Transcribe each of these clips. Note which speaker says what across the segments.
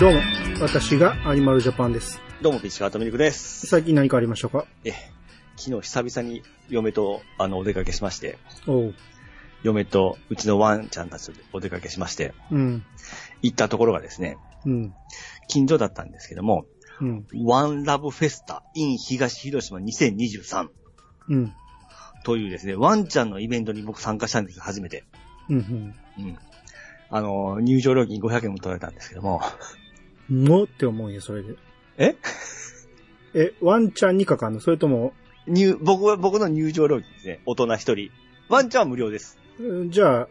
Speaker 1: どうも、私がアニマルジャパンです。
Speaker 2: どうも、ピッチカートミルクです。
Speaker 1: 最近何かありましたか
Speaker 2: え、昨日久々に嫁と、あの、お出かけしまして、
Speaker 1: おう。
Speaker 2: 嫁とうちのワンちゃんたちとお出かけしまして、
Speaker 1: うん。
Speaker 2: 行ったところがですね、
Speaker 1: うん。
Speaker 2: 近所だったんですけども、
Speaker 1: うん。
Speaker 2: ワンラブフェスタ in 東広島2023
Speaker 1: うん。
Speaker 2: というですね、ワンちゃんのイベントに僕参加したんです、初めて。
Speaker 1: うん。
Speaker 2: うん。あの、入場料金500円も取られたんですけども、
Speaker 1: うん。もって思うんや、それで。
Speaker 2: え
Speaker 1: え、ワンちゃんにかかんのそれとも、
Speaker 2: 入、僕は、僕の入場料金ですね、大人一人。ワンちゃんは無料です。
Speaker 1: うんじゃあ、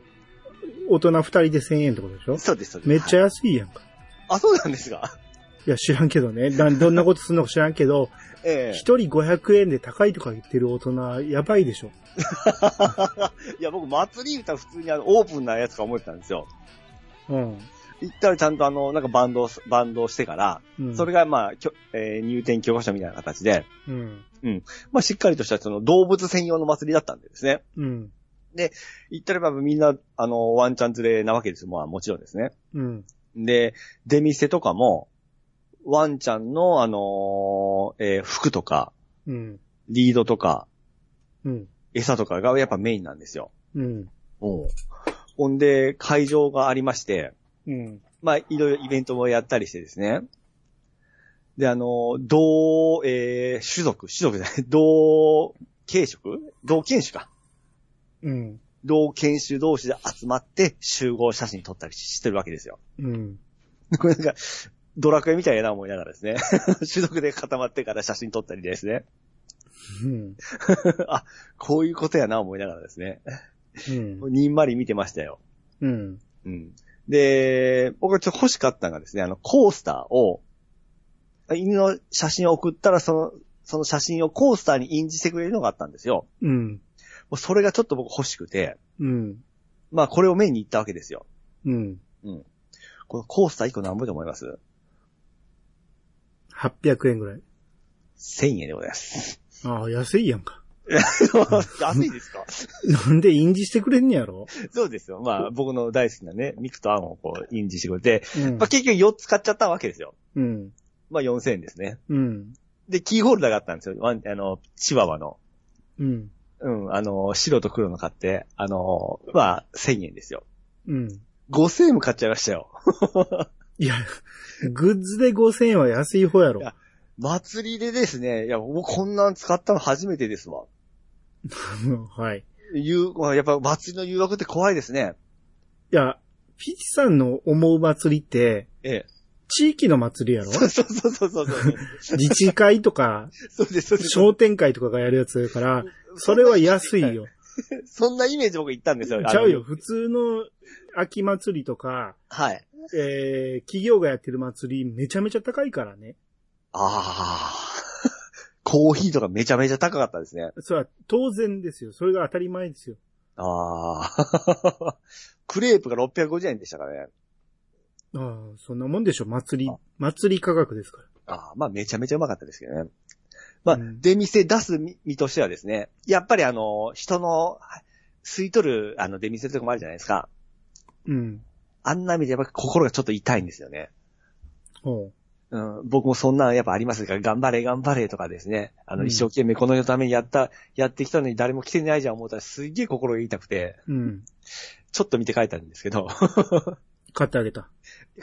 Speaker 1: 大人二人で千円ってことでしょ
Speaker 2: そうです、そうです。
Speaker 1: めっちゃ
Speaker 2: はい
Speaker 1: 安いやんか。
Speaker 2: あ、そうなんですが。
Speaker 1: いや、知らんけどね。だどんなことすんのか知らんけど、
Speaker 2: ええ
Speaker 1: 一人500円で高いとか言ってる大人、やばいでしょ。
Speaker 2: いや、僕、祭り歌普通にあの、オープンなやつか思ってたんですよ。
Speaker 1: うん。
Speaker 2: 行ったらちゃんとあの、なんかバンドを、バンドをしてから、
Speaker 1: うん。
Speaker 2: それ
Speaker 1: が、
Speaker 2: がまあ、きょえー入店許可書みたいな形で、
Speaker 1: うん。
Speaker 2: まあしっかりとしたその動物専用の祭りだったんでですね。
Speaker 1: うん。
Speaker 2: 行ったらばみんな、あの、ワンちゃん連れなわけですよ。まあもちろんですね。
Speaker 1: うん。
Speaker 2: で、出店とかも、ワンちゃんのあのーえー服とか、
Speaker 1: うん。
Speaker 2: リードとか、
Speaker 1: うん。
Speaker 2: 餌とかがやっぱメインなんですよ。
Speaker 1: うん。
Speaker 2: うん。ほんで、会場がありまして、
Speaker 1: うん。
Speaker 2: まあ、いろいろイベントもやったりしてですね。で、あの、同、えー、種族、種族じゃない、 同、系職同犬種か。
Speaker 1: うん。
Speaker 2: 同犬種同士で集まって集合写真撮ったりしてるわけですよ。
Speaker 1: うん。
Speaker 2: これなんか、ドラクエみたいやな思いながらですね。 種族で固まってから写真撮ったりですね。
Speaker 1: うん。
Speaker 2: あ、こういうことやな思いながらですね。
Speaker 1: うん。
Speaker 2: にんまり見てましたよ。
Speaker 1: うん。
Speaker 2: うん。で、僕がちょっと欲しかったのがですね、あの、コースターを、犬の写真を送ったら、その、その写真をコースターに印字してくれるのがあったんですよ。
Speaker 1: うん。
Speaker 2: もうそれがちょっと僕欲しくて、
Speaker 1: うん。
Speaker 2: まあこれを目に行ったわけですよ。
Speaker 1: うん。
Speaker 2: このコースター1個何ぼで思います
Speaker 1: 800円ぐらい。
Speaker 2: ?1000円でございます。
Speaker 1: ああ、安いやんか。
Speaker 2: 安いですか
Speaker 1: なんで印字してくれんねやろ
Speaker 2: そうですよ。まあ僕の大好きなね、ミクとアンをこう印字してくれて、
Speaker 1: うん
Speaker 2: まあ。結局4つ買っちゃったわけですよ。
Speaker 1: うん。
Speaker 2: まあ4000円ですね。
Speaker 1: うん。
Speaker 2: で、キーホルダーがあったんですよ。ワンあの、チワワの。
Speaker 1: うん。
Speaker 2: うん、あの、白と黒の買って、あの、まあ、1000円ですよ。
Speaker 1: うん。
Speaker 2: 5000円も買っちゃいましたよ。
Speaker 1: いや、グッズで5000円は安い方やろ
Speaker 2: い。や祭りでですね、いや、もうこんなん使ったの初めてですわ。
Speaker 1: はい。
Speaker 2: ゆう、やっぱ祭りの誘惑って怖いですね。
Speaker 1: いや、ピチさんの思う祭りって、
Speaker 2: ええ。
Speaker 1: 地域の祭りやろ
Speaker 2: そうそうそうそう そう。
Speaker 1: 自治会とか、
Speaker 2: そうです、そうです。
Speaker 1: 商店会とかがやるやつだから、それは安いよ。
Speaker 2: そんなイメージ僕言ったんですよ。あの
Speaker 1: ちゃうよ。。普通の秋祭りとか、
Speaker 2: はい。
Speaker 1: えー、企業がやってる祭りめちゃめちゃ高いからね。
Speaker 2: ああ。コーヒーとかめちゃめちゃ高かったですね。
Speaker 1: それは当然ですよ。それが当たり前ですよ。
Speaker 2: ああ。クレープが650円でしたからね。
Speaker 1: ああ、そんなもんでしょ。祭り
Speaker 2: あ、
Speaker 1: 祭り価格ですから。
Speaker 2: ああ、まあめちゃめちゃうまかったですけどね。まあ、
Speaker 1: うん
Speaker 2: 出店出す身身としてはですね、やっぱりあの、人の吸い取るあの出店とかもあるじゃないですか。
Speaker 1: うん。
Speaker 2: あんな意味でやっぱ心がちょっと痛いんですよね。
Speaker 1: ほ
Speaker 2: うん、僕もそんなんやっぱありますから、頑張れ頑張れとかですね。あの、
Speaker 1: うん
Speaker 2: 一生懸命この世のためにやった、やってきたのに誰も来てないじゃん思ったらすっげえ心が痛くて、
Speaker 1: う。うん。
Speaker 2: ちょっと見て帰ったんですけど、
Speaker 1: 買ってあげた。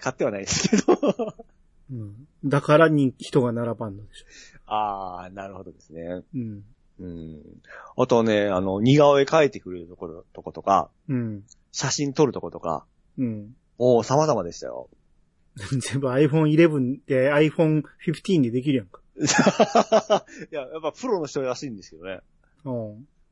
Speaker 2: 買ってはないですけど。
Speaker 1: うん。だからに人が並ばんのでしょ。
Speaker 2: ああ、なるほどですね。
Speaker 1: うん。
Speaker 2: うん。あとね、あの、似顔絵描いてくれるところ、とことか、
Speaker 1: うん。
Speaker 2: 写真撮るとことか、
Speaker 1: うん。
Speaker 2: おー、様々でしたよ。
Speaker 1: 全部 iPhone11 で iPhone15 でできるやんか。
Speaker 2: いや、やっぱプロの人らしいんですけどね。
Speaker 1: うん。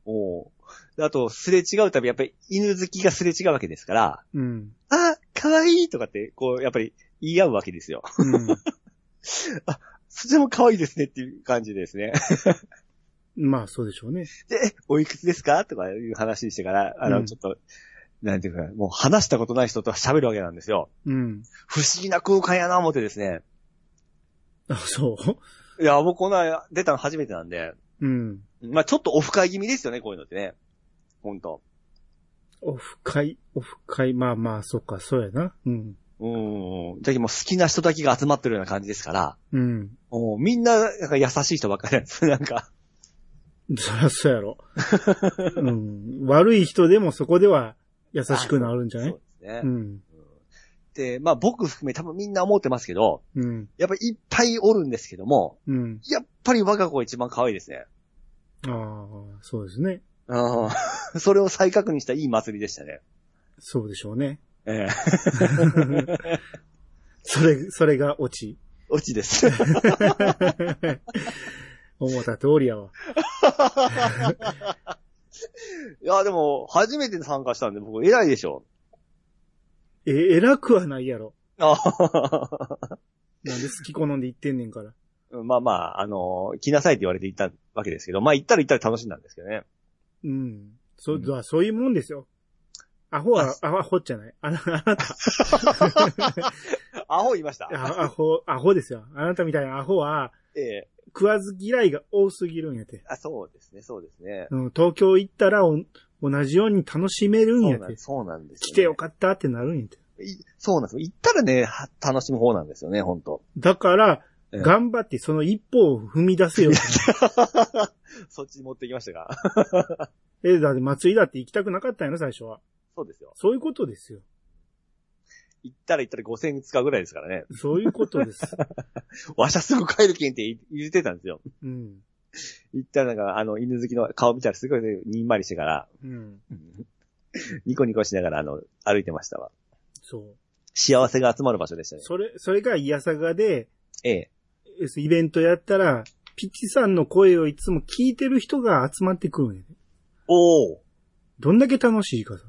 Speaker 2: おーであと、すれ違うたび、やっぱり犬好きがすれ違うわけですから、
Speaker 1: うん。
Speaker 2: あ、かわいいとかって、こう、やっぱり言い合うわけですよ。
Speaker 1: うん。
Speaker 2: そちらも可愛いですねっていう感じですね。
Speaker 1: まあ、そうでしょうね。
Speaker 2: で、えおいくつですかとかいう話してから、あ
Speaker 1: う
Speaker 2: の、
Speaker 1: ん
Speaker 2: ちょっと、なんていうか、もう話したことない人と喋るわけなんですよ。
Speaker 1: うん。
Speaker 2: 不思議な空間やな思ってですね。
Speaker 1: あ、そ
Speaker 2: いや、僕こんな出たの初めてなんで、
Speaker 1: う。うん。
Speaker 2: まあちょっとオフ会気味ですよね、こういうのってね。ほんと。
Speaker 1: オフ会、オフ会、まあまあ、そうか、そうやな。うん。
Speaker 2: うん。時もう好きな人だけが集まってるような感じですから、
Speaker 1: うん。
Speaker 2: もうみんな、なんか優しい人ばっかりなんです。なん か、
Speaker 1: そりゃそうやろ。うん。悪い人でもそこでは優しくなるんじゃない
Speaker 2: そうですね。
Speaker 1: うん。
Speaker 2: で、まあ僕含め多分みんな思ってますけど、
Speaker 1: うん。
Speaker 2: やっぱりいっぱいおるんですけども、
Speaker 1: うん。
Speaker 2: やっぱり我が子が一番可愛いですね。
Speaker 1: ああ、そうですね。
Speaker 2: うん。 それを再確認したいい祭りでしたね。
Speaker 1: そうでしょう ね。
Speaker 2: ええ。
Speaker 1: それ、それが落ち。
Speaker 2: オチです。
Speaker 1: 思った通りやわ。
Speaker 2: いや、でも、初めて参加したんで僕偉いでしょ。
Speaker 1: え、偉くはないやろ。
Speaker 2: ああ
Speaker 1: なんで好き好んで言ってんねんから。
Speaker 2: まあまあ、あの来なさいって言われて行ったわけですけど、まあ行ったら行ったら楽しんだんですけど ね。
Speaker 1: うん。そ、う
Speaker 2: う
Speaker 1: そういうもんですよ。アホは、アホじゃない。あな、あなた、
Speaker 2: アホいました。
Speaker 1: あアホ、アホですよ。あなたみたいなアホは、
Speaker 2: ええ
Speaker 1: 食わず嫌いが多すぎるんやて。
Speaker 2: あ、そうですね、そうですね。
Speaker 1: うん、東京行ったらお同じように楽しめるん
Speaker 2: そう
Speaker 1: や
Speaker 2: な
Speaker 1: て
Speaker 2: ん。そうなんですよね、
Speaker 1: 来てよかったってなるんやて。
Speaker 2: いそうなんですよ。行ったらね、は楽しむ方なんですよね、本当
Speaker 1: だから、
Speaker 2: ええ
Speaker 1: 頑張ってその一歩を踏み出せよ。
Speaker 2: そっちに持ってきましたが。
Speaker 1: え、だって祭りだって行きたくなかったんやろ、最初は。
Speaker 2: そうですよ。
Speaker 1: そういうことですよ。
Speaker 2: 行ったら行ったら5000円使うぐらいですからね。
Speaker 1: そういうこと です。
Speaker 2: わしゃすぐ帰るけんって言ってたんですよ。
Speaker 1: うん。
Speaker 2: 行ったらなんか、あの、犬好きの顔見たらすごいねにんまりしてから、
Speaker 1: うん。
Speaker 2: ニコニコしながら、あの、歩いてましたわ。
Speaker 1: そう。
Speaker 2: 幸せが集まる場所でしたね。
Speaker 1: それ、それがイヤサガで、
Speaker 2: ええ。
Speaker 1: イベントやったら、ピッチさんの声をいつも聞いてる人が集まってくるんやね。
Speaker 2: おお
Speaker 1: どんだけ楽しいかさ。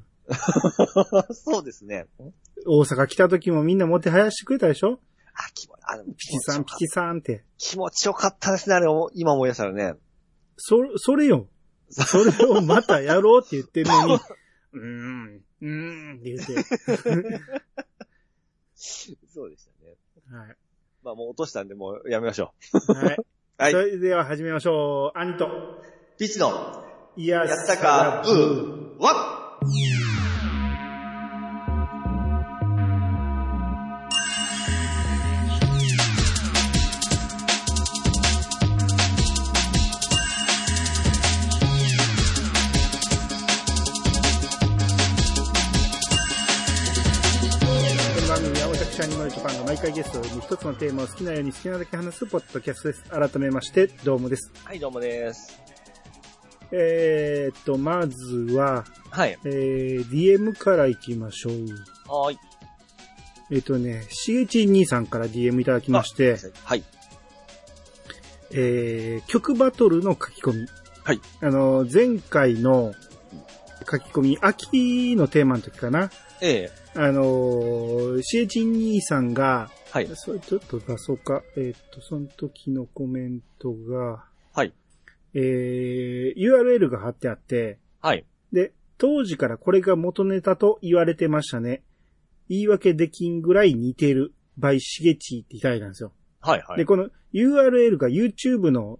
Speaker 2: そうですね。あ、
Speaker 1: 大阪来た時もみんな持って生やしてくれたでしょ
Speaker 2: 気持ち、あ、でも
Speaker 1: ピチさん、ピチさんって。
Speaker 2: 気持ちよかったですね、あれ、お今思い出したらね。
Speaker 1: そ、それよ。それをまたやろうって言ってる のに、うーん、うーんって言って。
Speaker 2: そうでしたね。
Speaker 1: はい。
Speaker 2: まあもう落としたんで、もうやめましょ
Speaker 1: はい。
Speaker 2: う。はい
Speaker 1: そ。れでは始めましょう。兄と、
Speaker 2: ピチの、
Speaker 1: イヤ
Speaker 2: やった
Speaker 1: サ
Speaker 2: か
Speaker 1: ガ、
Speaker 2: ブー、ワ
Speaker 1: この番組は私、アニマルジャパンが毎回ゲストに一つのテーマを好きなように好きなだけ話すポッドキャストです。改めまして、どうもです。
Speaker 2: はい、どうもです。
Speaker 1: えーっと、まずは、
Speaker 2: はい。
Speaker 1: えー、DM から行きましょう。
Speaker 2: はーい。
Speaker 1: えーっとね、しげち兄さんから DM いただきまして、
Speaker 2: はい。
Speaker 1: えー、曲バトルの書き込み。
Speaker 2: はい。
Speaker 1: あの、前回の書き込み、秋のテーマの時かな。
Speaker 2: ええ。
Speaker 1: あのー、しげち兄さんが、
Speaker 2: はい。
Speaker 1: それちょっと出そうか。えーっと、その時のコメントが、
Speaker 2: はい。
Speaker 1: えー、URL が貼ってあって、
Speaker 2: はい。
Speaker 1: で、当時からこれが元ネタと言われてましたね。言い訳できんぐらい似てる。by しげちっていただいたんですよ。
Speaker 2: はい。は
Speaker 1: で、
Speaker 2: い。
Speaker 1: この URL が YouTube の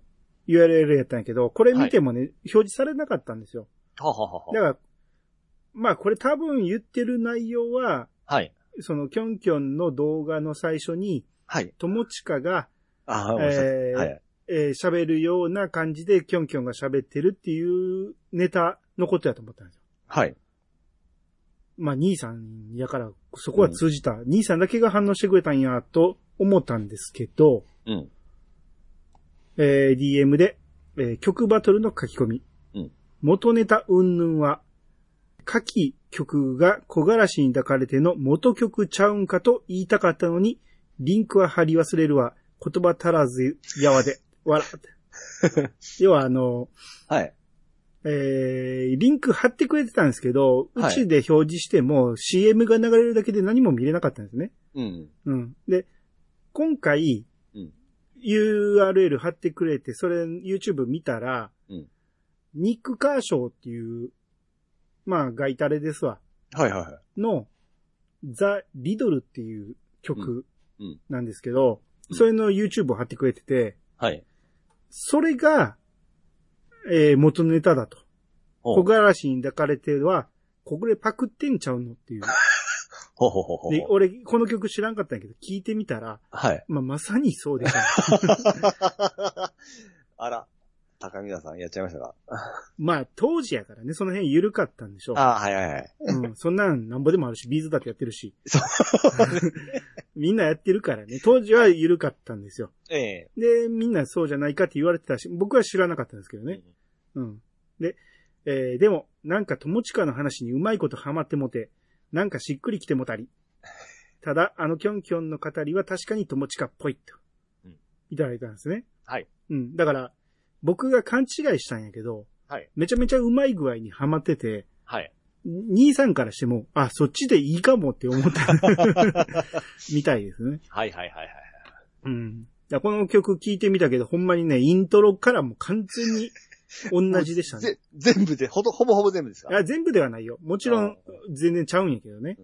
Speaker 1: URL やったんやけど、これ見てもね、表示されなかったんですよ。
Speaker 2: ははは
Speaker 1: だから、まあこれ多分言ってる内容は、
Speaker 2: は。はい。
Speaker 1: そのキョンキョンの動画の最初に、
Speaker 2: はい。
Speaker 1: 友近が、え
Speaker 2: ああ、ごめんなさい
Speaker 1: ー
Speaker 2: はい。
Speaker 1: えー喋るような感じでキョンキョンが喋ってるっていうネタのことやと思ったんですよ。
Speaker 2: はい。
Speaker 1: まあ、兄さんやから、そこは通じた。兄さんだけが反応してくれたんや、と思ったんですけど、
Speaker 2: うん。
Speaker 1: えー DM で、えー曲バトルの書き込み。
Speaker 2: うん
Speaker 1: 元ネタ云々は、書き曲が小枯らしに抱かれての元曲ちゃうんかと言いたかったのに、リンクは貼り忘れるわ。言葉足らずやわで、わら。 要はあの、
Speaker 2: はい。
Speaker 1: えー、リンク貼ってくれてたんですけど、う
Speaker 2: はい
Speaker 1: ちで表示しても CM が流れるだけで何も見れなかったんですね。
Speaker 2: うん。
Speaker 1: うん。で、今回、
Speaker 2: うん
Speaker 1: URL 貼ってくれて、それ YouTube 見たら、
Speaker 2: うん
Speaker 1: ニック・カーショーっていう、まあ、ガイタレですわ、
Speaker 2: はいはいはい。
Speaker 1: の、ザ・リドルっていう曲
Speaker 2: うんうん
Speaker 1: なんですけど、
Speaker 2: うん
Speaker 1: それの YouTube を貼ってくれてて、
Speaker 2: はい。
Speaker 1: それが、えー元ネタだと。
Speaker 2: ほ
Speaker 1: 小
Speaker 2: う
Speaker 1: 枯らしに抱かれては、これパクってんちゃうのっていう。
Speaker 2: ほうほうほうほう。
Speaker 1: で、俺、この曲知らんかったんやけど、聞いてみたら、
Speaker 2: はい。
Speaker 1: まあ、まさにそう でした。
Speaker 2: あら、高見田さんやっちゃいましたか
Speaker 1: まあ、当時やからね、その辺緩かったんでしょう。
Speaker 2: ああ、はいはい はい。
Speaker 1: うん、そんなんなんぼでもあるし、ビーズだってやってるし。みんなやってるからね。当時は緩かったんですよ。
Speaker 2: ええ
Speaker 1: で、みんなそうじゃないかって言われてたし、僕は知らなかったんですけどね。うん。で、えーでも、なんか友近の話にうまいことハマってもて、なんかしっくりきてもたり。ただ、あのキョンキョンの語りは確かに友近っぽいと
Speaker 2: うん。
Speaker 1: いただいたんですね。
Speaker 2: はい。
Speaker 1: うん。だから、僕が勘違いしたんやけど、
Speaker 2: はい。
Speaker 1: めちゃめちゃうまい具合にハマってて、
Speaker 2: はい。
Speaker 1: 兄さんからしても、あ、そっちでいいかもって思った。 みたいですね。
Speaker 2: はいはいはいはい。
Speaker 1: うん。だからこの曲聴いてみたけど、ほんまにね、イントロからもう完全に同じでしたね。
Speaker 2: ぜ全部で、ほど、ほぼほぼ全部ですか
Speaker 1: あ全部ではないよ。もちろん、全然ちゃうんやけどね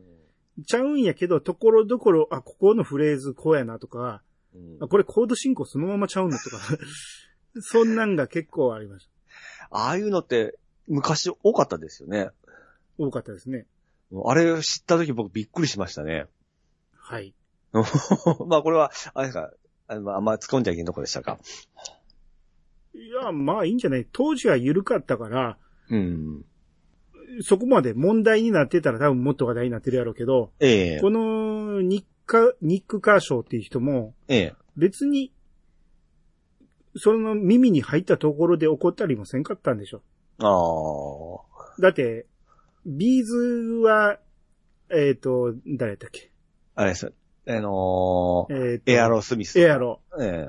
Speaker 2: う。ん
Speaker 1: ちゃうんやけど、ところどころ、あ、ここのフレーズこうやなとか、
Speaker 2: うん
Speaker 1: あこれコード進行そのままちゃうのとか、 そんなんが結構ありました。
Speaker 2: ああいうのって昔多かったですよね。
Speaker 1: 多かったですね。
Speaker 2: あれを知った時僕びっくりしましたね。
Speaker 1: はい。
Speaker 2: まあこれは、あれですか、あのまああんま突っ込んじゃいけんとこでしたか。
Speaker 1: いや、まあいいんじゃない当時は緩かったから、
Speaker 2: うん。
Speaker 1: そこまで問題になってたら多分もっと話題になってるやろうけど、
Speaker 2: ええ
Speaker 1: このニッカ、ニックカーショーっていう人も
Speaker 2: ええ
Speaker 1: 別に、その耳に入ったところで怒ったりもせんかったんでしょ。
Speaker 2: ああ。
Speaker 1: だって、ビーズは、えっ、と、誰だっけ
Speaker 2: あれです。あのー
Speaker 1: えっ、と、
Speaker 2: エア。ロスミス。
Speaker 1: エア。ロ。
Speaker 2: ええ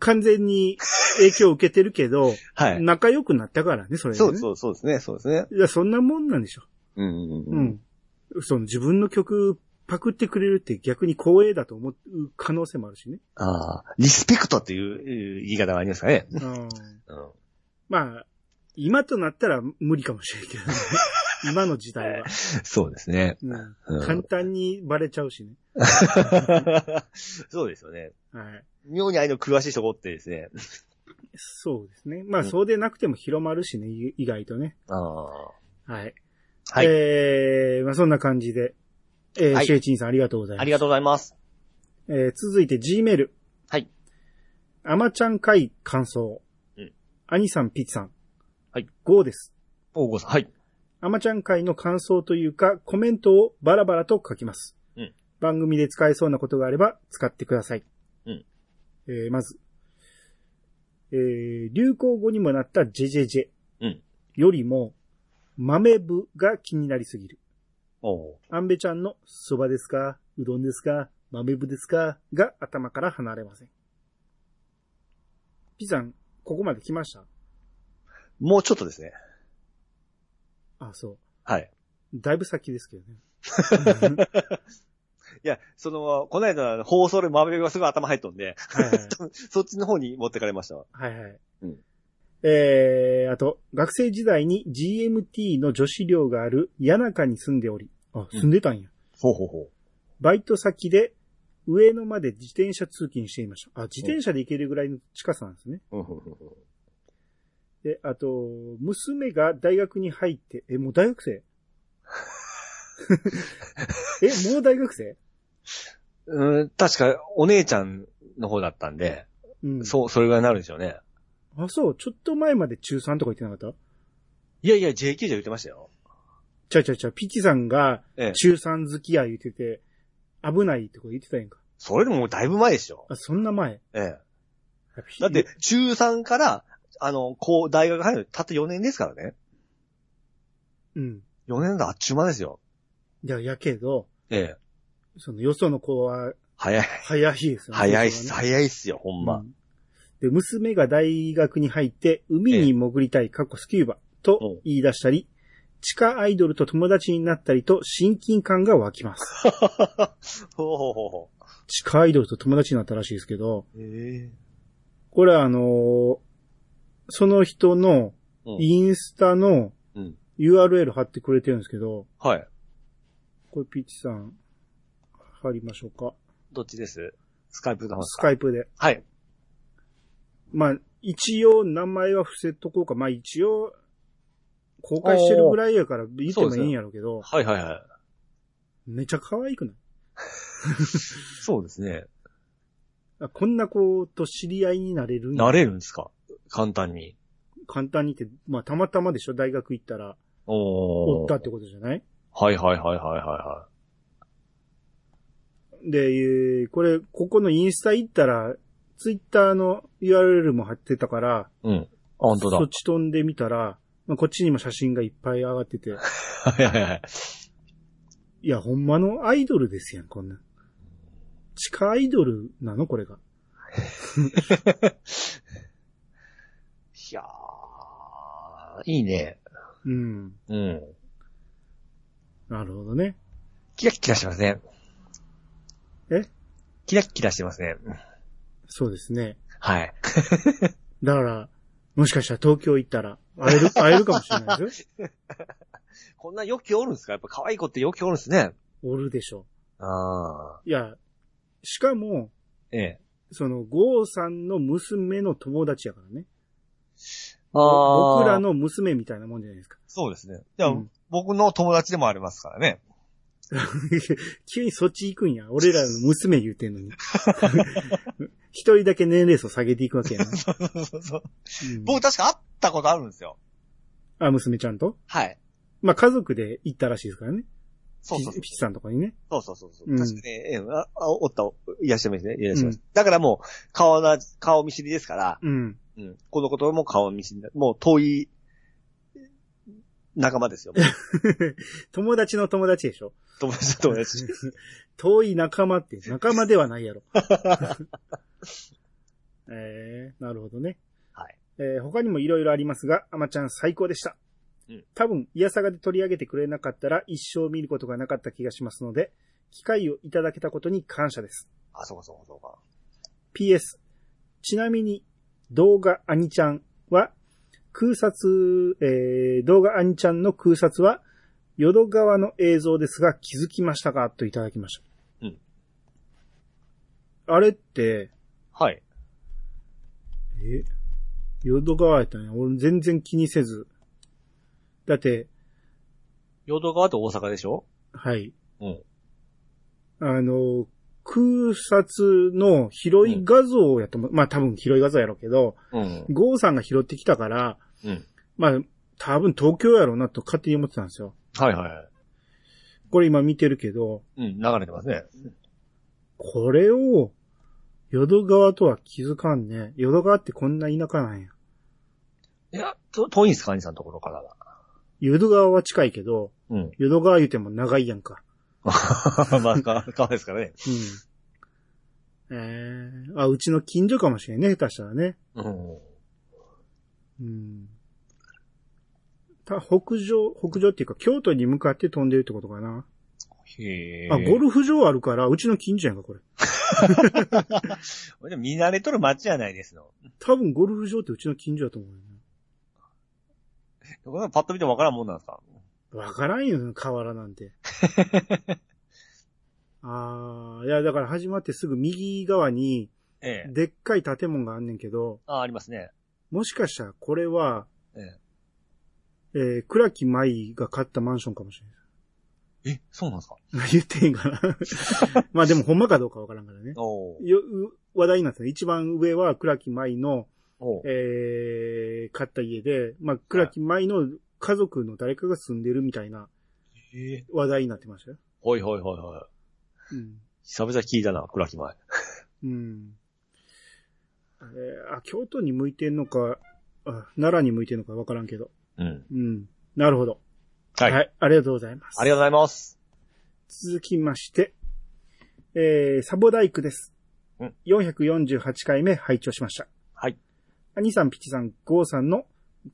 Speaker 1: 完全に影響を受けてるけど、
Speaker 2: はい。
Speaker 1: 仲良くなったからね、それで、ね。
Speaker 2: そうそうそうですね、そうですね。
Speaker 1: いや、そんなもんなんでしょ。
Speaker 2: うんうん
Speaker 1: う
Speaker 2: うん。
Speaker 1: ん。その自分の曲パクってくれるって逆に光栄だと思う可能性もあるし ね。
Speaker 2: ああ、リスペクトっていうえー言い方がありますかね。
Speaker 1: うん
Speaker 2: うん。
Speaker 1: まあ、今となったら無理かもしれんけ どね。今の時代は、
Speaker 2: そうですね。
Speaker 1: うん
Speaker 2: うん
Speaker 1: 簡単にバレちゃうしね。
Speaker 2: そうですよね。
Speaker 1: はい。
Speaker 2: 妙にああいうの詳しい人がおってですね。
Speaker 1: そうですね。まあ、そうでなくても広まるしね、い意外とね。
Speaker 2: ああ。
Speaker 1: はい。
Speaker 2: はい。
Speaker 1: えー、まあそんな感じで。えー、
Speaker 2: はい
Speaker 1: シェイチンさんありがとうございます。
Speaker 2: ありがとうございます。
Speaker 1: えー続いて G メール。
Speaker 2: はい。
Speaker 1: アマちゃん会感想。
Speaker 2: うん。
Speaker 1: アニさん、ピッツさん。
Speaker 2: はい。
Speaker 1: GO です。
Speaker 2: 大郷さん。はい。
Speaker 1: アマちゃん会の感想というか、コメントをバラバラと書きます。
Speaker 2: うん。
Speaker 1: 番組で使えそうなことがあれば、使ってください。
Speaker 2: うん。
Speaker 1: えーまず。えー流行語にもなったジェジェジェ。
Speaker 2: うん。
Speaker 1: よりも、豆部が気になりすぎる。
Speaker 2: おう
Speaker 1: アンベちゃんのそばですかうどんですか豆部ですかが頭から離れません。ピザン、ここまで来ました
Speaker 2: もうちょっとですね。
Speaker 1: あ、そう。
Speaker 2: はい。
Speaker 1: だいぶ先ですけ どね。
Speaker 2: いや、その、この間、放送でマーベルがすごい頭入っとんで、
Speaker 1: はいはい
Speaker 2: そっちの方に持ってかれましたわ。
Speaker 1: はいはい。
Speaker 2: うん
Speaker 1: えー、あと、学生時代に GMT の女子寮がある谷中に住んでおり、あ、住んでたんや。
Speaker 2: ほうほうほう。
Speaker 1: バイト先で上野まで自転車通勤していました。あ、自転車で行けるぐらいの近さなんですね。
Speaker 2: うんうんうんうん
Speaker 1: で、あと、娘が大学に入って、え、もう大学 生え、もう大学生
Speaker 2: うーん、確か、お姉ちゃんの方だったんで、
Speaker 1: うん。
Speaker 2: そう、それぐらいになるんでしょうね。
Speaker 1: う。あ、そう、ちょっと前まで中3とか言ってなかった
Speaker 2: いやいや、JQ じゃ言ってましたよ。
Speaker 1: ちゃうちゃうちゃう、ピッチさんが
Speaker 2: ええ。
Speaker 1: 中3好きや言ってて、危ないとか言ってたやんか。
Speaker 2: それでももうだいぶ前でしょ。
Speaker 1: あ、そんな前。
Speaker 2: ええ。だって、中3から、あの、こう、大学入るのたった4年ですからね。
Speaker 1: うん。
Speaker 2: 4年だ、あっちゅう間ですよ。
Speaker 1: いや、やけど、
Speaker 2: ええ。
Speaker 1: その、よその子は、
Speaker 2: 早い。
Speaker 1: 早いですよね。
Speaker 2: 早いっ
Speaker 1: そ
Speaker 2: す、
Speaker 1: こはね
Speaker 2: 早いっすよ、ほ
Speaker 1: う
Speaker 2: ん ま。
Speaker 1: んで、娘が大学に入って、海に潜りたい、かっこスキューバ、
Speaker 2: お
Speaker 1: と
Speaker 2: う
Speaker 1: 言い出したり、地下アイドルと友達になったりと親近感が湧きます。
Speaker 2: ほうほうほうほ
Speaker 1: 地下アイドルと友達になったらしいですけど、
Speaker 2: う。ええ。
Speaker 1: これはあのーその人の
Speaker 2: うん。
Speaker 1: インスタの
Speaker 2: うん
Speaker 1: URL 貼ってくれてるんですけど、
Speaker 2: はい。
Speaker 1: これピッチさん、貼りましょうか。
Speaker 2: どっちですスカイプの方です
Speaker 1: ス
Speaker 2: か
Speaker 1: カイプで。
Speaker 2: はい。
Speaker 1: まあ、一応名前は伏せとこうか。まあ一応、公開してるぐらいやから言ってもいいんやろうけど、
Speaker 2: はいはいはい。
Speaker 1: めちゃ可愛くない
Speaker 2: そうですね。
Speaker 1: あこんな子と知り合いになれるんや
Speaker 2: なれるんですか簡単に。
Speaker 1: 簡単にって、まあたまたまでしょ大学行ったら、
Speaker 2: おー
Speaker 1: おったってことじゃない
Speaker 2: はいはいはいはいはいは
Speaker 1: で、えーこれ、ここのインスタ行ったら、ツイッターの URL も貼ってたから、
Speaker 2: い。うん。あ、本当だ
Speaker 1: そっ。ち飛んでみたら、まあ、こっちにも写真がいっぱい上が ってて、
Speaker 2: はいはいはい。
Speaker 1: いや、ほんまのアイドルですやん、こんなん。地下アイドルなのこれが。
Speaker 2: いやー、いいね。
Speaker 1: うん。
Speaker 2: うん。
Speaker 1: なるほどね。
Speaker 2: キラッキラしてますね。
Speaker 1: え
Speaker 2: キラッキラしてますね。
Speaker 1: そうですね。
Speaker 2: はい。
Speaker 1: だから、もしかしたら東京行ったら、会える、 会えるかもしれないですよ。
Speaker 2: こんな余興おるんですかやっぱ可愛い子って余興おるんですね。
Speaker 1: おるでしょ
Speaker 2: あ
Speaker 1: う。いや、しかも、
Speaker 2: ー。ええ。
Speaker 1: その、ゴーさんの娘の友達やからね。
Speaker 2: ー
Speaker 1: 僕ら。の娘みたいなもんじゃないですか。
Speaker 2: そうですね。じゃあ、
Speaker 1: うん
Speaker 2: 僕の友達でもありますからね。
Speaker 1: 急にそっち行くんや。俺らの娘言うてんのに。 一人だけ年齢層下げていくわ けやな。
Speaker 2: そうそうそう。
Speaker 1: うん
Speaker 2: 僕確か会ったことあるんですよ。
Speaker 1: あ、娘ちゃんと
Speaker 2: はい。
Speaker 1: まあ、家族で行ったらしいですからね。
Speaker 2: そうそうそ
Speaker 1: ピ
Speaker 2: う。
Speaker 1: ピチさんとかにね。
Speaker 2: そうそうそうそう。
Speaker 1: うん
Speaker 2: 確かね、ええああおった、いらっしゃいますね。いらっしゃいます。
Speaker 1: う
Speaker 2: だからもう、顔な、顔見知りですから、
Speaker 1: うん。
Speaker 2: うん。このことも顔見知りだ。もう遠い、仲間 ですよ。もう
Speaker 1: 友達の友達でしょ。
Speaker 2: 友達と友達。
Speaker 1: 遠い仲間って、仲間ではないや ろ。えー、なるほどね。
Speaker 2: はい。
Speaker 1: えー他にもいろいろありますが、アマちゃん最高でした。
Speaker 2: うん
Speaker 1: 多分、イヤサガで取り上げてくれなかったら一生見ることがなかった気がしますので、機会をいただけたことに感謝です。
Speaker 2: あ、そうかそうかそうか。
Speaker 1: PS、ちなみに、動画アニちゃんは、空撮、えー動画アニちゃんの空撮は、淀川の映像ですが、気づきましたかといただきました。
Speaker 2: うん
Speaker 1: あれって、
Speaker 2: はい。
Speaker 1: え淀川やったんや。俺全然気にせず。だって、
Speaker 2: 淀川と大阪でしょ
Speaker 1: はい。
Speaker 2: うん。
Speaker 1: あの、空撮の拾い画像やと思う。まあ多分拾い画像やろうけど、
Speaker 2: うん。
Speaker 1: ゴーさんが拾ってきたから、
Speaker 2: うん。
Speaker 1: まあ多分東京やろうなと勝手に思ってたんですよ。
Speaker 2: はいはいはい。
Speaker 1: これ今見てるけど、
Speaker 2: うん、流れてますね。
Speaker 1: これを、淀川とは気づかんね。淀川ってこんな田舎なんや。
Speaker 2: いや、と遠いんですか兄さんのところからは。
Speaker 1: 淀川は近いけど、
Speaker 2: うん。
Speaker 1: 淀川言うても長いやんか。
Speaker 2: まあ、か、かわいいですからね。
Speaker 1: うん。えー、あ、うちの近所かもしれんね、下手したらね。
Speaker 2: うん。
Speaker 1: うん。た、北上、北上っていうか、京都に向かって飛んでるってことかな。
Speaker 2: へえ。
Speaker 1: あ、ゴルフ場あるから、うちの近所やんか、これ。
Speaker 2: でも見慣れとる街じゃないですの。
Speaker 1: 多分ゴルフ場ってうちの近所だと思うよ
Speaker 2: これパッと見てもわからんもんなんですか
Speaker 1: な。わからんよ、その河原なん て。あー、いや、だから始まってすぐ右側に、
Speaker 2: ええ。
Speaker 1: でっかい建物があんねんけど、
Speaker 2: あ、ありますね。
Speaker 1: もしかしたらこれは、
Speaker 2: え
Speaker 1: えー、倉木舞が買ったマンションかもしれない。
Speaker 2: え。え、そうなんですか
Speaker 1: 言っていいん かな。まあでもほんまかどうかわからんからね。
Speaker 2: おう
Speaker 1: よ、う話題になってたね。一番上は倉木舞の、
Speaker 2: おう
Speaker 1: えー、買った家で、まあ倉木舞の家族の誰かが住んでるみたいな
Speaker 2: へえ。
Speaker 1: 話題になってましたよ。
Speaker 2: ほいほいほいほい。
Speaker 1: うん。
Speaker 2: 久々聞いたな、倉木前。
Speaker 1: うん。えーあ、京都に向いてんのか、あ奈良に向いてんのかわからんけど。
Speaker 2: うん。
Speaker 1: うん。なるほど。
Speaker 2: はい。
Speaker 1: はい。ありがとうございます。
Speaker 2: ありがとうございます。
Speaker 1: 続きまして、えー、サボダイクです。
Speaker 2: うん
Speaker 1: 448回目拝聴しました。
Speaker 2: はい。
Speaker 1: 兄さん、ピチさん、ゴーさんの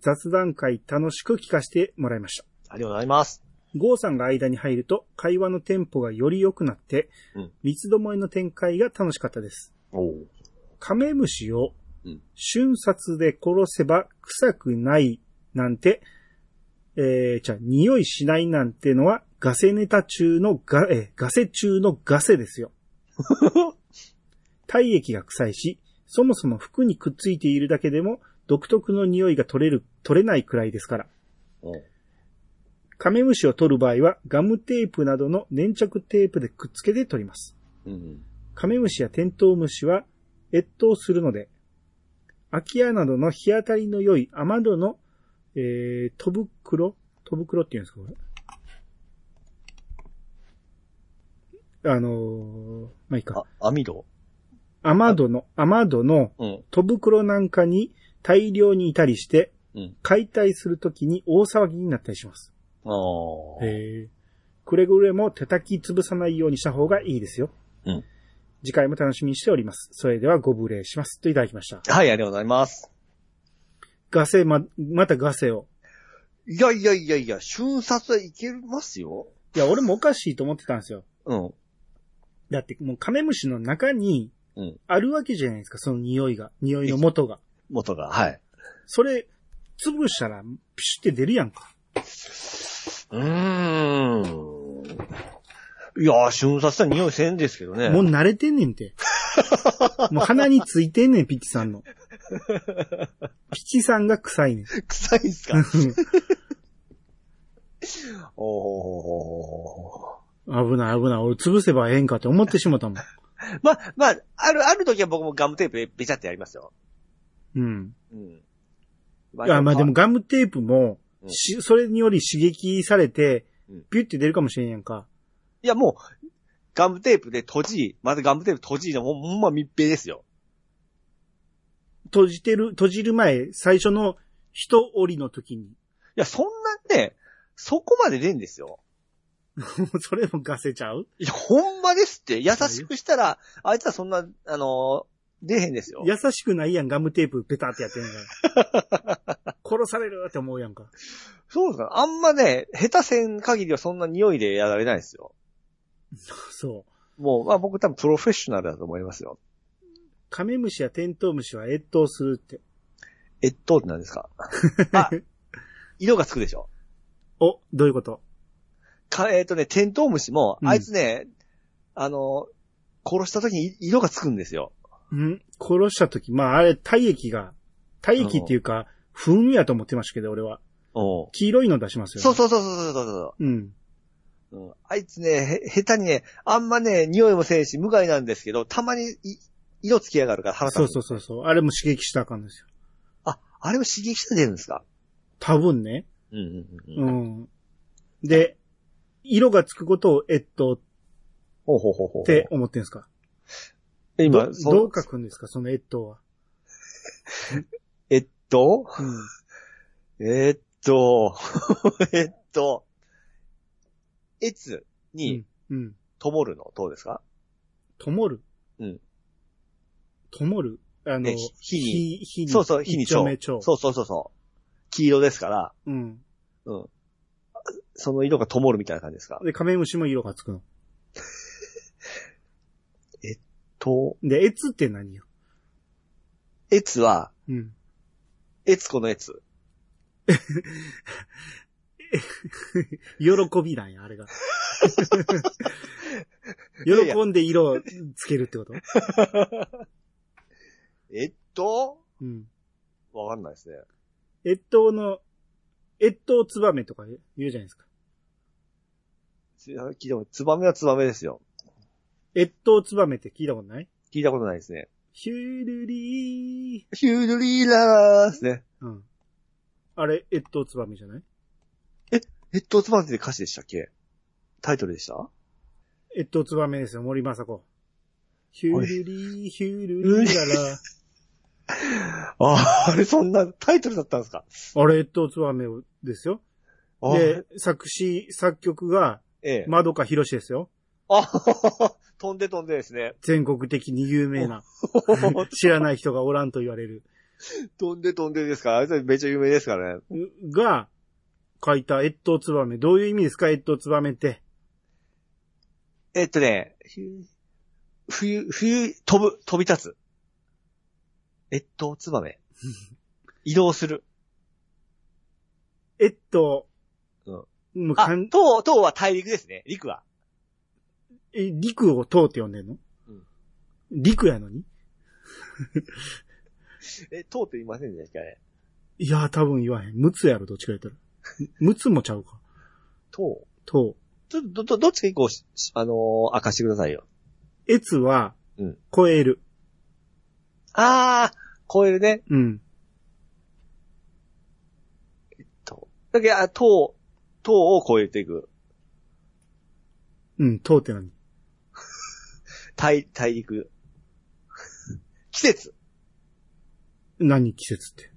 Speaker 1: 雑談会楽しく聞かせてもらいました。
Speaker 2: ありがとうございます。
Speaker 1: ゴーさんが間に入ると会話のテンポがより良くなって、
Speaker 2: うん
Speaker 1: 三つどもえの展開が楽しかったです。
Speaker 2: おう
Speaker 1: カメムシを
Speaker 2: うん
Speaker 1: 瞬殺で殺せば臭くないなんて、えー、じゃあ匂いしないなんてのはガセネタ中のガ、えーガセ中のガセです よ。体液が臭いし、そもそも服にくっついているだけでも独特の匂いが取れる、取れないくらいですから。
Speaker 2: おう
Speaker 1: カメムシを取る場合は、ガムテープなどの粘着テープでくっつけて取ります。
Speaker 2: うん。
Speaker 1: カメムシやテントウムシは越冬するので、空き家などの日当たりの良い雨戸の、えー、戸袋戸袋って言うんですかこれ。あのーまあ、いい
Speaker 2: あ
Speaker 1: か。、
Speaker 2: 網戸
Speaker 1: 雨戸の、雨戸の
Speaker 2: うん。
Speaker 1: 戸袋なんかに大量にいたりして、
Speaker 2: うん
Speaker 1: 解体するときに大騒ぎになったりします。
Speaker 2: ああ。
Speaker 1: くれぐれも手叩き潰さないようにした方がいいですよ。
Speaker 2: うん
Speaker 1: 次回も楽しみにしております。それではご無礼します。といただきました。
Speaker 2: はい、ありがとうございます。
Speaker 1: ガセ、ま、またガセを。
Speaker 2: いやいやいやいや、瞬殺はいけますよ。
Speaker 1: いや、俺もおかしいと思ってたんですよ。
Speaker 2: うん。
Speaker 1: だってもうカメムシの中に
Speaker 2: うん、
Speaker 1: あるわけじゃないですか、その匂いが。匂いの元が。
Speaker 2: 元が、はい。
Speaker 1: それ、潰したら、ピシュって出るやんか。
Speaker 2: うーん。いやー、瞬殺したら匂いせんですけどね。
Speaker 1: もう慣れてんねん て。もう鼻についてんねん、ピチさんの。ピチさんが臭いねん。
Speaker 2: 臭いっすかおー。
Speaker 1: 危ない危ない。俺潰せばええんかって思ってしも たもん。
Speaker 2: ま、まあ、ある、ある時は僕もガムテープでべちゃってやりますよ。
Speaker 1: うん。
Speaker 2: うん。
Speaker 1: いや、まあでも、ガムテープも、
Speaker 2: うん
Speaker 1: し、それにより刺激されて
Speaker 2: うん、
Speaker 1: ピュって出るかもしれんやんか。
Speaker 2: いやもう、ガムテープで閉じ、まずガムテープ閉じの、ほんほんま密閉ですよ。
Speaker 1: 閉じてる、閉じる前、最初の一折りの時 に。
Speaker 2: いや、そんなね、そこまで出んですよ。
Speaker 1: それもガセちゃう
Speaker 2: いや、ほんまですって。優しくしたら、あいつはそんな、あのー出へんですよ。
Speaker 1: 優しくないやん、ガムテープペタってやってん から。殺されるって思うやんか。
Speaker 2: そうですか。あんまね、下手せん限りはそんな匂いでやられないですよ。
Speaker 1: そう。
Speaker 2: もう、まあ僕多分プロフェッショナルだと思いますよ。
Speaker 1: カメムシやテントウムシは越冬するって。
Speaker 2: えっと、って何です かあ、色がつくでしょ。
Speaker 1: お、どういうこと
Speaker 2: か、えっ、とね、テントウムシも、
Speaker 1: うん
Speaker 2: あいつね、あのー殺した時に色がつくんですよ。
Speaker 1: うん殺した時、まああれ体液が、体液っていうか、糞やと思ってましたけど、俺は。
Speaker 2: お
Speaker 1: 黄色いの出しますよ、ね。。
Speaker 2: そうそうそうそうそうそうそう
Speaker 1: うん。
Speaker 2: う、うん。あいつね、へ、下手にね、あんまね、匂いもせんし、無害なんですけど、たまにい、色つきやがるから腹立つ。
Speaker 1: そうそうそうそう。あれも刺激したらあかんですよ。
Speaker 2: あ、あれを刺激して出るんですか
Speaker 1: 多分ね。
Speaker 2: うんうん。
Speaker 1: うんん。で、色がつくことを、えっと、
Speaker 2: ほうほうほうほう。
Speaker 1: って、思ってんすか
Speaker 2: 今、
Speaker 1: ど
Speaker 2: そ
Speaker 1: どう書くんですかそのえっとは。
Speaker 2: えっと、
Speaker 1: うん。
Speaker 2: えっと、 えっと、えつに、
Speaker 1: うん。
Speaker 2: ともるの、どうですか
Speaker 1: ともる。
Speaker 2: うん。
Speaker 1: ともる。あの、
Speaker 2: ね火に
Speaker 1: 火に。
Speaker 2: そうそう、火に
Speaker 1: 一丁
Speaker 2: 蝶。
Speaker 1: 目蝶。
Speaker 2: そうそうそうそう。黄色ですから、
Speaker 1: うん。
Speaker 2: うん。あその色が灯るみたいな感じですか
Speaker 1: で、カメムシも色がつくの。
Speaker 2: と、
Speaker 1: で、えつって何よ。
Speaker 2: えつは、
Speaker 1: うん。
Speaker 2: えつこのえつ。
Speaker 1: 喜びなんや、あれ が。喜んで色をつけるってこと
Speaker 2: えっと、
Speaker 1: うん。
Speaker 2: わかんないですね。
Speaker 1: 越冬の、越冬ツバメとか言うじゃないですか。
Speaker 2: つ聞いたこと、ツバメはツバメですよ。
Speaker 1: 越冬ツバメって聞いたことない
Speaker 2: 聞いたことないですね。
Speaker 1: ヒュルリー。
Speaker 2: ヒュールリーラーですね。
Speaker 1: うん。あれ、越冬ツバメじゃない
Speaker 2: えっと、ツバメって歌詞でしたっけタイトルでした
Speaker 1: 越冬ツバメですよ、森まさ子。ヒュルリー、ヒュルリーララ。
Speaker 2: あ、あれそんなタイトルだったんですか
Speaker 1: あれ、越冬ツバメですよ。
Speaker 2: あ
Speaker 1: で、作詞、作曲が、
Speaker 2: ええ。
Speaker 1: まどかひろしですよ。
Speaker 2: あ、 飛んで飛んでですね。
Speaker 1: 全国的に有名な。知らない人がおらんと言われる。
Speaker 2: 飛んで飛んでですから、あいつはめっちゃ有名ですからね。
Speaker 1: が、書いた越冬ツバメ。どういう意味ですか越冬ツバメって。
Speaker 2: えっとね、冬、冬、冬、飛ぶ、飛び立つ。えっと、ツバ メ。移動する。
Speaker 1: 越冬。
Speaker 2: うん
Speaker 1: もう
Speaker 2: あ
Speaker 1: かん、
Speaker 2: 塔、塔は大陸ですね。陸は。
Speaker 1: え陸を通って呼んでんの、
Speaker 2: うん
Speaker 1: 陸やのに
Speaker 2: え、塔って言いませんでしたっけあれ。
Speaker 1: いや、多分言わへん。陸やろ、どっちか言ったら。陸もちゃうか。
Speaker 2: と、
Speaker 1: と、
Speaker 2: ちょっと、ど、どどっちか一個し、しあのー明かしてくださいよ。
Speaker 1: 越は
Speaker 2: うん、
Speaker 1: 超える。
Speaker 2: あー、超えるね。
Speaker 1: うん。
Speaker 2: と。だけど、あ、と、とを超えていく。
Speaker 1: うん、とうって何
Speaker 2: 大、大陸。 季節。
Speaker 1: 何季節って。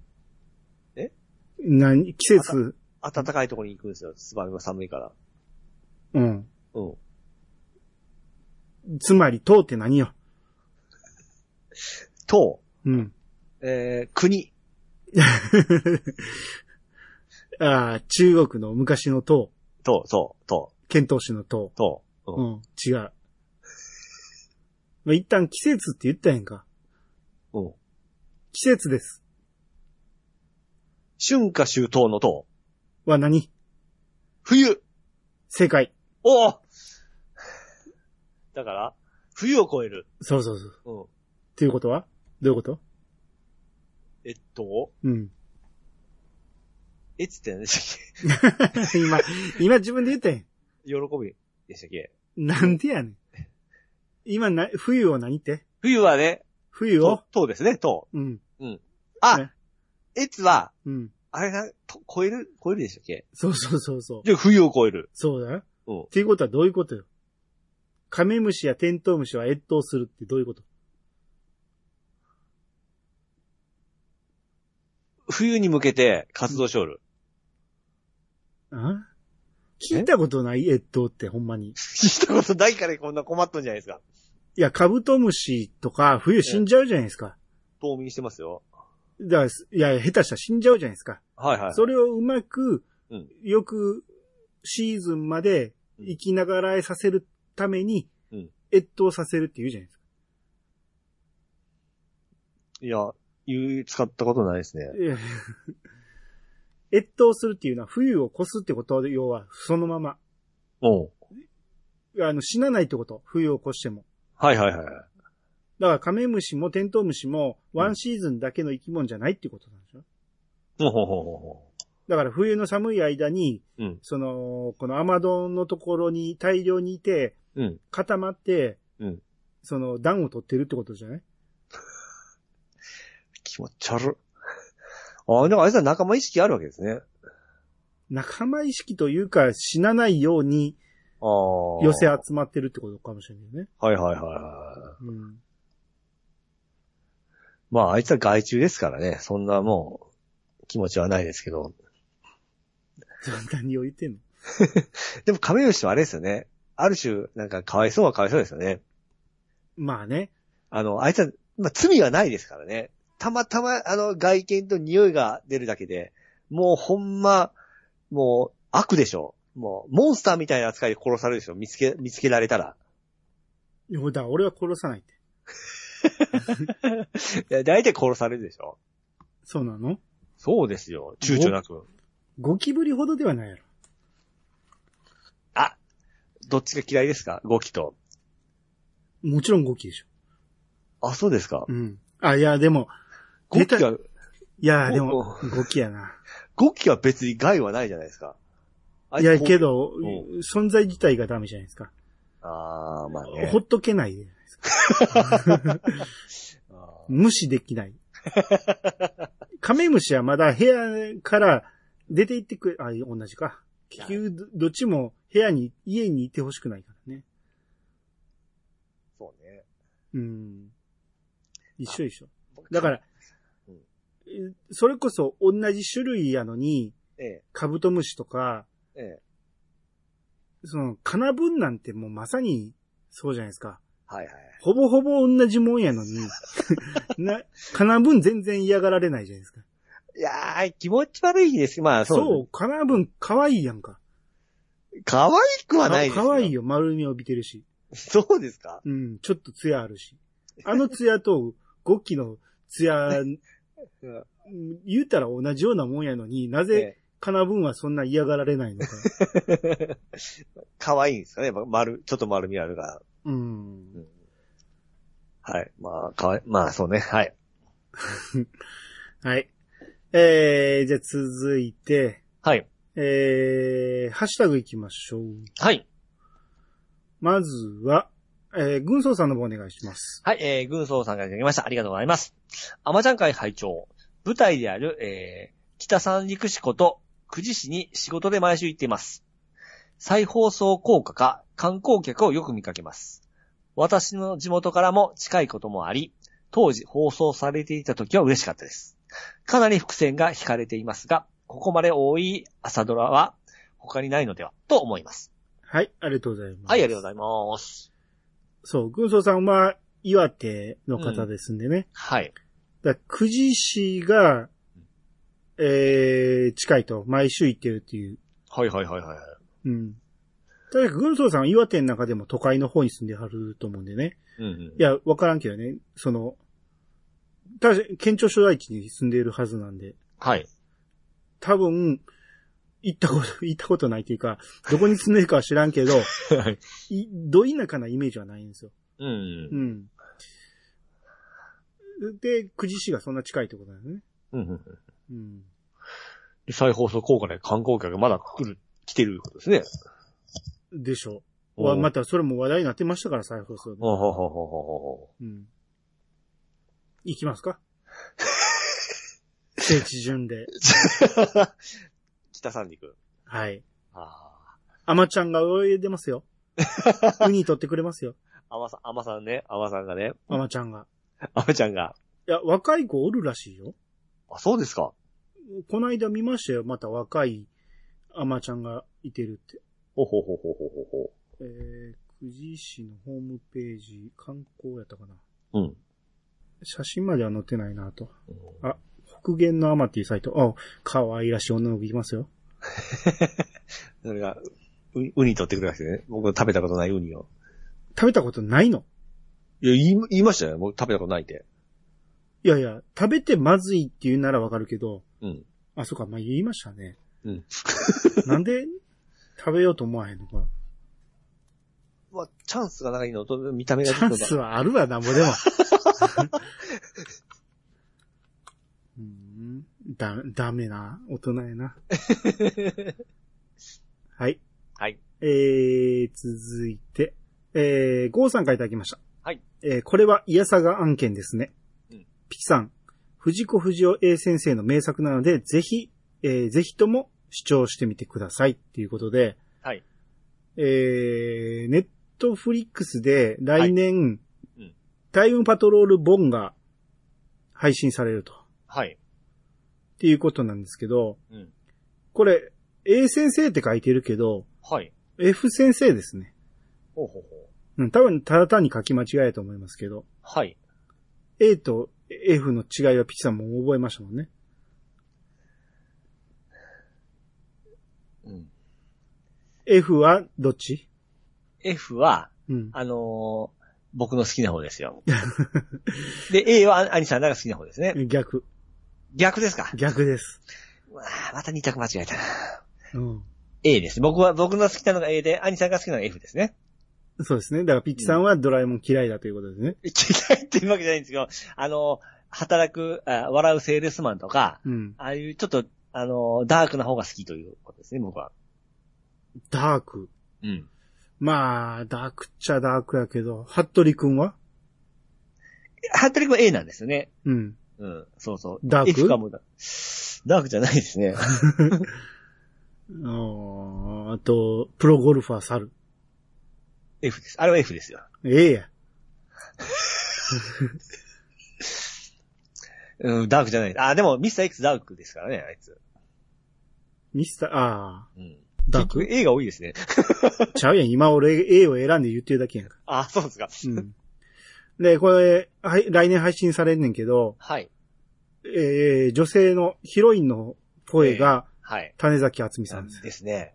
Speaker 2: え
Speaker 1: 何季節
Speaker 2: 暖かいところに行くんですよ。スバルが寒いから。
Speaker 1: うん。
Speaker 2: うん。
Speaker 1: つまり、とうって何よ。
Speaker 2: と、
Speaker 1: うん。
Speaker 2: えー、国。
Speaker 1: ああ、中国の昔のと
Speaker 2: と、そう、と、
Speaker 1: う、遣唐使のと
Speaker 2: と。う
Speaker 1: う。
Speaker 2: ん。
Speaker 1: うん、違う。まあ、一旦季節って言ったやんか。
Speaker 2: うん。
Speaker 1: 季節です。
Speaker 2: 春夏秋冬のと。
Speaker 1: は何
Speaker 2: 冬。
Speaker 1: 正解。
Speaker 2: おーだから、冬を超える。
Speaker 1: そうそうそう。
Speaker 2: うん。
Speaker 1: っていうことはどういうこと
Speaker 2: えっと、
Speaker 1: うん。
Speaker 2: えっつって何でしたっけ
Speaker 1: 今、今自分で言ったやん。
Speaker 2: 喜びでしたっけ
Speaker 1: なんでやねん。今な、冬を何って
Speaker 2: 冬はね、
Speaker 1: 冬を
Speaker 2: と、とですね、と。
Speaker 1: うん。ね
Speaker 2: あ、えっつは、
Speaker 1: うん。
Speaker 2: あれな、と超える、超えるでしたっけ
Speaker 1: そうそうそうそう。
Speaker 2: じゃあ冬を超える。
Speaker 1: そうだよ。
Speaker 2: うん
Speaker 1: っていうことはどういうことよ。カメムシやテントウムシは越冬するってどういうこと
Speaker 2: 冬に向けて活動しお る。
Speaker 1: あ聞いたことない越冬ってほんまに。い
Speaker 2: 聞いたことないからこんな困っとんじゃないですか。
Speaker 1: や、カブトムシとか冬死んじゃうじゃないですか。
Speaker 2: 冬眠してますよ。
Speaker 1: だからす、いや、下手したら死んじゃうじゃないですか。
Speaker 2: はいはい。
Speaker 1: それをうまく
Speaker 2: うん、
Speaker 1: よくシーズンまで生きながらえさせるために
Speaker 2: うん、
Speaker 1: 越冬させるって言うじゃないですか。
Speaker 2: いや、言う、使ったことないですね。
Speaker 1: いや 越冬するっていうのは冬を越すってことで、要はそのまま。
Speaker 2: おう
Speaker 1: あの、死なないってこと。冬を越しても。
Speaker 2: はいはいはいはい。
Speaker 1: だからカメムシもテントウムシもワンシーズンだけの生き物じゃないってことなんでしょ、
Speaker 2: ほうほうほうほうほ
Speaker 1: だから冬の寒い間に、
Speaker 2: う。うん。
Speaker 1: その、このアマドンのところに大量にいて、
Speaker 2: うん。
Speaker 1: 固まって、
Speaker 2: うん
Speaker 1: その暖を取ってるってことじゃない
Speaker 2: 気持ち悪っ。ああ、でもあいつは仲間意識あるわけですね。
Speaker 1: 仲間意識というか死なないように
Speaker 2: ああ。
Speaker 1: 寄せ
Speaker 2: はい
Speaker 1: 集まってるってことかもしれないね。
Speaker 2: はいはいは
Speaker 1: うん。
Speaker 2: い。まああいつは害虫ですからね。そんなもう、気持ちはないですけど。
Speaker 1: 何を言ってんの
Speaker 2: でもカメムシはあれですよね。ある種、なんかかわいそうはかわいそうですよね。
Speaker 1: まあね。
Speaker 2: あの、あいつは、まあ罪はないですからね。たまたま、あの、外見と匂いが出るだけで、もうほんま、もう悪でしょ。もう、モンスターみたいな扱いで殺されるでしょ。見つけ、見つけられたら。
Speaker 1: いやだから俺は殺さないって。
Speaker 2: いや大体殺されるでしょ。
Speaker 1: そうなの
Speaker 2: そうですよ。躊躇なく。
Speaker 1: ゴキブリほどではないやろ。
Speaker 2: あどっちが嫌いですかゴキと。
Speaker 1: もちろんゴキでしょ。
Speaker 2: あ、そうですか
Speaker 1: うん。あ、いや、でも、
Speaker 2: ゴキは、
Speaker 1: いや、で
Speaker 2: お
Speaker 1: も、ゴキやな。
Speaker 2: ゴキは別に害はないじゃないですか。あ
Speaker 1: い
Speaker 2: つ
Speaker 1: や、け。ど、
Speaker 2: う
Speaker 1: 存在自体がダメじゃないですか。
Speaker 2: あー、まあね
Speaker 1: ほ。っとけないじゃないですか。
Speaker 2: あー
Speaker 1: 無視できない。カメムシはまだ部屋から出て行ってくれ、あ、同じか。結局、どどっちも部屋に、家にいてほしくないからね。
Speaker 2: そうね。
Speaker 1: うん。一緒一緒。だから
Speaker 2: うん、
Speaker 1: えそれこそ同じ種類やのに、
Speaker 2: ええ、
Speaker 1: カブトムシとか、
Speaker 2: ええ。
Speaker 1: その、カナブンなんてもうまさに、そうじゃないですか。
Speaker 2: はいはい。
Speaker 1: ほぼほぼ同じもんやのに、 な、カナブン全然嫌がられないじゃないですか。
Speaker 2: いやー、気持ち悪いです。まあ、
Speaker 1: そう
Speaker 2: そう。
Speaker 1: カナブン可愛いやんか。
Speaker 2: 可愛くはないです
Speaker 1: か
Speaker 2: よ。
Speaker 1: 可愛いよ、丸みを帯びてるし。
Speaker 2: そうですか
Speaker 1: うん、ちょっとツヤあるし。あのツヤと、ゴキのツヤ、うん言うたら同じようなもんやのに、なぜ、
Speaker 2: え
Speaker 1: カナブンはそんな嫌がられない のか。
Speaker 2: え 可愛いんですかね。ま丸、ちょっと丸みあるが。
Speaker 1: うん。
Speaker 2: はい。まあ、かわい、まあ、そうね。はい。
Speaker 1: はい。えー、じゃあ続いて、
Speaker 2: はい。
Speaker 1: えー、ハッシュタグ行きましょう。
Speaker 2: はい。
Speaker 1: まずは、えー、軍曹さんの方お願いします。
Speaker 2: はい、えー、軍曹さんからいただきました。ありがとうございます。アマちゃん会会長、舞台である、えー、北三陸市こと、久慈市に仕事で毎週行っています。再放送効果か、観光客をよく見かけます。私の地元からも近いこともあり、当時放送されていた時は嬉しかったです。かなり伏線が引かれていますが、ここまで多い朝ドラは他にないのでは、と思います。
Speaker 1: はい、ありがとうございます。
Speaker 2: はい、ありがとうございます。
Speaker 1: そう、軍曹さんは岩手の方ですんでね。
Speaker 2: はい。
Speaker 1: だから久慈市が、えー、近いと、毎週行ってるっていう。
Speaker 2: はいはいはいはい。
Speaker 1: うん。確か軍曹さんは岩手の中でも都会の方に住んではると思うんでね。
Speaker 2: うんうん
Speaker 1: いや、わからんけどね、その、確か県庁所在地に住んでいるはずなんで、
Speaker 2: はい。
Speaker 1: 多分、行ったこと、行ったことないっていうか、どこに住んでるかは知らんけ ど、
Speaker 2: はい。
Speaker 1: い、ど田舎なイメージはないんですよ。
Speaker 2: う。
Speaker 1: うんん。で、久慈市がそんな近いってことだよね。
Speaker 2: うん。
Speaker 1: うん。
Speaker 2: 再放送効果で観光客がまだ来る、来てることですね。
Speaker 1: でしょう。わ、またそれも話題になってましたから、再放送で。
Speaker 2: ほうほうほうほうほ
Speaker 1: うん。行きますか聖地巡礼。
Speaker 2: うほう 北三陸。
Speaker 1: はい。
Speaker 2: あ
Speaker 1: アマちゃんが泳いでますよ。ウニ取ってくれますよ。
Speaker 2: あ。アマさん、アマさんね、アマさんがね、
Speaker 1: アマちゃんが。
Speaker 2: アマちゃんが。
Speaker 1: いや、若い子おるらしいよ。
Speaker 2: あ、そうですか。
Speaker 1: こないだ見ましたよ。また若いアマちゃんがいてるって。
Speaker 2: ほうほうほうほうほうほうほ
Speaker 1: えー、久慈市のホームページ、観光やったかな。
Speaker 2: う。うん。
Speaker 1: 写真までは載ってないなと。北限のアマっていうサイト。あ、可愛らしい女の子いますよ。
Speaker 2: それが、ウニウニ取ってくれましたね。僕食べたことないウニを。
Speaker 1: 食べたことないの
Speaker 2: いや、言い、言いましたよ。僕食べたことないって。
Speaker 1: いやいや、食べてまずいって言うならわかるけど、
Speaker 2: うん。
Speaker 1: あ、そうか、まあ、言いましたね。
Speaker 2: うん。
Speaker 1: なんで食べようと思わへんのか。
Speaker 2: まあ、チャンスがないのと、見た目
Speaker 1: チ
Speaker 2: がちょ
Speaker 1: ャ
Speaker 2: っ
Speaker 1: ン
Speaker 2: と
Speaker 1: スはあるわ、なんぼでも。 うん、だ、ダメな、大人や な。はい。
Speaker 2: はい。
Speaker 1: えー、続いて、えー、ゴーさんからいただきました。
Speaker 2: はい。
Speaker 1: えー、これは、イヤサガ案件ですね。
Speaker 2: うん
Speaker 1: ピキさん、藤子不二雄 A 先生の名作なので、ぜひ、えー、ぜひとも視聴してみてください。っていうことで、
Speaker 2: はい。
Speaker 1: えー、ネットフリックスで来年、
Speaker 2: いうん
Speaker 1: タイムパトロールボンが配信されると。っ
Speaker 2: はい。
Speaker 1: ていうことなんですけど、
Speaker 2: うん。
Speaker 1: これ、A 先生って書いてるけど、
Speaker 2: はい。
Speaker 1: F 先生ですね。
Speaker 2: ほうほうほう。
Speaker 1: うん、多分ただ単に書き間違えやと思いますけど、
Speaker 2: はい。
Speaker 1: A と F の違いはピキさんも覚えましたもんね。
Speaker 2: うん。
Speaker 1: F はどっち
Speaker 2: F は、
Speaker 1: うん。
Speaker 2: あのー僕の好きな方で すよ。で、A はあ兄さんらが好きな方ですね。
Speaker 1: 逆。
Speaker 2: 逆ですか。
Speaker 1: 逆です。
Speaker 2: うわーまた二択間違えたな。
Speaker 1: うん。
Speaker 2: A です。僕は、僕の好きなのが A で、兄さんが好きなのが F ですね。
Speaker 1: そうですね。だからピッチさんはドラえもん嫌いだということですね。
Speaker 2: 嫌いっていうわけじゃないんですけど、あのー働くあ、笑うセールスマンとか、
Speaker 1: うん。
Speaker 2: ああいうちょっと、あのーダークな方が好きということですね、僕は。
Speaker 1: ダーク。
Speaker 2: うん。
Speaker 1: まあ、ダークっちゃダークやけど、服部くんは
Speaker 2: ハットリ君は A なんですよね。
Speaker 1: うん。
Speaker 2: うん。そうそう。
Speaker 1: ダーク
Speaker 2: F かもだ。ダークじゃないで すね。
Speaker 1: あーあと、プロゴルファー猿。
Speaker 2: F です。あれは F ですよ。
Speaker 1: ええや。
Speaker 2: うん、ダークじゃない。あ、でも、ミスター X ダークですからね、あいつ。
Speaker 1: ミスター、ああ、
Speaker 2: うん。
Speaker 1: ダー
Speaker 2: 結局
Speaker 1: ク
Speaker 2: A が多いですね。
Speaker 1: ちゃうやん。今俺 A を選んで言ってるだけやんか。
Speaker 2: あ、そうですか。
Speaker 1: うん。で、これ、はい、来年配信されんねんけど、
Speaker 2: はい。
Speaker 1: えー、女性のヒロインの声が
Speaker 2: はい。
Speaker 1: 種崎厚美さんです。
Speaker 2: ですね。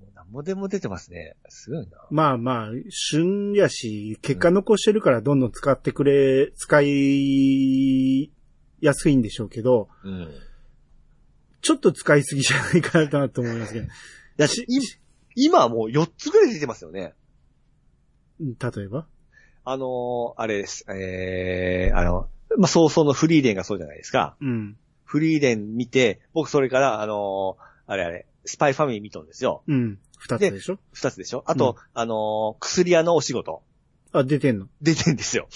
Speaker 2: もう何もでも出てますね。すごいな。
Speaker 1: まあまあ、旬やし、結果残してるからどんどん使ってくれ、使いやすいんでしょうけど、
Speaker 2: うん。
Speaker 1: ちょっと使いすぎじゃないかなと思いますけど。
Speaker 2: だし、い今はもう4つぐらい出てますよね。
Speaker 1: 例えば
Speaker 2: あのー、あれです。えー、あの、まあ、早々のフリーレンがそうじゃないですか。
Speaker 1: うん。
Speaker 2: フリーレン見て、僕それから、あのーあれあれ、スパイファミリー見とんですよ。
Speaker 1: うん。二つでしょ
Speaker 2: 二つでしょあと、あのー薬屋のお仕事。
Speaker 1: あ、出てんの。
Speaker 2: 出てんですよ。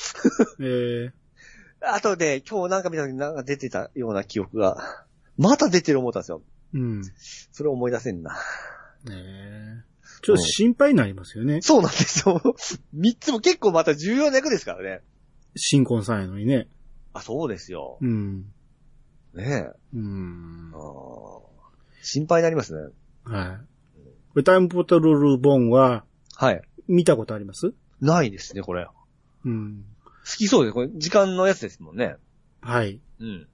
Speaker 1: えー、
Speaker 2: あとで、今日なんか見た時になんか出てたような記憶が、また出てる思ったんですよ。
Speaker 1: うん。
Speaker 2: それ思い出せんな。
Speaker 1: え ー、ちょっと心配になりますよね。
Speaker 2: そうなんですよ。 三つも結構また重要な役ですからね。
Speaker 1: 新婚さんやのにね。
Speaker 2: あ、そうですよ。
Speaker 1: うん。
Speaker 2: ねえ。
Speaker 1: うん
Speaker 2: あ。ー心配になりますね。
Speaker 1: はい。タイムポトロールボンは、
Speaker 2: はい。
Speaker 1: 見たことあります
Speaker 2: ないですね、これ。好
Speaker 1: うん。
Speaker 2: きそうです。これ、時間のやつですもんね。
Speaker 1: はい。
Speaker 2: うん。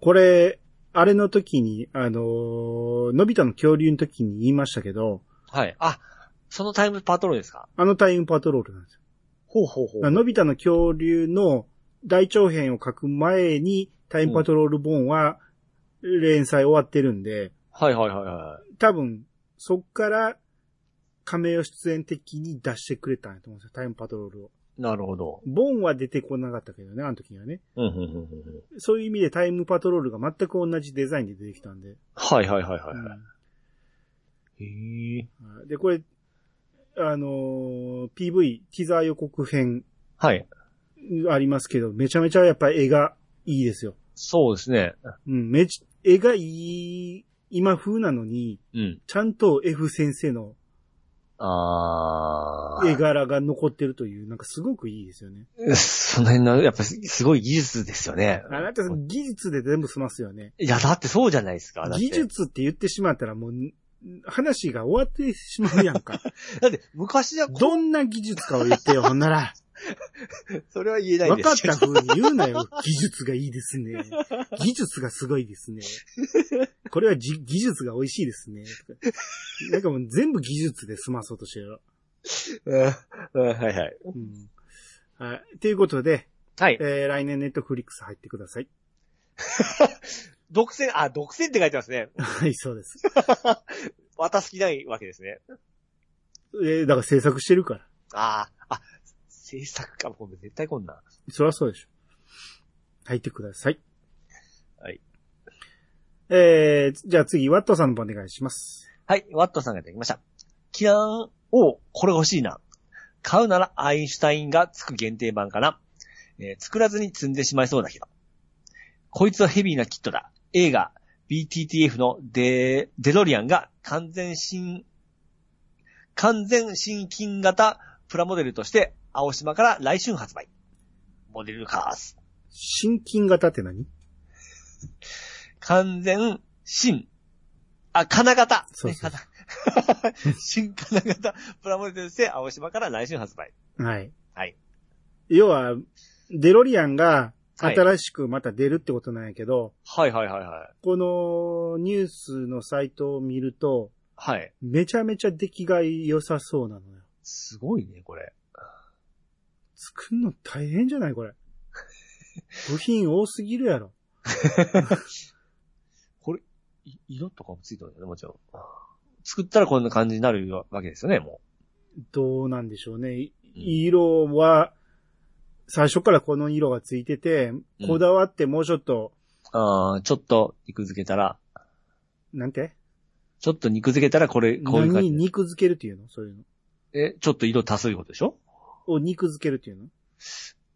Speaker 1: これ、あれの時に、あのーのび太の恐竜の時に言いましたけど、
Speaker 2: はい。あ、そのタイムパトロールですか
Speaker 1: あのタイムパトロールなんですよ。
Speaker 2: ほうほうほ
Speaker 1: だからのび太の恐竜の大長編を書く前に、タイムパトロールボンは連載終わってるんで、
Speaker 2: はいはいはいは
Speaker 1: 多分、そっから、亀を出演的に出してくれたんやと思うんですよ、タイムパトロールを。
Speaker 2: い。なるほど。
Speaker 1: ボンは出てこなかったけどね、あの時にはね。
Speaker 2: うん、うん、うんうんうん。
Speaker 1: そういう意味でタイムパトロールが全く同じデザインで出てきたんで。
Speaker 2: はいはいはいは
Speaker 1: う
Speaker 2: い
Speaker 1: ん
Speaker 2: は。い。へえ。
Speaker 1: はいで、これ、あのー PV、ティザー予告編
Speaker 2: はい。
Speaker 1: ありますけど、めちゃめちゃやっぱり絵がいいですよ。
Speaker 2: そうですね。
Speaker 1: うん、めち、絵がいい、今風なのに、
Speaker 2: うん。
Speaker 1: ちゃんと F 先生の
Speaker 2: あ
Speaker 1: 絵柄が残ってるという、なんかすごくいいですよね。
Speaker 2: ー。その辺の、やっぱすごい技術ですよね。
Speaker 1: あなた技術で全部済ますよね。
Speaker 2: いや、だってそうじゃないですか。だって
Speaker 1: 技術って言ってしまったらもう、話が終わってしまうやん か。
Speaker 2: だって昔じゃこ、
Speaker 1: どんな技術かを言ってよ、ほんなら。
Speaker 2: それは言えない
Speaker 1: 分
Speaker 2: で
Speaker 1: かっ
Speaker 2: すけど
Speaker 1: た。風に言うなよ。 技術がいいですね。技術がすごい ですね。これはじ技術が美味しいですね。とかなんかもう全部技術で済まそうとしてる。
Speaker 2: うんうんはいはい。
Speaker 1: うん。はい。ということで、
Speaker 2: はい。
Speaker 1: えー、来年ネットフリックス入ってください。
Speaker 2: 独占、あ、独占って書いてますね。
Speaker 1: はい、そうです。
Speaker 2: 渡す気ないわけですね。
Speaker 1: えー、だから制作してるから。
Speaker 2: ああ、あ、制作か、これ絶対こんな。
Speaker 1: そりゃそうでしょ。入ってください。
Speaker 2: はい。
Speaker 1: えー、じゃあ次、ワットさんの番お願いします。
Speaker 2: はい、ワットさんがいただきました。キラーン、おうこれ欲しいな。買うならアインシュタインがつく限定版かな。えー作らずに積んでしまいそうだけど。こいつはヘビーなキットだ。映画、BTTF のデ、デロリアンが完全新、完全新金型プラモデルとして、青島から来春発売。モデルカース。
Speaker 1: 新金型って何
Speaker 2: 完全新、あ、金型。
Speaker 1: そうそう
Speaker 2: ね金 新金型プラモデルとして青島から来春発売。
Speaker 1: はい。
Speaker 2: はい。
Speaker 1: 要は、デロリアンが
Speaker 2: はい
Speaker 1: 新しくまた出るってことなんやけど、
Speaker 2: はいはいはいはい。
Speaker 1: このニュースのサイトを見ると、
Speaker 2: はい。
Speaker 1: めちゃめちゃ出来が良さそうなのよ。
Speaker 2: すごいね、これ。
Speaker 1: 作んの大変じゃ ないこれ。部品多すぎるやろ。
Speaker 2: これ、い色とかもついてるよね、もちろん。作ったらこんな感じになるわけですよね、も
Speaker 1: どうなんでしょうね。い
Speaker 2: うん
Speaker 1: 色は、最初からこの色がついてて、
Speaker 2: うん
Speaker 1: こだわってもうちょっと、
Speaker 2: う。あーちょっと肉付けたら、
Speaker 1: なんて
Speaker 2: ちょっと肉付けたらこれ、こういう感
Speaker 1: 何
Speaker 2: じ。
Speaker 1: 肉付けるっていうのそういうの。
Speaker 2: え、ちょっと色足すいうことでしょ
Speaker 1: を肉付けるっていうの
Speaker 2: って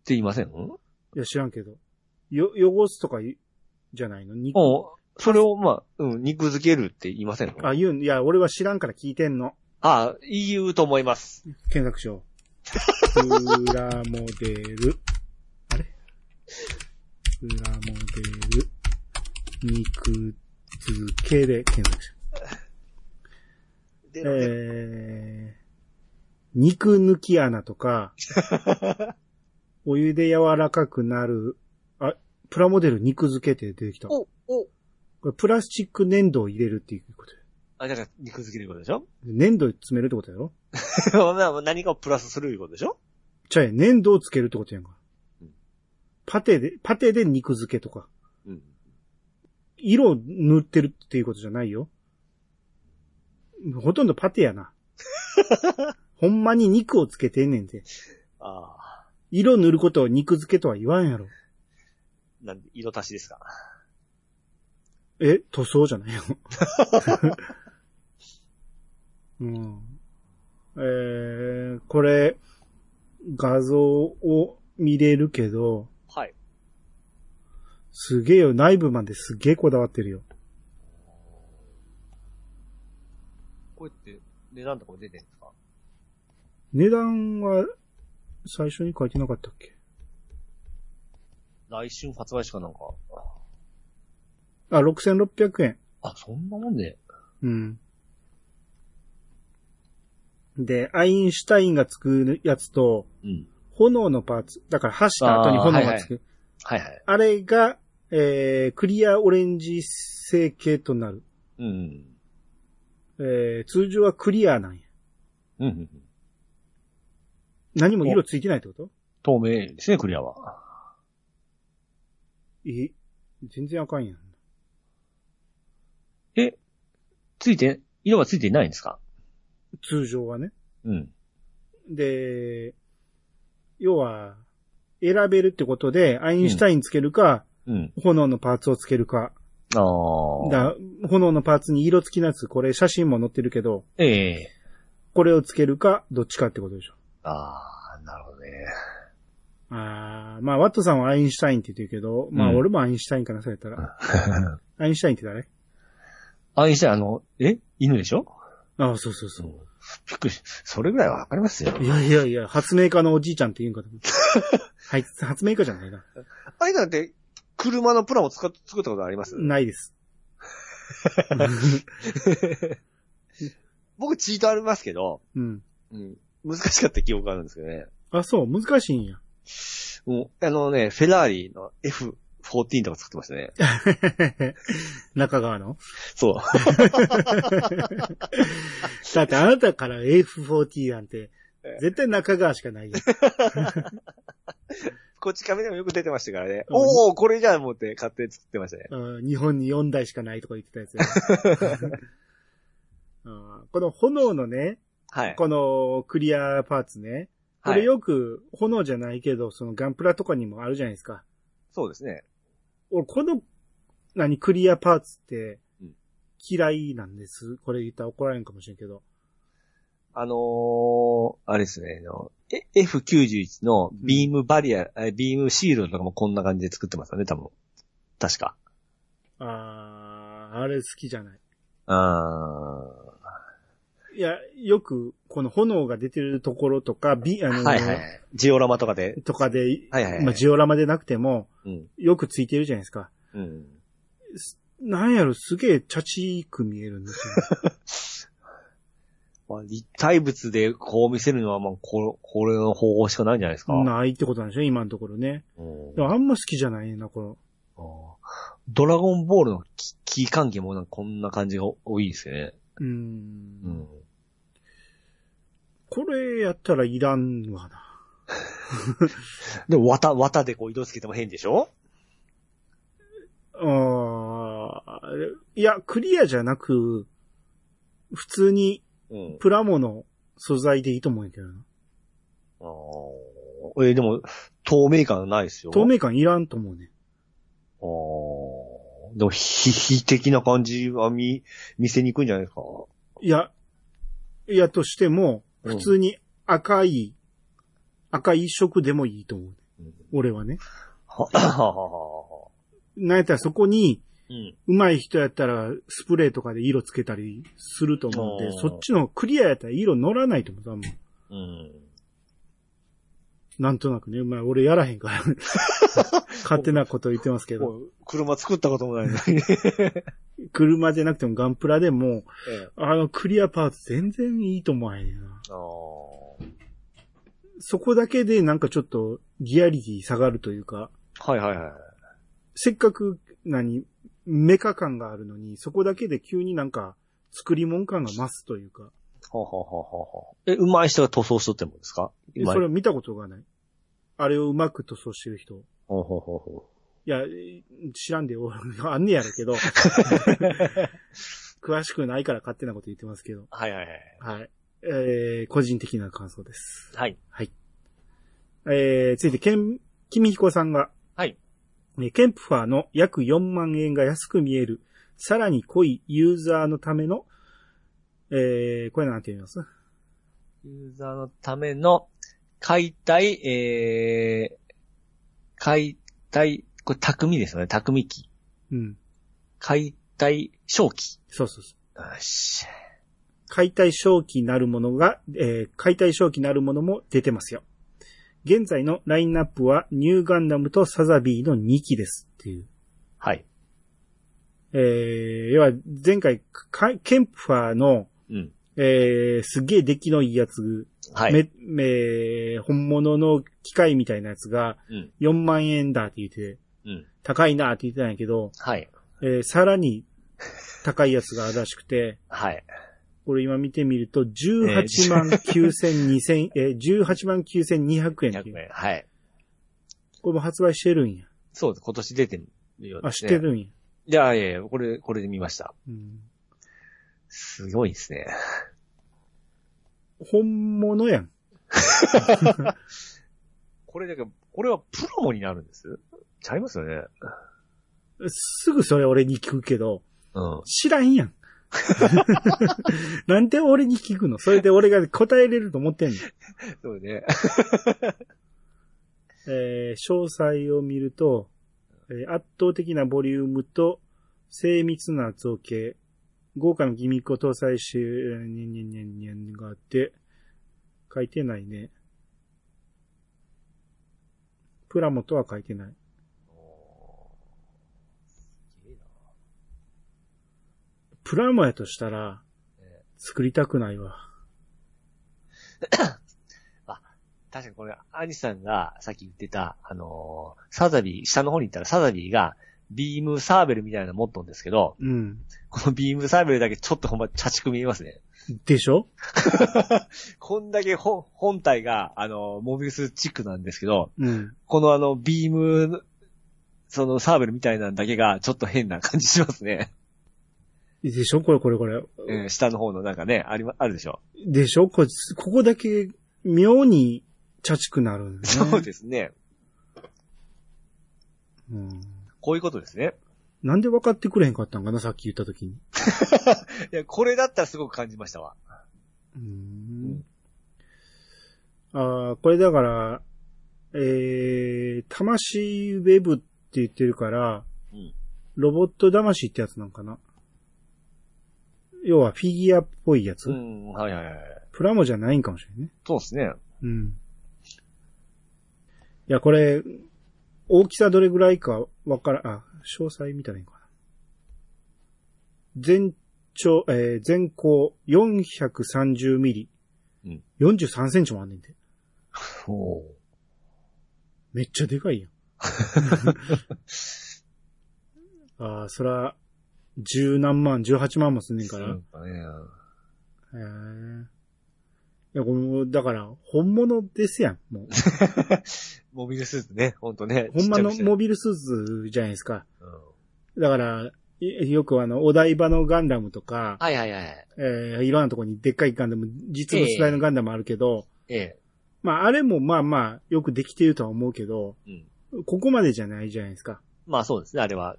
Speaker 2: 言いませんも
Speaker 1: いや、知らんけど。よ、汚すとかい、じゃないの肉。
Speaker 2: う、それを、まあ、うん、肉付けるって言いませんの
Speaker 1: あ、言うん、いや、俺は知らんから聞いてんの。
Speaker 2: あー、言うと思います。
Speaker 1: 検索しよう。プラモデル。あれプラモデル。肉付けで検索しよ
Speaker 2: で
Speaker 1: う。えー、肉抜き穴とか、お湯で柔らかくなる、あ、プラモデル肉付けって出てきた。こ
Speaker 2: お、お、
Speaker 1: れプラスチック粘土を入れるっていうことや
Speaker 2: あ、だから肉付けることで しょ
Speaker 1: 粘土詰めるってことやろ
Speaker 2: まあ何かをプラスするいうことでしょ
Speaker 1: ちゃうやん、粘土をつけるってことやんか
Speaker 2: うん。
Speaker 1: パテで、パテで肉付けとか。
Speaker 2: うん。
Speaker 1: 色を塗ってるっていうことじゃないよ。ほとんどパテや な。ほんまに肉をつけてんねんて。
Speaker 2: ああ、
Speaker 1: 色塗ることを肉付けとは言わんやろ。
Speaker 2: なんで、色足しですか。
Speaker 1: え塗装じゃないよ。 うん。えー、これ、画像を見れるけど、
Speaker 2: はい。
Speaker 1: すげえよ、内部まですげえこだわってるよ。
Speaker 2: こうやって値段とかも出てるんですか
Speaker 1: 値段は、最初に書いてなかったっけ
Speaker 2: 来春発売しかなんか。
Speaker 1: あ、6600円。
Speaker 2: あ、そんなもんで、
Speaker 1: うん。で、アインシュタインが作るやつと、
Speaker 2: うん。
Speaker 1: 炎のパーツ。だから、走った後に炎がつく。
Speaker 2: はいはい。
Speaker 1: あ,、れが、えー、クリアオレンジ成形となる。
Speaker 2: うん。
Speaker 1: えー、通常はクリアなんや。
Speaker 2: うんうんうん。
Speaker 1: 何も色ついてないってこと
Speaker 2: 透明ですね、クリアは。
Speaker 1: え、全然あかんやん。
Speaker 2: ついて、色はついていないんですか
Speaker 1: 通常はね。
Speaker 2: うん。
Speaker 1: で、要は、選べるってことで、アインシュタインつけるか、
Speaker 2: うん。
Speaker 1: 炎のパーツをつけるか。
Speaker 2: ああ。
Speaker 1: だ炎のパーツに色付きのやつ、これ写真も載ってるけど、
Speaker 2: ええ
Speaker 1: これをつけるか、どっちかってことでしょ。
Speaker 2: ああ、なるほどね。
Speaker 1: あーまあ、ワットさんはアインシュタインって言ってるけど、まあ、
Speaker 2: うん
Speaker 1: 俺もアインシュタインかな、そうやったら。アインシュタインって誰
Speaker 2: あれにしてあの、え犬でしょ
Speaker 1: ああ、そうそうそう。
Speaker 2: う。びっくりし、それぐらいはわかりますよ。
Speaker 1: いやいやいや、発明家のおじいちゃんって言うんかと思ったはい、発明家じゃないな。
Speaker 2: あれだって、車のプランを使っ作ったことあります
Speaker 1: ない です。
Speaker 2: 僕チートありますけど、
Speaker 1: うん。
Speaker 2: うん。難しかった記憶があるんですけどね。
Speaker 1: あ、そう、難しいんや。
Speaker 2: もう、あのね、フェラーリの F14 とか作ってまし たね。
Speaker 1: 中川の。
Speaker 2: そう。
Speaker 1: だってあなたから F40 なんて、絶対中川しか ないよ。
Speaker 2: こっち亀でもよく出てましたからね。
Speaker 1: うん
Speaker 2: おおこれじゃん思って買って作ってましたね。
Speaker 1: うん日本に4台しかないとか言ってたやつ やうんこの炎のね、
Speaker 2: はい。
Speaker 1: このクリアパーツね。こ
Speaker 2: はい
Speaker 1: れよく炎じゃないけど、そのガンプラとかにもあるじゃないですか。
Speaker 2: そうですね。
Speaker 1: 俺、この、何、クリアパーツって
Speaker 2: うん、
Speaker 1: 嫌いなんです。これ言ったら怒られるかもしれんけど。
Speaker 2: あのー、あれですね、あのえ F91 のビームバリア、えビームシールドとかもこんな感じで作ってますよね、多分。確か。
Speaker 1: あー、あれ好きじゃない。
Speaker 2: あー
Speaker 1: いや、よく、この炎が出てるところとか、ビ、あの、
Speaker 2: はいはい。ジオラマとかで。
Speaker 1: とかで、
Speaker 2: はいはいはい
Speaker 1: まあ、ジオラマでなくても、
Speaker 2: うん。
Speaker 1: よくついてるじゃないですか。
Speaker 2: うん。
Speaker 1: なんやろ、すげえチャチーく見えるんですよ。
Speaker 2: まあ、立体物でこう見せるのは、まあ、ここれの方法しかないんじゃないです か。
Speaker 1: ないってことなんでしょ、今のところね。
Speaker 2: うん
Speaker 1: でもあんま好きじゃないな、この。
Speaker 2: ドラゴンボールのキキー関係もなんかこんな感じが多いですよね。
Speaker 1: うーん,、
Speaker 2: うん。
Speaker 1: これやったらいらんわな。
Speaker 2: でも、綿、綿でこう色つけても変でしょ
Speaker 1: あーいや、クリアじゃなく、普通に
Speaker 2: うん。
Speaker 1: プラモの素材でいいと思うんやけどな。
Speaker 2: あーえーでも、透明感ないですよ。
Speaker 1: 透明感いらんと思うね。
Speaker 2: あーでも、ひ、非的な感じは見、見せにくいんじゃないですか。
Speaker 1: いや、いやとしても、
Speaker 2: うん
Speaker 1: 普通に赤い、赤い色でもいいと思う。
Speaker 2: うん
Speaker 1: 俺はね。
Speaker 2: は、はははは。
Speaker 1: なんやったらそこに、
Speaker 2: うん。
Speaker 1: 上手い人やったらスプレーとかで色つけたりすると思うん
Speaker 2: あ
Speaker 1: で、
Speaker 2: ー
Speaker 1: そっちのクリアやったら色乗らないと思う、多分。
Speaker 2: うん。
Speaker 1: なんとなくね、まあ俺やらへん から。勝手なこと言ってますけど。
Speaker 2: もう、車作ったこともないのに。
Speaker 1: 車じゃなくてもガンプラでも、
Speaker 2: ええ
Speaker 1: あのクリアパーツ全然いいと思わへんな。
Speaker 2: あー
Speaker 1: そこだけでなんかちょっとリアリティ下がるというか、
Speaker 2: はいはいはい。
Speaker 1: せっかく何、メカ感があるのに、そこだけで急になんか作り物感が増すというか、
Speaker 2: ははははは。え、上手い人が塗装しとってもですか
Speaker 1: でそれを見たことがない。あれをうまく塗装してる人。
Speaker 2: ほうほうほうほ
Speaker 1: いや、えー知らんで よ、あんねやろけど。詳しくないから勝手なこと言ってますけど。
Speaker 2: う。はいはいはい。
Speaker 1: はい。えー、個人的な感想です。
Speaker 2: はい。
Speaker 1: えー、ついて、ケン、キミヒコさんが。
Speaker 2: はい。
Speaker 1: えーケンプファーの約4万円が安く見える、さらに濃いユーザーのための、えー、これなんて言います
Speaker 2: ユーザーのための解体、えー、解体、これ匠ですよね、匠機。
Speaker 1: うん。
Speaker 2: 解体正機。
Speaker 1: そうそうそう。
Speaker 2: よし。
Speaker 1: 解体正規なるものが、えー解体正規なるものも出てますよ。現在のラインナップはニューガンダムとサザビーの2機ですっていう。
Speaker 2: はい。
Speaker 1: えー、要は前回、かケンプファーの、
Speaker 2: うん。
Speaker 1: えー、すげえ出来のいいやつ、
Speaker 2: はい。
Speaker 1: め、め、本物の機械みたいなやつが
Speaker 2: うん。
Speaker 1: 4万円だって言って、
Speaker 2: うん。
Speaker 1: 高いなって言ってたんやけど、
Speaker 2: はい。
Speaker 1: えー、さらに高いやつがあるらしくて、
Speaker 2: はい。
Speaker 1: これ今見てみると、18万9200、えー、18万9200円ってい
Speaker 2: 100
Speaker 1: う。
Speaker 2: 円。はい。
Speaker 1: これも発売してるんや。
Speaker 2: そうです。今年出てるよう
Speaker 1: あ、
Speaker 2: です
Speaker 1: 知
Speaker 2: ね。
Speaker 1: ってるんや。
Speaker 2: いやいやいや、これ、これで見ました。
Speaker 1: うん、
Speaker 2: すごいですね。
Speaker 1: 本物やん。
Speaker 2: これだけ、これはプロモになるんですちゃいますよね。
Speaker 1: すぐそれ俺に聞くけど、
Speaker 2: うん。
Speaker 1: 知らん やん。なんで俺に聞くのそれで俺が答えれると思ってんの、
Speaker 2: そう ね。
Speaker 1: えー詳細を見ると、えー圧倒的なボリュームと精密な造形、豪華なギミックを搭載し、えーにゃんにゃんにゃんにゃんがあって、書いてないね。プラモとは書いてない。プラモやとしたら
Speaker 2: ね、
Speaker 1: 作りたくないわ。
Speaker 2: 確かにこれ、アニさんがさっき言ってた、あのーサザビー、下の方に行ったらサザビーが、ビームサーベルみたいなの持っとんですけど、
Speaker 1: うん。
Speaker 2: このビームサーベルだけちょっとほんま茶畜見えますね。
Speaker 1: でしょ
Speaker 2: こんだけ本本体が、あのーモビルスチックなんですけど、
Speaker 1: うん。
Speaker 2: このあの、ビーム、そのサーベルみたいなのだけがちょっと変な感じしますね。
Speaker 1: でしょこれこれこれ。
Speaker 2: えー下の方のなんかね、ありま、あるでしょ。
Speaker 1: でしょこれここだけ妙に茶ちくなるんだよね。
Speaker 2: そうですね。
Speaker 1: うん
Speaker 2: こういうことですね。
Speaker 1: なんで分かってくれへんかったんかなさっき言った時に。
Speaker 2: いや、これだったらすごく感じましたわ。
Speaker 1: うーん
Speaker 2: ん。
Speaker 1: ああ、これだから、えー、魂ウェブって言ってるから、
Speaker 2: うん
Speaker 1: ロボット魂ってやつなんかな。要はフィギュアっぽいやつ。
Speaker 2: うん、はいはいはい。
Speaker 1: プラモじゃないんかもしれんね。
Speaker 2: そうですね。
Speaker 1: うん。いや、これ、大きさどれぐらいかわからあ、詳細見たらいいのかな。全長、えー全高430ミリ。
Speaker 2: うん
Speaker 1: 43センチもあんねんて。
Speaker 2: お
Speaker 1: めっちゃでかいや ん。ああ、そら、十何万、十八万もすんねんから。
Speaker 2: なんかね。
Speaker 1: へえ。いや、これもうだから、本物ですやん、もう。
Speaker 2: モビルスーツね、ほんとね。
Speaker 1: ほんまの
Speaker 2: ちっちゃくして
Speaker 1: モビルスーツじゃないですか。
Speaker 2: うん
Speaker 1: だから、いよくあの、お台場のガンダムとか、
Speaker 2: はいはいはい。
Speaker 1: えー、いろんなとこにでっかいガンダム、実物大のガンダムあるけど、
Speaker 2: ええ。
Speaker 1: まあ、あれもまあまあ、よくできてるとは思うけど、
Speaker 2: うん。
Speaker 1: ここまでじゃないじゃないですか。
Speaker 2: まあそうですね、あ れは。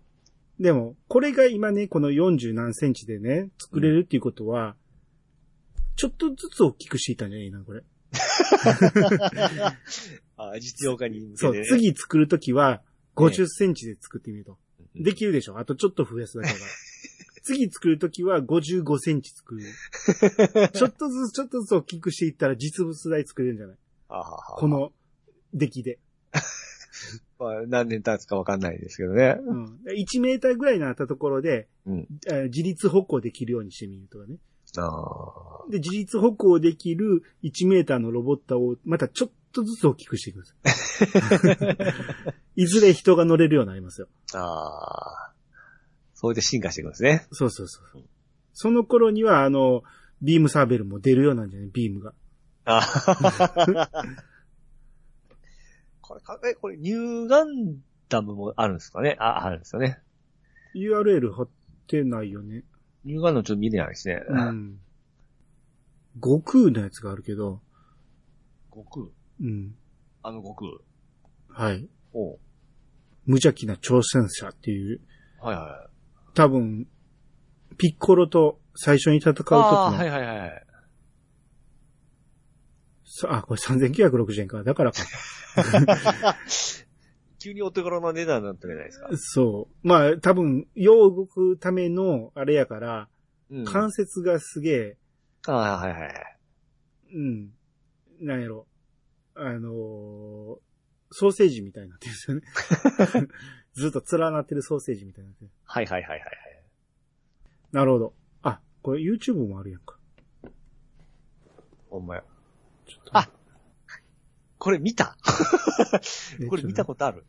Speaker 1: でも、これが今ね、この40何センチでね、作れるっていうことは、ちょっとずつ大きくしていたんじゃないな、これ。
Speaker 2: あ実用化に向けて
Speaker 1: そ
Speaker 2: ね、
Speaker 1: う、次作るときは、50センチで作ってみると。
Speaker 2: うん
Speaker 1: できるでしょあとちょっと増やすだけだから。 次作るときは55センチ作る。 ちょっとずつちょっとずつ大きくしていったら実物大作れるんじゃない
Speaker 2: あはは
Speaker 1: こ、の出来で。
Speaker 2: まあ、何年経つかわかんないですけどね。
Speaker 1: うん。1メーターぐらいになったところで、
Speaker 2: うん
Speaker 1: えー自立歩行できるようにしてみるとかね。
Speaker 2: ああ。
Speaker 1: で、自立歩行できる1メーターのロボットをまたちょっとずつ大きくしていくんです よ。いずれ人が乗れるようになりますよ。
Speaker 2: ああ。それで進化していくんですね。
Speaker 1: そうそうそうそう。その頃には、あの、ビームサーベルも出るようなんじゃないビームが。
Speaker 2: あー これ、かえ、これ、ニューガンダムもあるんですかねあ、あるんですよね。
Speaker 1: URL 貼ってないよね。
Speaker 2: ニューガンダムちょっと見れないですね。
Speaker 1: うん。悟空のやつがあるけど、
Speaker 2: 悟空
Speaker 1: うん。
Speaker 2: あの悟空
Speaker 1: はい。
Speaker 2: おう
Speaker 1: 無邪気な挑戦者っていう、
Speaker 2: はいは
Speaker 1: 多分、ピッコロと最初に戦う時の、
Speaker 2: ああ、
Speaker 1: さ
Speaker 2: はいはいはい。
Speaker 1: あ,、これ3960円か。だからか。
Speaker 2: 急にお手頃な値段になってるじゃないですか。
Speaker 1: そう。まあ、多分、よう動くための、あれやから、
Speaker 2: うん。
Speaker 1: 関節がすげえ、
Speaker 2: ああ、はいはいはい。
Speaker 1: うん。なんやろ。あのーソーセージみたいになってるんですよね。 ずっと連なってるソーセージみたいになってる。
Speaker 2: はいはいはいはいはい。
Speaker 1: なるほど。あ、これ YouTube もあるやんか。
Speaker 2: お前。
Speaker 1: ちょっと
Speaker 2: あこれ見た
Speaker 1: え
Speaker 2: これ見たことある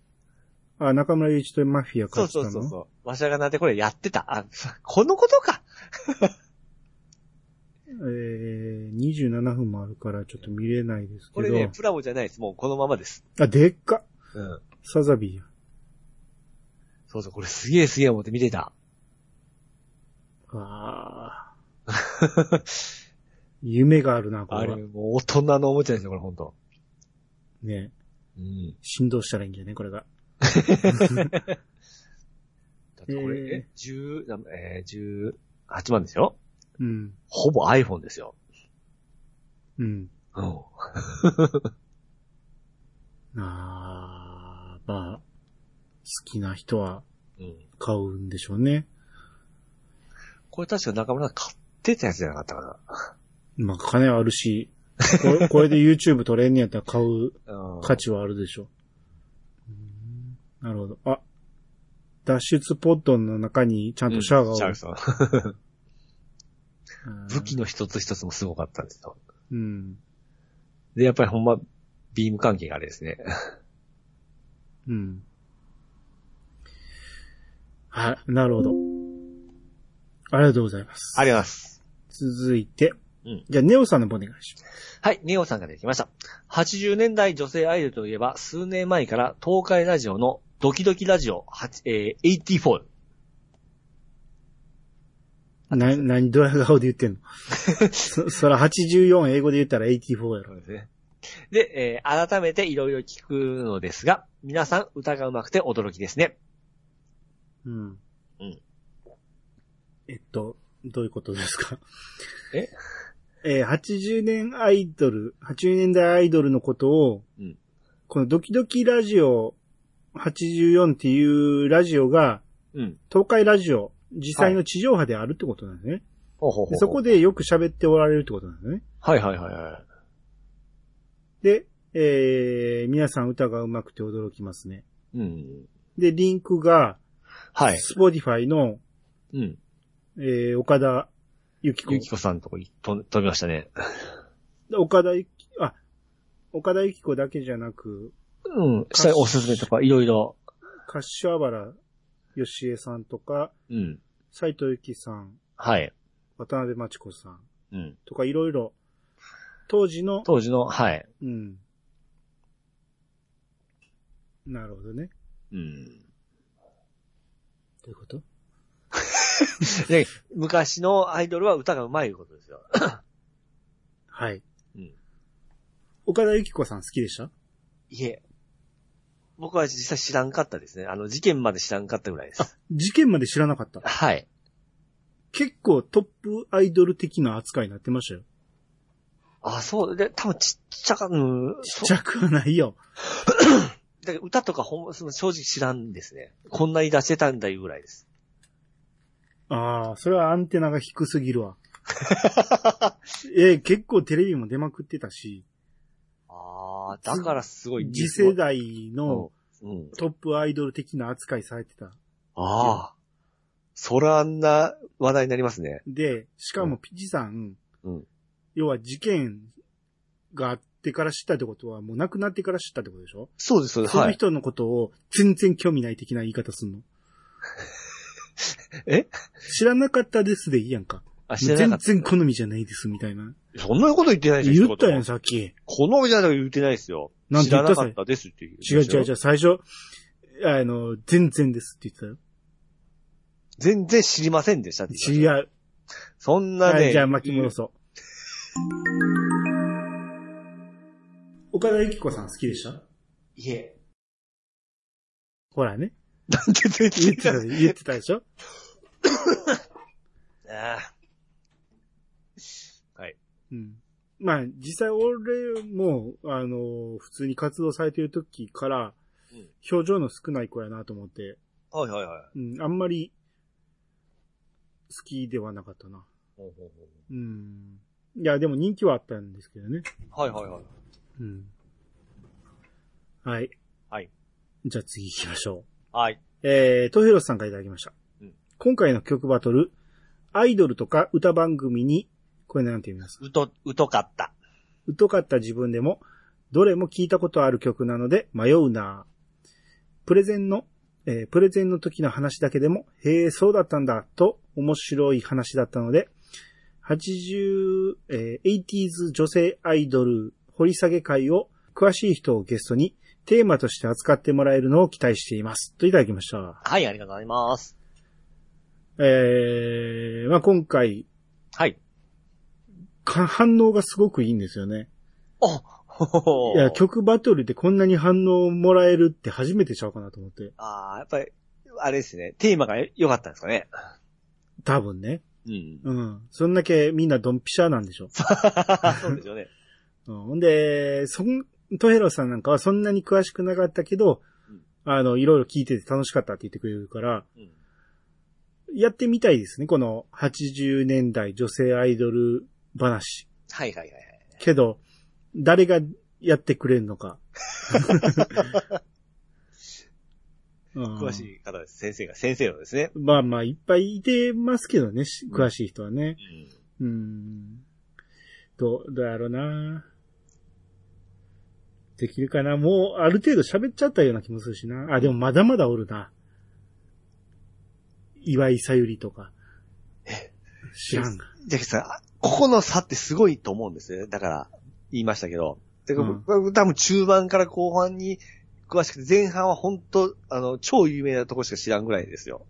Speaker 1: あ、中村祐一とマフィア
Speaker 2: そ
Speaker 1: か
Speaker 2: うそうそう
Speaker 1: う。
Speaker 2: そう。わしゃがなってこれやってた。あ、このことか
Speaker 1: えー、27分もあるからちょっと見れないですけど。
Speaker 2: これね、プラモじゃないです。もうこのままです。
Speaker 1: あ、でっか
Speaker 2: うん。
Speaker 1: サザビーや。
Speaker 2: そうそう、これすげえすげえ思って見てた。
Speaker 1: あー夢 があるな、こ
Speaker 2: あ
Speaker 1: れ
Speaker 2: れ、
Speaker 1: は。
Speaker 2: もう大人のおもちゃですよ、これほんと。
Speaker 1: ね。
Speaker 2: うん。
Speaker 1: 振動したらいいんじゃね、これが。
Speaker 2: だってこれ、
Speaker 1: え
Speaker 2: え、十、なえー、18万でしょ
Speaker 1: うん。
Speaker 2: ほぼ iPhone ですよ。
Speaker 1: うん。
Speaker 2: うん。
Speaker 1: あー、まあ、好きな人は
Speaker 2: うん。
Speaker 1: 買うんでしょうね。
Speaker 2: これ確か中村さん買ってたやつじゃなかったか
Speaker 1: まあ、金はあるし、ここれで YouTube 撮れんねやったら買う
Speaker 2: な。うん。
Speaker 1: 価値はあるでしょう。うんなるほど。あ、脱出ポッドの中にちゃんとシャアが
Speaker 2: うん
Speaker 1: お
Speaker 2: シャ
Speaker 1: る
Speaker 2: アさん。
Speaker 1: うん
Speaker 2: 武器の一つ一つもすごかったんですよ。
Speaker 1: うん。
Speaker 2: で、やっぱりほんま、ビーム関係があれで すね。
Speaker 1: うん。はい、なるほど。ありがとうございます。
Speaker 2: あります。
Speaker 1: 続いて、
Speaker 2: うん
Speaker 1: じゃあ、ネオさんの方お願いします。
Speaker 2: はい、ネオさんができました。80年代女性アイドルといえば、数年前から東海ラジオのドキドキラジオ8、えー、84。
Speaker 1: な、何ドヤ顔で言っ てんのそ、そら84英語で言ったら84やろ。
Speaker 2: ですね。で、えー改めていろいろ聞くのですが、皆さん歌が上手くて驚きですね。
Speaker 1: うん。
Speaker 2: うん
Speaker 1: えっと、どういうことですか
Speaker 2: え
Speaker 1: えー80年アイドル、80年代アイドルのことを、
Speaker 2: うん
Speaker 1: このドキドキラジオ84っていうラジオが、
Speaker 2: うん。
Speaker 1: 東海ラジオ、実際の地上波であるってことなんですね。
Speaker 2: ほうほうほ
Speaker 1: で
Speaker 2: う
Speaker 1: そこでよく喋っておられるってことなんですね。
Speaker 2: はいはいはいはい。
Speaker 1: で、えー、皆さん歌が上手くて驚きますね。
Speaker 2: うん。
Speaker 1: で、リンクが、
Speaker 2: はい。
Speaker 1: スポティファイの、
Speaker 2: うん。
Speaker 1: えー、岡田ゆき子
Speaker 2: ゆ。きこさんのとこに飛飛びましたね。
Speaker 1: 岡田ゆき、あ、岡田ゆき子だけじゃなく、
Speaker 2: うん。下におすすめとか、いろいろ。
Speaker 1: 柏原よしえさんとか、
Speaker 2: うん。
Speaker 1: 斎藤由貴さん、
Speaker 2: はい。
Speaker 1: 渡辺真知子さん
Speaker 2: うん。
Speaker 1: とかいろいろ、当時の、
Speaker 2: 当時の、はい。
Speaker 1: うん。なるほどね。
Speaker 2: うん。
Speaker 1: どういうこと
Speaker 2: で、昔のアイドルは歌が上手いことですよ。
Speaker 1: はい。
Speaker 2: うん
Speaker 1: 岡田ゆき子さん好きでした
Speaker 2: いえ。僕は実際知らんかったですね。あの、事件まで知らんかったぐらいで
Speaker 1: あ
Speaker 2: す。、
Speaker 1: 事件まで知らなかった。
Speaker 2: はい。
Speaker 1: 結構トップアイドル的な扱いになってましたよ。
Speaker 2: あ、そう。で、多分ちっちゃか、うん。
Speaker 1: ちっちゃくはないよ。
Speaker 2: そうだけど歌とかほんま、その正直知らんですね。こんなに出してたんだいうぐら いです。
Speaker 1: ああ、それはアンテナが低すぎるわ。えー結構テレビも出まくってたし、
Speaker 2: ああ、だからすごい。
Speaker 1: 次世代の
Speaker 2: うん。
Speaker 1: トップアイドル的な扱いされてた。
Speaker 2: ああ。そらあんな話題になりますね。
Speaker 1: で、しかもピチさん、
Speaker 2: うん
Speaker 1: 要は事件があってから知ったってことは、もう亡くなってから知ったってことでしょ、
Speaker 2: そうです、そうです。
Speaker 1: そ
Speaker 2: は
Speaker 1: の
Speaker 2: い。
Speaker 1: 人のことを全然興味ない的な言い方すんの。
Speaker 2: え
Speaker 1: 知らなかったですでいいやんか。
Speaker 2: あ、知らなか
Speaker 1: 全
Speaker 2: った。
Speaker 1: 然好みじゃないですみたいな。
Speaker 2: そんなこと言ってないですよ。
Speaker 1: 言ったやん、
Speaker 2: 一言
Speaker 1: さ
Speaker 2: も
Speaker 1: っき。
Speaker 2: このじゃない言ってないですよ。
Speaker 1: なんて言った
Speaker 2: 知らなかったですっていう。
Speaker 1: 違う違う違う、最初、あの、全然ですって言ってたよ。
Speaker 2: 全然知りませんでしたって言いました。
Speaker 1: 違う。
Speaker 2: そんな
Speaker 1: は
Speaker 2: ね。
Speaker 1: い、じゃあ巻き戻そう。岡田由紀子さん好きでした
Speaker 2: いえ。
Speaker 1: ほらね。
Speaker 2: なんて言っ
Speaker 1: 言っててた、
Speaker 2: た
Speaker 1: 言ってたでしょ
Speaker 2: ね。
Speaker 1: うん。まあ、実際俺も、あの、普通に活動されてる時から
Speaker 2: うん、
Speaker 1: 表情の少ない子やなと思って、
Speaker 2: はいはいはい。
Speaker 1: うん、あんまり、好きではなかったな。
Speaker 2: ほうほう
Speaker 1: うん。いや、でも人気はあったんですけどね。
Speaker 2: ほうはいはいはい。
Speaker 1: うん。はい。
Speaker 2: はい。
Speaker 1: じゃあ次行きましょ
Speaker 2: はい。
Speaker 1: う。えー、トヘロスさんからいただきました。
Speaker 2: うん
Speaker 1: 今回の曲バトル、アイドルとか歌番組に、これなんて言います
Speaker 2: うと、うとかった。
Speaker 1: 疎かった自分でも、どれも聞いたことある曲なので迷うなプレゼンの、えープレゼンの時の話だけでも、へえ、そうだったんだ、と面白い話だったので、80、えー 80s 女性アイドル掘り下げ会を詳しい人をゲストにテーマとして扱ってもらえるのを期待しています。といただきました。
Speaker 2: はい、ありがとうございます。
Speaker 1: えー、まあ今回、
Speaker 2: はい。
Speaker 1: か反応がすごくいいんですよね。
Speaker 2: あほほほ
Speaker 1: いや、曲バトルでこんなに反応もらえるって初めてちゃうかなと思って。
Speaker 2: ああ、やっぱり、あれですね。テーマが良かったんですかね。
Speaker 1: 多分ね。
Speaker 2: うん。
Speaker 1: うん。そんだけみんなドンピシャなんでしょ。
Speaker 2: そうですよね。
Speaker 1: うん。ほんで、そん、トヘロさんなんかはそんなに詳しくなかったけど
Speaker 2: うん、
Speaker 1: あの、いろいろ聞いてて楽しかったって言ってくれるから、
Speaker 2: うん
Speaker 1: やってみたいですね。この80年代女性アイドル話。
Speaker 2: はいはいはいはい。
Speaker 1: けど、誰がやってくれるのか。うん
Speaker 2: 詳しい方です。先生が、先生のですね。
Speaker 1: まあまあ、いっぱいいてますけどね、し
Speaker 2: うん
Speaker 1: 詳しい人はね
Speaker 2: う。ん。
Speaker 1: うん。どう、どうやろうな。できるかな。もう、ある程度喋っちゃったような気もするしな。あ、でもまだまだおるな。岩井さゆりとか。知らんが。
Speaker 2: ジャケさん、あここの差ってすごいと思うんですよね。だから、言いましたけど。てか、
Speaker 1: うん
Speaker 2: 僕多分中盤から後半に詳しくて、前半は本当あの、超有名なとこしか知らんぐらいですよ。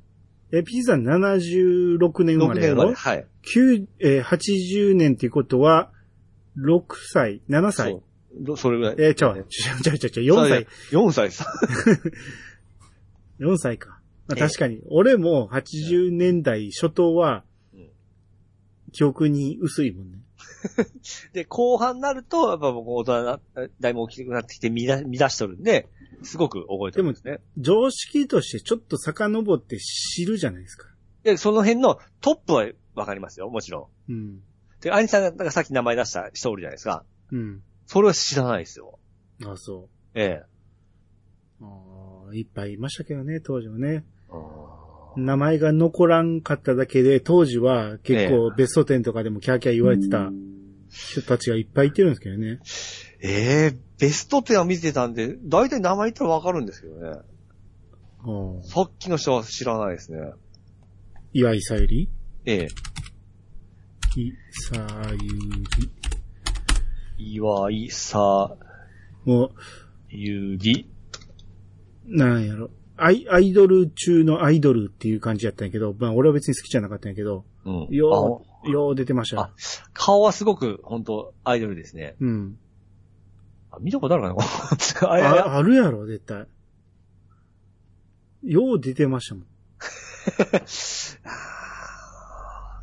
Speaker 1: え、ピーさん76年生ま
Speaker 2: 6
Speaker 1: れや
Speaker 2: 年まで。
Speaker 1: ろ
Speaker 2: はい。
Speaker 1: 9えー、80年っていうことは、6歳、7
Speaker 2: そ
Speaker 1: 歳。
Speaker 2: う。どそれぐらい。
Speaker 1: えー、ちょ、ちょ、ちょ、ちょ、ちょ、4歳。。
Speaker 2: 4歳です。
Speaker 1: 4歳か。まあ、
Speaker 2: ええ
Speaker 1: 確かに。俺も80年代初頭は
Speaker 2: うん、
Speaker 1: 記憶に薄いもんね。
Speaker 2: で、後半になると、やっぱ僕大人な、だいぶ大きくなってきて見だ、見出しとるんで、すごく覚えてるんですね。
Speaker 1: 常識としてちょっと遡って知るじゃないですか。
Speaker 2: で、その辺のトップはわかりますよ、もちろ
Speaker 1: うん。
Speaker 2: ん。で、アニさんがなんかさっき名前出した人おるじゃないですか。
Speaker 1: うん。
Speaker 2: それは知らないですよ。
Speaker 1: あそ
Speaker 2: え
Speaker 1: う。
Speaker 2: え。
Speaker 1: あーいっぱいいましたけどね、当時はね。
Speaker 2: あ
Speaker 1: 名前が残らんかっただけで、当時は結構ベスト10とかでもキャーキャー言われてた人たちがいっぱいいてるんですけどね。
Speaker 2: ええベスト10は見てたんで、だいたい名前言ったらわかるんですけどね。
Speaker 1: あー
Speaker 2: さっきの人は知らないですね。
Speaker 1: 岩井さゆり
Speaker 2: ええ。
Speaker 1: いさゆり。
Speaker 2: 岩井さ
Speaker 1: もう、
Speaker 2: ゆり。
Speaker 1: なんやろ。アイ、アイドル中のアイドルっていう感じやったんやけど、まあ俺は別に好きじゃなかったんやけど、
Speaker 2: うん
Speaker 1: よう、よう出てましたよ
Speaker 2: あ。あ顔はすごく、本当アイドルですね。
Speaker 1: うん。
Speaker 2: あ見たことあるかな このあいやいや
Speaker 1: あ、あるやろ、絶対。よう出てましたもん。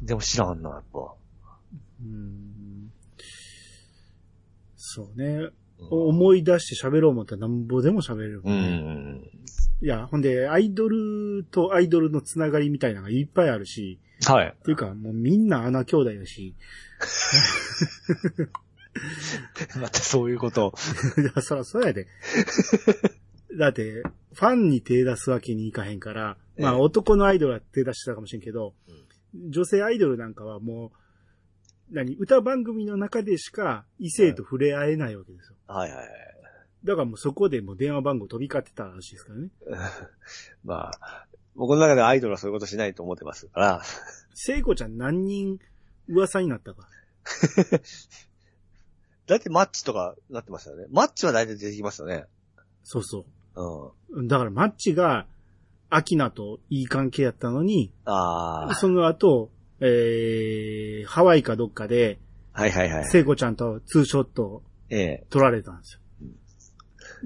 Speaker 2: でも知らんな、やっぱ。
Speaker 1: うん。そうね。
Speaker 2: うん
Speaker 1: 思い出して喋ろう思ったらなんぼでも喋れる。
Speaker 2: うんうん。
Speaker 1: いや、ほんで、アイドルとアイドルのつながりみたいなのがいっぱいあるし、
Speaker 2: はい。
Speaker 1: っていうか、もうみんな穴兄弟やし、
Speaker 2: またそういうことを。
Speaker 1: いや、そらそうや で。だって、ファンに手出すわけにいかへんから、ま
Speaker 2: え
Speaker 1: あ
Speaker 2: え
Speaker 1: 男のアイドルは手出してたかもしれんけど、女性アイドルなんかはもう、何、歌番組の中でしか異性と触れ合えないわけですよ。
Speaker 2: はいはいはい。
Speaker 1: だからもうそこでもう電話番号飛び交ってたらしいですからね。
Speaker 2: まあ、僕の中ではアイドルはそういうことしないと思ってますから、
Speaker 1: 聖子ちゃん何人噂になったか。
Speaker 2: だいたいマッチとかなってましたよね。マッチはだいたい出てきますよね。
Speaker 1: そうそう
Speaker 2: うん。。
Speaker 1: だからマッチが、アキナといい関係やったのに、
Speaker 2: ああ。
Speaker 1: その後、えー、ハワイかどっかで、
Speaker 2: はいはいはい。
Speaker 1: 聖子ちゃんとツーショット
Speaker 2: ええ。
Speaker 1: 撮られたんですよ。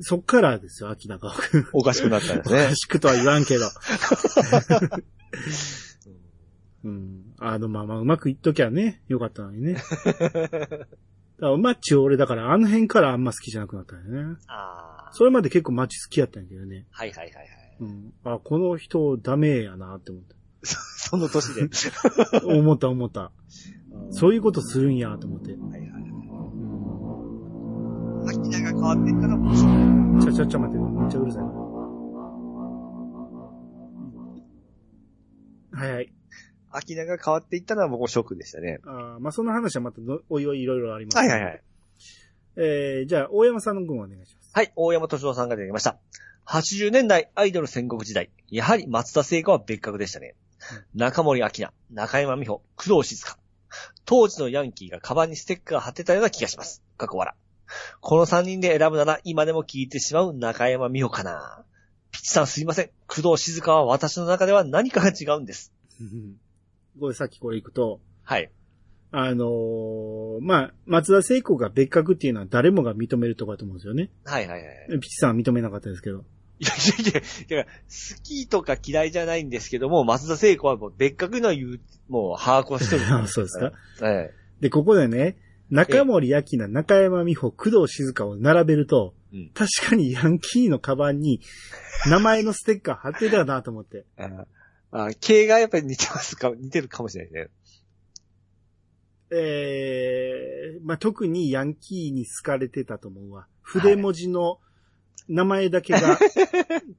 Speaker 1: そっからですよ、秋中が。
Speaker 2: おかしくなったんで
Speaker 1: お
Speaker 2: すね
Speaker 1: か。しくとは言わんけど。うん。あの、まあまあ、うまくいっときゃね、よかったのにね。だからマッチ俺だから、あの辺からあんま好きじゃなくなったんだよね。
Speaker 2: ああ。
Speaker 1: それまで結構マッチ好きやったんやけどね。
Speaker 2: はいはいはいはい。
Speaker 1: うん。あ、この人ダメやなって思っ
Speaker 2: その年で。
Speaker 1: た。思った思った。 そういうことするんやと思って。
Speaker 2: はいはいは
Speaker 1: うん。
Speaker 2: い。明菜が変わっていったら面白
Speaker 1: ちゃ
Speaker 2: い。
Speaker 1: ちゃちゃ待って、めっちゃうるさいな。はいはい。
Speaker 2: 明菜が変わっていったのは僕もショックでしたね。
Speaker 1: あーまあ、その話はまたの、おいおいいろいろあります。
Speaker 2: はいはいはい。
Speaker 1: えー、じゃあ、大山さんの分お願いし ます。
Speaker 2: はい、大山敏夫さんが出てきました。80年代アイドル戦国時代。やはり松田聖子は別格でしたね。中森明菜、中山美穂、工藤静香。当時のヤンキーがカバンにステッカー貼ってたような気がします。過去笑。この3人で選ぶなら今でも聞いてしまう中山美穂かな。ピチさんすいません。工藤静香は私の中では何かが違うんです。
Speaker 1: これさっきこれ行くと、
Speaker 2: はい。
Speaker 1: あのーまあ、松田聖子が別格っていうのは誰もが認めるとこだと思うんですよね。
Speaker 2: はいはいはい。
Speaker 1: ピチさんは認めなかったですけど。。
Speaker 2: いやいやいや、いや好きとか嫌いじゃないんですけども、松田聖子はもう別格の言う、もう把握をしてる
Speaker 1: あ そうですか。
Speaker 2: え
Speaker 1: で、ここでね、中森明菜、中山美穂、工藤静香を並べると、
Speaker 2: うん
Speaker 1: 確かにヤンキーのカバンに名前のステッカー貼ってたなと思って。
Speaker 2: え。ああ、系がやっぱり似てますか、似てるかもしれないね。
Speaker 1: えー、まあ、特にヤンキーに好かれてたと思うわ。筆文字の名前だけが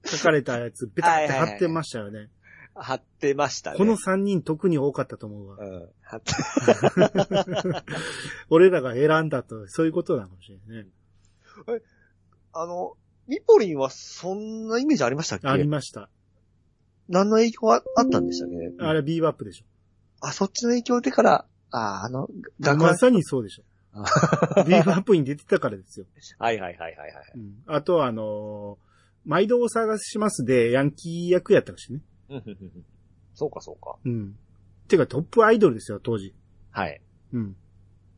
Speaker 1: 書かれたや つ、ベタって貼ってましたよね。
Speaker 2: 貼ってましたね。
Speaker 1: この3人特に多かったと思うわ
Speaker 2: う。ん。貼って、
Speaker 1: 俺らが選んだと、そういうことなのかもしれないね。
Speaker 2: あの、ミポリンはそんなイメージありましたっ
Speaker 1: あり
Speaker 2: け
Speaker 1: ました。
Speaker 2: 何の影響があったんでしたっけね。
Speaker 1: あれ、ビーバップでしょ。
Speaker 2: あ、そっちの影響でから、あ、あの、学
Speaker 1: ま
Speaker 2: 園。
Speaker 1: さにそうで しょ。ビーバップに出てたからですよ。
Speaker 2: はいはいはいはいはい。
Speaker 1: うん、あとは、あのー毎度お探ししますで、ヤンキー役やったしね。
Speaker 2: うんうんうんうんそうかそうか。
Speaker 1: うん。てか、トップアイドルですよ、当時。
Speaker 2: はい。
Speaker 1: うん。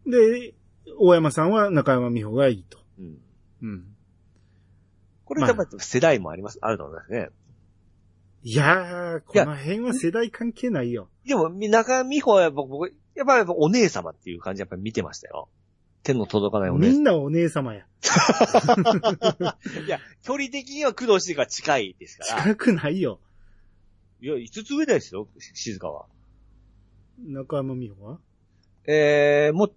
Speaker 1: で、大山さんは中山美穂がいいと。
Speaker 2: うん。
Speaker 1: うん。
Speaker 2: これやっぱ世代もあります、あると思いますね。
Speaker 1: いやー、こ
Speaker 2: いや
Speaker 1: の辺は世代関係ないよ。
Speaker 2: でも、中美穂はやっぱ僕、やっぱりお姉様っていう感じやっぱり見てましたよ。手の届かないお姉
Speaker 1: み
Speaker 2: 様。
Speaker 1: んなお姉様や。
Speaker 2: いや、距離的には工藤静香近いですから。
Speaker 1: 近くないよ。
Speaker 2: いや、5つ上ですよ、静香は。
Speaker 1: 中山美穂は
Speaker 2: えー、もう、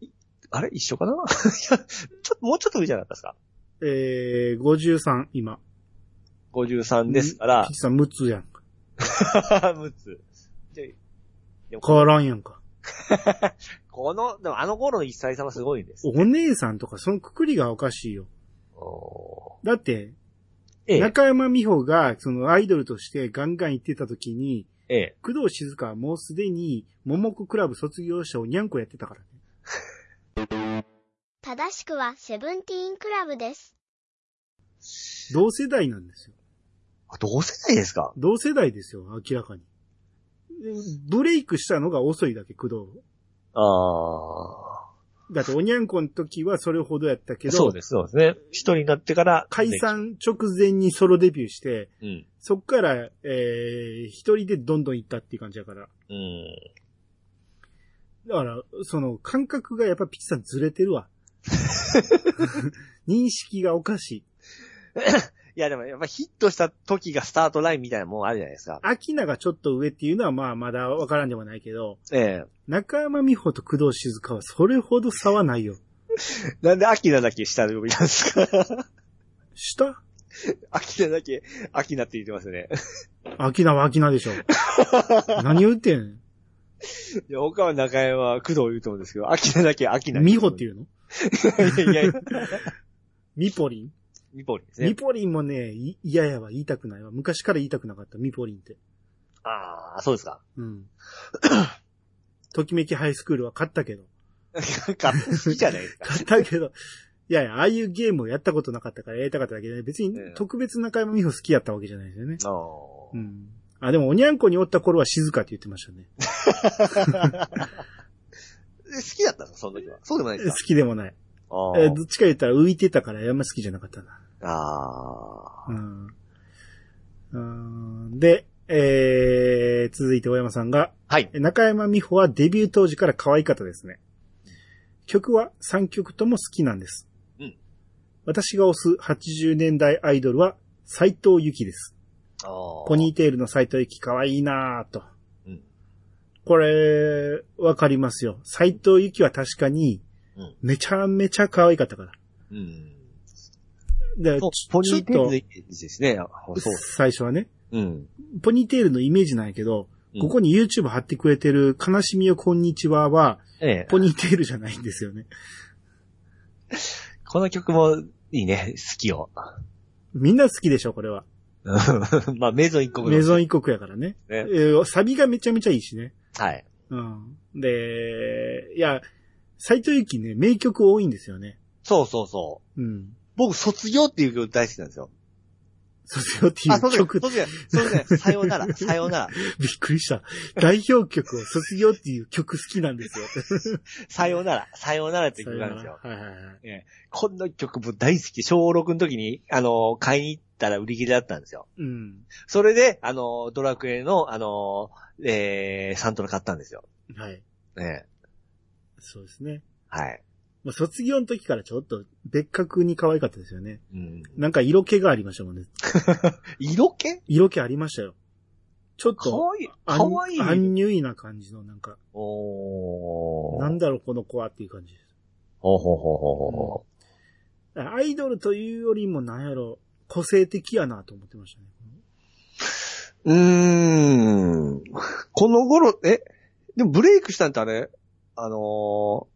Speaker 2: いあれ一緒かな いや、ちょっと、もうちょっと上じゃなかったですか
Speaker 1: えー、53、今。
Speaker 2: ?53 ですから
Speaker 1: ピッ、チさん6つやんか。
Speaker 2: 6つ。じゃ
Speaker 1: 変わらんやんか。
Speaker 2: この、でもあの頃の一歳差はすごいんです。
Speaker 1: お姉さんとかそのくくりがおかしいよ。
Speaker 2: お
Speaker 1: だって、
Speaker 2: ーええ、
Speaker 1: 中山美穂が、そのアイドルとしてガンガン行ってた時に、
Speaker 2: ええ。
Speaker 1: 工藤静香はもうすでに、桃子クラブ卒業者をにゃんこやってたからね。
Speaker 3: 正しくはセブンティーンクラブです。
Speaker 1: 同世代なんですよ。
Speaker 2: あ同世代ですか
Speaker 1: 同世代ですよ、明らかに。でブレイクしたのが遅いだけ、工藤。
Speaker 2: ああ。
Speaker 1: だって、おにゃんこの時はそれほどやったけど、
Speaker 2: そうです、そうですね。一人になってから。
Speaker 1: 解散直前にソロデビューして、
Speaker 2: うん。
Speaker 1: そっから、えー、一人でどんどん行ったっていう感じだから。
Speaker 2: うん。
Speaker 1: だから、その、感覚がやっぱピチさんずれてる わ。認識がおかしい。
Speaker 2: いや、でもやっぱヒットした時がスタートラインみたいなもんあるじゃないですか。
Speaker 1: アキナがちょっと上っていうのはまあまだわからんではないけど、
Speaker 2: え
Speaker 1: 中山美穂と工藤静香はそれほど差はないよ。
Speaker 2: えなんでアキナだけ下呼びなんですか
Speaker 1: 下
Speaker 2: アキナだけ、アキナって言ってますね。
Speaker 1: アキナはアキナ でしょ。何言ってんの
Speaker 2: いや、他は中山、工藤言うと思うんですけど、アキナだけアキナ。
Speaker 1: ミホって
Speaker 2: い
Speaker 1: いうの
Speaker 2: う。い やいや、
Speaker 1: ミポリン、
Speaker 2: ミポリンです
Speaker 1: ミ
Speaker 2: ね。
Speaker 1: ポリンもね、い嫌やわ、言いたくないわ。昔から言いたくなかった、ミポリンって。
Speaker 2: ああ、そうですか。
Speaker 1: うん。ときめきハイスクールは勝ったけど。
Speaker 2: か好きじゃないですか。
Speaker 1: 勝ったけど、いやいや、ああいうゲームをやったことなかったからやりたかっただけで、別に
Speaker 2: ええ
Speaker 1: 特別中山美穂好きやったわけじゃないですよね。
Speaker 2: あ
Speaker 1: う
Speaker 2: ー
Speaker 1: ん。あ、でも、おにゃんこにおった頃は静かって言ってましたね。
Speaker 2: え好きだったのその時は。そうでもないで
Speaker 1: 好
Speaker 2: すか。
Speaker 1: きでもない。
Speaker 2: あ
Speaker 1: え
Speaker 2: ー
Speaker 1: どっちか言ったら浮いてたからあんま好きじゃなかったな。
Speaker 2: あー。
Speaker 1: うん。うんで、えー、続いて大山さんが、
Speaker 2: はい。
Speaker 1: 中山美穂はデビュー当時から可愛かったですね。曲は3曲とも好きなんです。
Speaker 2: うん
Speaker 1: 私が推す80年代アイドルは斉藤由貴です。
Speaker 2: ポ
Speaker 1: ポニーテールの斉藤由貴可愛いなぁと。
Speaker 2: うん
Speaker 1: これ、わかりますよ。斉藤由貴は確かに
Speaker 2: うん、
Speaker 1: めちゃめちゃ可愛かったから。
Speaker 2: うん。
Speaker 1: で
Speaker 2: そう
Speaker 1: ち
Speaker 2: ポニ
Speaker 1: ちょっ
Speaker 2: ーテール
Speaker 1: と
Speaker 2: のイメージですね。あそう。
Speaker 1: 最初はね、
Speaker 2: うん。
Speaker 1: ポニーテールのイメージなんやけど、
Speaker 2: うん
Speaker 1: ここに YouTube 貼ってくれてる悲しみよこんにちはは、
Speaker 2: ええ。
Speaker 1: ポニーテールじゃないんですよね。
Speaker 2: この曲もいいね。好きよ。
Speaker 1: みんな好きでしょ、これは。
Speaker 2: うんまあ、メゾン一個目
Speaker 1: メゾン
Speaker 2: ン
Speaker 1: 一国やからね。え
Speaker 2: ね。
Speaker 1: ーサビがめちゃめちゃいいしね。
Speaker 2: はい。
Speaker 1: うん。で、いや、斎藤由貴ね、名曲多いんですよね。
Speaker 2: そうそうそう。
Speaker 1: うん。
Speaker 2: 僕、卒業っていう曲大好きなんですよ。
Speaker 1: 卒業ってい
Speaker 2: あ、そううです。
Speaker 1: 曲、
Speaker 2: そうです。そうです。さようなら、さようなら、
Speaker 1: びっくりした。代表曲を卒業っていう曲好きなんですよ。
Speaker 2: さようなら、さようならっていう曲なんですよ。
Speaker 1: はいはいはい。
Speaker 2: この曲も大好き。小6の時に、あの、買いに行ったら売り切れだったんですよ。
Speaker 1: うん。
Speaker 2: それで、あの、ドラクエの、あの、えー、サントラ買ったんですよ。
Speaker 1: はい。
Speaker 2: ね。
Speaker 1: そうですね。
Speaker 2: はい。
Speaker 1: まあ、卒業の時からちょっと別格に可愛かったですよね。
Speaker 2: うん。
Speaker 1: なんか色気がありましたもんね。
Speaker 2: 色気
Speaker 1: 色気ありましたよ。ちょっ
Speaker 2: か
Speaker 1: と、
Speaker 2: わいい。
Speaker 1: アン
Speaker 2: かわい
Speaker 1: ア
Speaker 2: い。
Speaker 1: ンニュイな感じのなんか、
Speaker 2: おー。
Speaker 1: なんだろうこの子はっていう感じです。
Speaker 2: ほうほうほうほうほ
Speaker 1: アイドルというよりもなんやろ、個性的やなと思ってましたね。
Speaker 2: う。うーん。この頃、え、でもブレイクしたんってあれ、あのー、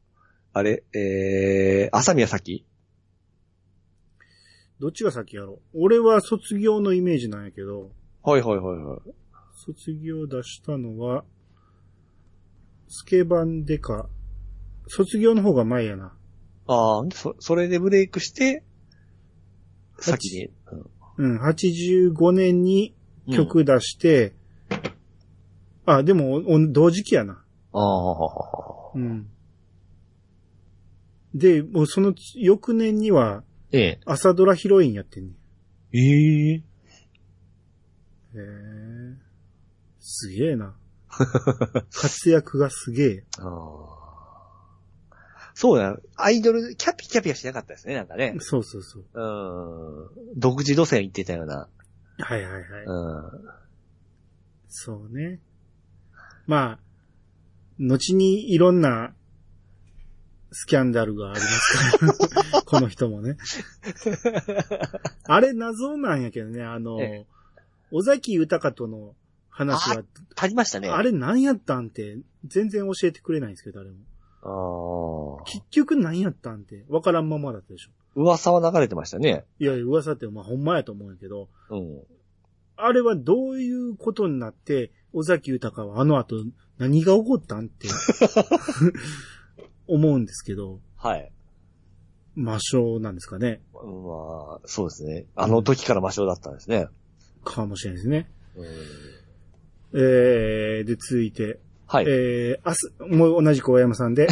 Speaker 2: あれ、えー、朝宮咲
Speaker 1: どっちが先やろう俺は卒業のイメージなんやけど、
Speaker 2: はいはいはいはい。
Speaker 1: 卒業出したのは、スケバンデカ。卒業の方が前やな。
Speaker 2: ああ、そ、それでブレイクして、先に。
Speaker 1: うん、85年に
Speaker 2: うん。
Speaker 1: 曲出して、あ、でもお同時期やな。
Speaker 2: ああ、
Speaker 1: うん。で、もうその翌年には
Speaker 2: え
Speaker 1: 朝ドラヒロインやってんねん。
Speaker 2: え。え
Speaker 1: へ
Speaker 2: え。
Speaker 1: え。すげえ な。活躍がすげえ。
Speaker 2: あーそうだ、アイドル、キャピキャピはしなかったですね、なんかね。
Speaker 1: そうそうそう。
Speaker 2: うん。独自路線行ってたような。
Speaker 1: はいはいはい。
Speaker 2: うん。
Speaker 1: そうね。まあ、後にいろんなスキャンダルがあります から。この人もね。あれ謎なんやけどね、あの
Speaker 2: え、
Speaker 1: 尾崎豊との話は、
Speaker 2: 足りましたね。
Speaker 1: あれ何やったんって、全然教えてくれないんですけど、誰も。
Speaker 2: あー
Speaker 1: 結局何やったんって、わからんままだったでしょ。
Speaker 2: 噂は流れてましたね。
Speaker 1: いやいや、噂って、まあ、ほんまやと思うんやけど、
Speaker 2: うん。
Speaker 1: あれはどういうことになって、尾崎豊はあの後何が起こったんって、思うんですけど、
Speaker 2: はい。
Speaker 1: 魔性なんですかね。
Speaker 2: まあ、そうですね。あの時から魔性だったんですね。
Speaker 1: かもしれないですね。
Speaker 2: うん。
Speaker 1: えー、で、続いて、
Speaker 2: はい。
Speaker 1: えー、明日、もう同じく大山さんで、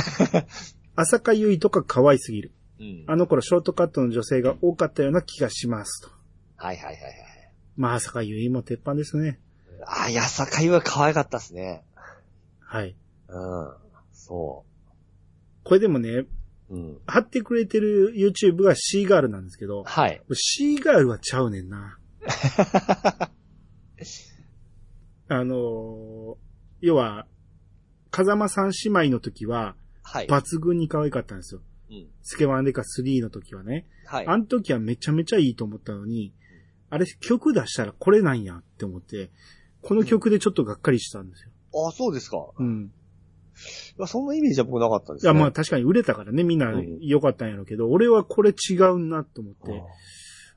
Speaker 1: 浅香唯とか可愛すぎる。
Speaker 2: うん。
Speaker 1: あの頃ショートカットの女性が多かったような気がしますと。
Speaker 2: はいはいはいはい。
Speaker 1: まあ、浅香唯も鉄板ですね。
Speaker 2: ああ、やさかいは可愛かったですね。
Speaker 1: はい。
Speaker 2: うん。そ
Speaker 1: これでもね、
Speaker 2: う。うん。
Speaker 1: 貼ってくれてる YouTube がシーガールなんですけど、
Speaker 2: はい。
Speaker 1: シーガールはちゃうねんな。あのー要は、風間さん姉妹の時は、
Speaker 2: はい。
Speaker 1: 抜群に可愛かったんですよ。
Speaker 2: うん。
Speaker 1: スケワンデカ3の時はね。
Speaker 2: はい。
Speaker 1: あの時はめちゃめちゃいいと思ったのに、あれ曲出したらこれなんやって思って、この曲でちょっとがっかりしたんですよ。
Speaker 2: あ、そうですか。
Speaker 1: うん。
Speaker 2: いやそんなイメージは僕なかったで
Speaker 1: い
Speaker 2: すね。
Speaker 1: や、まあ確かに売れたからね、みんな
Speaker 2: うん
Speaker 1: 良かったんやろうけど、俺はこれ違うなと思っ
Speaker 2: うん
Speaker 1: て、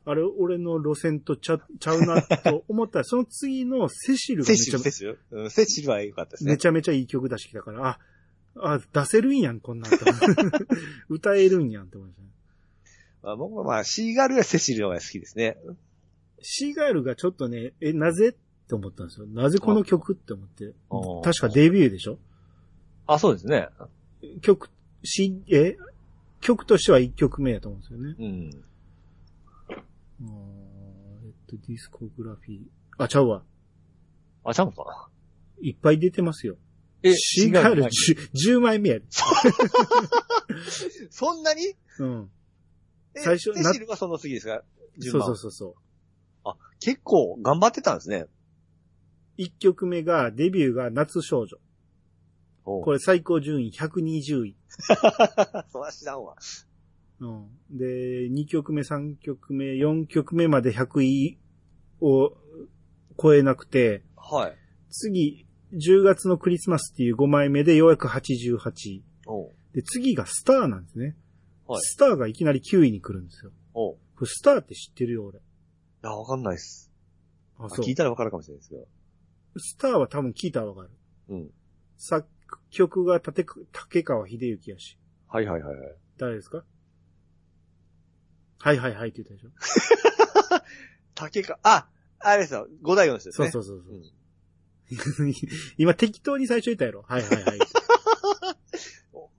Speaker 1: あれ、俺の路線とちゃちゃうなと思ったら、その次のセシルが
Speaker 2: セ
Speaker 1: め
Speaker 2: シ
Speaker 1: ちゃ
Speaker 2: ル、
Speaker 1: めち
Speaker 2: セ
Speaker 1: ゃ
Speaker 2: シルうんセシルは良かったですね
Speaker 1: め。ちゃめちゃいい曲出してきたから、あ、あ、出せるんやん、こんなんと。 歌えるんやんって思いましたね。
Speaker 2: まあ、僕はまあ、シーガルやセシルの方が好きですね。
Speaker 1: シーガールがちょっとね、え、なぜって思ったんですよ。なぜこの曲って思って
Speaker 2: あー。
Speaker 1: 確かデビューでしょ
Speaker 2: あ、そうですね。
Speaker 1: 曲、し、え、曲としては1曲目やと思うんですよね。
Speaker 2: うん。
Speaker 1: うーんえっと、ディスコグラフィー。あ、ちゃうわ。
Speaker 2: あ、ちゃうのかない
Speaker 1: っぱい出てますよ。
Speaker 2: え
Speaker 1: シーガール
Speaker 2: 違う
Speaker 1: 10, 10枚目やで。
Speaker 2: そんなに
Speaker 1: うん。
Speaker 2: え
Speaker 1: 最初
Speaker 2: セシルがその次ですか
Speaker 1: そ
Speaker 2: 順
Speaker 1: う
Speaker 2: 番
Speaker 1: そうそうそう。
Speaker 2: あ、結構頑張ってたんですね。
Speaker 1: 1曲目が、デビューが夏少女。
Speaker 2: おう
Speaker 1: これ最高順位120位。
Speaker 2: そら知らんわ。
Speaker 1: うん。で、2曲目、3曲目、4曲目まで100位を超えなくて、
Speaker 2: はい。
Speaker 1: 次、10月のクリスマスっていう5枚目でようやく88位。
Speaker 2: おう
Speaker 1: で、次がスターなんですね。
Speaker 2: はい
Speaker 1: スターがいきなり9位に来るんですよ。
Speaker 2: おう
Speaker 1: これスターって知ってるよ、俺。
Speaker 2: いや、わかんないっす。
Speaker 1: あ、
Speaker 2: あ
Speaker 1: そう
Speaker 2: 聞い。たらわかるかもしれないですけど。
Speaker 1: スターは多分聞いたらわかる。
Speaker 2: うん。
Speaker 1: 作曲が立く竹川秀幸やし。
Speaker 2: はいはいはいはい。
Speaker 1: 誰ですかはいはいはいって言ったでしょ。
Speaker 2: 竹か、あ、あれですよ。五代五の人です
Speaker 1: そう
Speaker 2: ね。
Speaker 1: そうそうそう。 今適当に最初言ったやろ。はいはい はい。
Speaker 2: お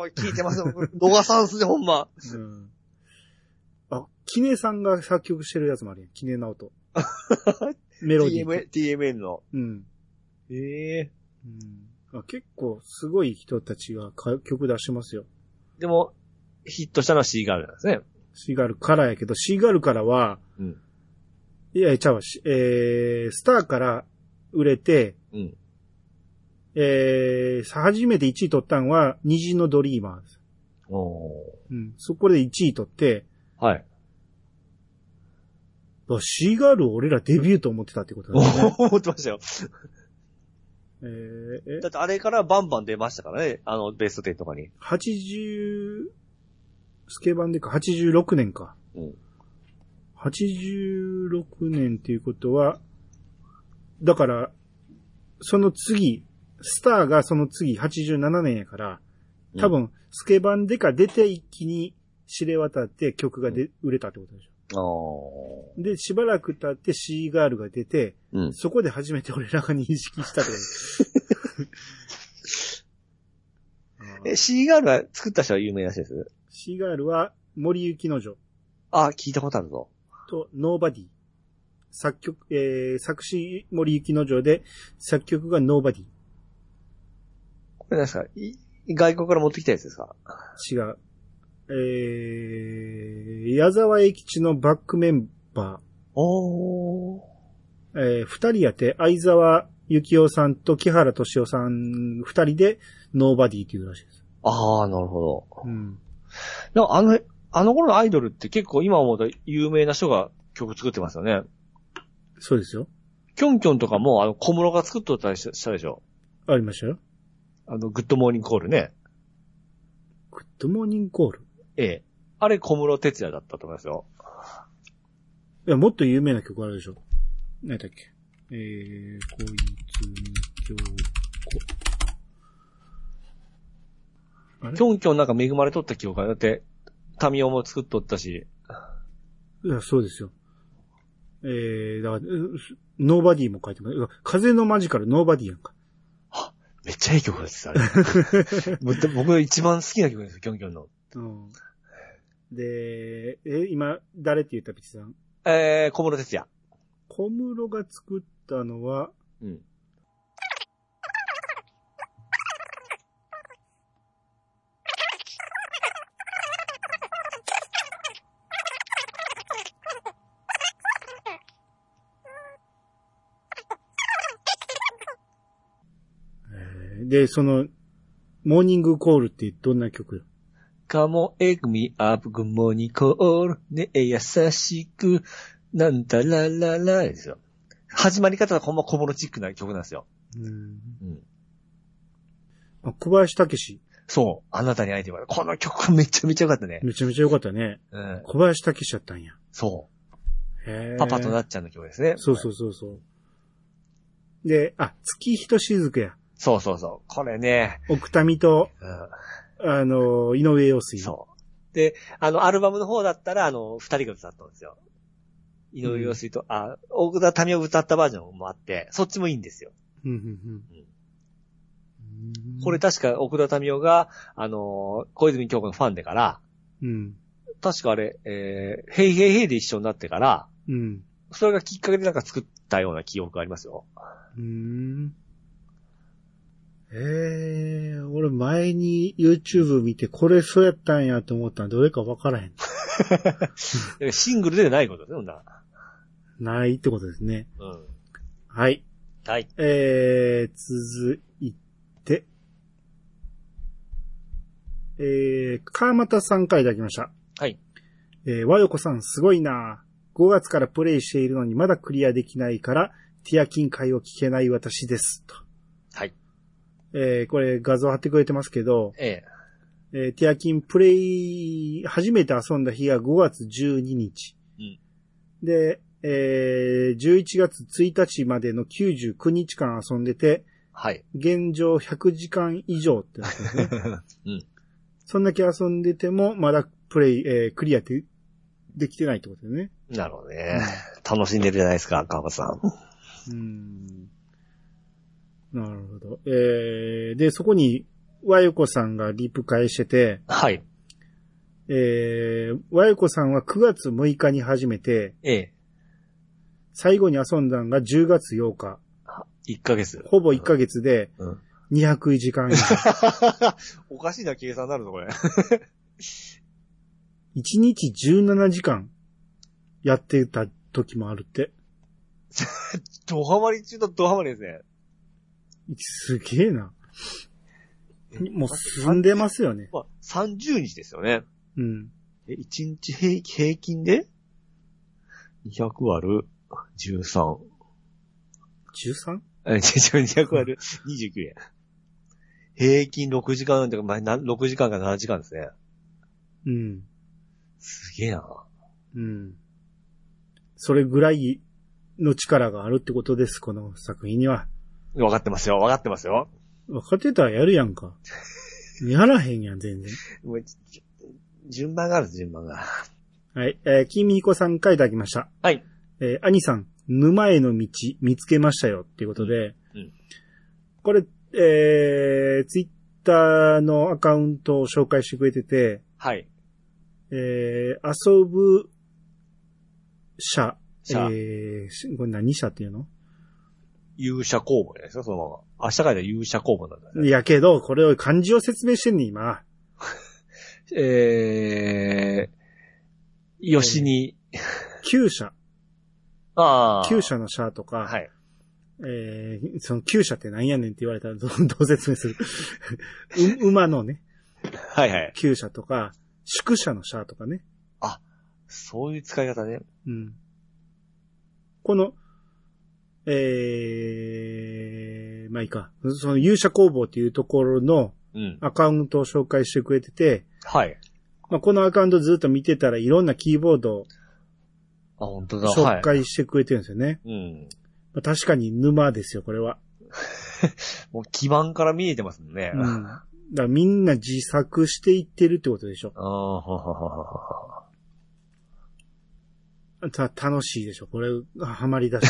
Speaker 2: お聞いてますよ。 野賀さんっすね、ほんま。
Speaker 1: うん。あ、キネさんが作曲してるやつもあるやん。キネナオ ト。メロディーと。
Speaker 2: TM TMN の。
Speaker 1: うん。
Speaker 2: ええ
Speaker 1: うんあ結構すごい人たちがか曲出してますよ。
Speaker 2: でも、ヒットしたのはシーガールなんですね。
Speaker 1: シーガルからやけど、シーガルからは、
Speaker 2: うん
Speaker 1: いや、ちゃうわ、しえー、スターから売れて、
Speaker 2: うん。
Speaker 1: えー、さ初めて1位取ったんは、虹のドリーマーです。
Speaker 2: おお
Speaker 1: うん。そこで1位取って、
Speaker 2: はい。
Speaker 1: あシーガル俺らデビューと思ってたってこと
Speaker 2: お
Speaker 1: だね。
Speaker 2: お 思ってましたよ。
Speaker 1: えー、え
Speaker 2: だってあれからバンバン出ましたからね。あの、ベスト10とかに。
Speaker 1: 80、スケバンでか、86年か。
Speaker 2: うん
Speaker 1: 86年っていうことは、だから、その次、スターがその次87年やから、多分、スケバンデカ出て一気に知れ渡って曲がで、売れたってことでし
Speaker 2: ああ。
Speaker 1: ょ。で、しばらく経ってシーガールが出て、
Speaker 2: うん。
Speaker 1: そこで初めて俺らが認識したってこと。
Speaker 2: え、シーガールは作った人は有名らしいです。
Speaker 1: シーガールは森幸之丞
Speaker 2: あ、聞いたことあるぞ。
Speaker 1: とノーバディ。作曲、えー、作詞森幸之丞で、作曲がノーバディ。
Speaker 2: これ何ですかい外国から持ってきたやつですか
Speaker 1: 違う。えー、矢沢永吉のバックメンバ
Speaker 2: おー。
Speaker 1: ー、えー、二人やって、相沢幸雄さんと木原敏夫さん二人で、ノーバディっていうらしいです。
Speaker 2: ああ、なるほど。
Speaker 1: うん。
Speaker 2: でもあの、あの頃のアイドルって結構今思うと有名な人が曲作ってますよね。
Speaker 1: そうですよ。
Speaker 2: キョンキョンとかもあの小室が作っとったりししたでしょ。
Speaker 1: ありましたよ。
Speaker 2: あの、グッドモーニングコールね。
Speaker 1: グッドモーニングコール。
Speaker 2: ええ。あれ小室哲也だったと思いますよ。
Speaker 1: いや、もっと有名な曲あるでしょ。何だっけ。えー、こいつに今
Speaker 2: キョンキョンなんか恵まれとった記憶が、だって、タミオも作っとったし、
Speaker 1: 日、いや、そうですよ。えー、だから、うすノーバディも書いてます。うわ風のマジカル、ノーバディやんか。
Speaker 2: めっちゃいい曲です、あ れ。もう僕の一番好きな曲ですよ、キョンキョンの。
Speaker 1: うん。で、え今、誰って言ったピチさん
Speaker 2: えー、小室哲也。
Speaker 1: 小室が作ったのは、
Speaker 2: うん。
Speaker 1: えーで、その、モーニングコールってどんな曲よ
Speaker 2: カモエグミアップグモニコール、ねえ優しく、なんたらららですよ。始まり方はほんま小室チックな曲なんですよ。
Speaker 1: うん。
Speaker 2: うん。
Speaker 1: あ小林武史。
Speaker 2: そう。あなたに会えてもらう。この曲めちゃめちゃ良かったね。
Speaker 1: めちゃめちゃ良かったね。
Speaker 2: うん。
Speaker 1: 小林武史やったんや。
Speaker 2: そ
Speaker 1: へ
Speaker 2: う。
Speaker 1: ー
Speaker 2: パパとなっちゃんの曲ですね。。
Speaker 1: そうそううそうそう。で、あ、月人雫や。
Speaker 2: そうそうそう。これね。
Speaker 1: 奥民と、
Speaker 2: う
Speaker 1: あの、井上陽
Speaker 2: ん。
Speaker 1: 水。
Speaker 2: そう。で、あの、アルバムの方だったら、あの、二人が歌ったんですよ。井上陽水と、あ、大田民を歌ったバージョンもあって、そっちもいいんですよ。
Speaker 1: うん。うんうん、
Speaker 2: これ、確か奥田民生が、あのー小泉京子のファンでから、
Speaker 1: うん。
Speaker 2: 確かあれ、えー、ヘイヘイヘイで一緒になってから、
Speaker 1: うん。
Speaker 2: それがきっかけでなんか作ったような記憶がありますよ。
Speaker 1: うーん。ええ俺前に YouTube 見て、これそうやったんやと思ったらどれかわからへん。
Speaker 2: だからシングルでないことですね、そんな。
Speaker 1: ないってことですね。
Speaker 2: うん。
Speaker 1: はい。
Speaker 2: はい。
Speaker 1: えー、続いて、えー、川又さんからいただきました。
Speaker 2: はい。
Speaker 1: えー、和横さんすごいな5月からプレイしているのにまだクリアできないから、ティアキン会を聞けない私です。と。
Speaker 2: はい。
Speaker 1: えー、これ画像貼ってくれてますけど、
Speaker 2: ええ。
Speaker 1: えーティアキンプレイ、初めて遊んだ日が5月12日。
Speaker 2: うん
Speaker 1: で、えー11月1日までの99日間遊んでて、
Speaker 2: はい。
Speaker 1: 現状100時間以上ってなって ますね。
Speaker 2: うん。
Speaker 1: そんだけ遊んでても、まだプレイ、えークリアでできてないってことだよね。
Speaker 2: なるほどね。楽しんでるじゃないですか、川端さん。
Speaker 1: うん。なるほど。えーで、そこに、和よこさんがリプ返してて、
Speaker 2: はい。
Speaker 1: えー、和ゆ子さんは9月6日に始めて、
Speaker 2: ええ。
Speaker 1: 最後に遊んだのが10月8日。
Speaker 2: 1ヶ月。
Speaker 1: ほぼ1ヶ月で
Speaker 2: うん。
Speaker 1: 200時間以上。
Speaker 2: おかしいな計算になるぞ、これ。
Speaker 1: 1日17時間やってた時もあるって。
Speaker 2: ドハマり中のドハマりですね。
Speaker 1: すげえな。もう進んでますよね。
Speaker 2: まあ、30日ですよね。
Speaker 1: うん。
Speaker 2: え、1日平平均で ?200 割る13。
Speaker 1: 13?
Speaker 2: え、違う200割る29円。平均6時間とか、まあ、な6時間か7時間ですね。
Speaker 1: うん。
Speaker 2: すげえな。
Speaker 1: うん。それぐらいの力があるってことです、この作品には。
Speaker 2: わかってますよ、わかってますよ。
Speaker 1: 分かってたらやるやん か。やらへんやん、全然。
Speaker 2: もうじじ順番があるんです、順番が。
Speaker 1: はい、えー、金美彦さんからいただきました。
Speaker 2: はい。
Speaker 1: えー、兄さん、沼への道見つけましたよっていうことで、
Speaker 2: うんうん
Speaker 1: これ、えー、ツイッターのアカウントを紹介してくれてて、
Speaker 2: はい。
Speaker 1: えー、遊ぶ社、
Speaker 2: 社
Speaker 1: えーし、これ何社っていうの
Speaker 2: 勇者公募じゃないですか、そのまま。明日からで勇者公募なんだね。
Speaker 1: いやけど、これを漢字を説明してんねん、今。
Speaker 2: えー、吉に、
Speaker 1: 旧社、
Speaker 2: ああ。
Speaker 1: 旧社の社とか、
Speaker 2: はい。
Speaker 1: えー、その旧社って何やねんって言われたらどうどう説明する う馬のね、
Speaker 2: はいはい。
Speaker 1: 旧社とか、宿舎の社とかね。
Speaker 2: そういう使い方ね。
Speaker 1: うん。この、えー、まあいいか。その勇者工房っていうところの
Speaker 2: うん。
Speaker 1: アカウントを紹介してくれてて、
Speaker 2: はい。
Speaker 1: まあ、このアカウントずっと見てたらいろんなキーボードを
Speaker 2: あ、本当だ。は
Speaker 1: 紹
Speaker 2: い。
Speaker 1: 介してくれてるんですよね。
Speaker 2: うん。
Speaker 1: まあ、確かに沼ですよ、これは。
Speaker 2: もう基盤から見えてますもんね。
Speaker 1: うん。だ
Speaker 2: あ
Speaker 1: からみんな自作していってるってことでしょ。
Speaker 2: あ、はははは。
Speaker 1: た、楽しいでしょ。これ、ハマりだ し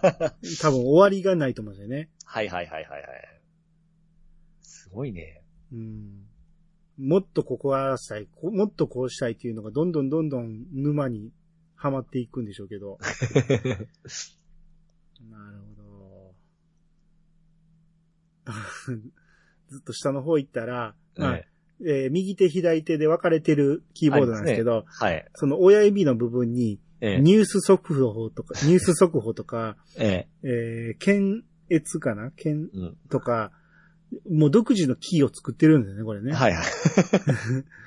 Speaker 1: たら。多分終わりがないと思うんですよね。
Speaker 2: はいはいはいはいはい。すごいね。
Speaker 1: うんもっとここはしたい、こもっとこうしたいっていうのがどんどんどんどん沼にはまっていくんでしょうけ ど。なるほど。 ずっと下の方行ったら、まあ
Speaker 2: ね
Speaker 1: えー右手左手で分かれてるキーボードなんですけど、
Speaker 2: はい。
Speaker 1: その親指の部分に
Speaker 2: ええ。
Speaker 1: ニュース速報とか、 ニュース速報とか、
Speaker 2: ええ。
Speaker 1: えー、検閲かな検
Speaker 2: うん。
Speaker 1: とか、もう独自のキーを作ってるんですよね、これね。
Speaker 2: はいはい。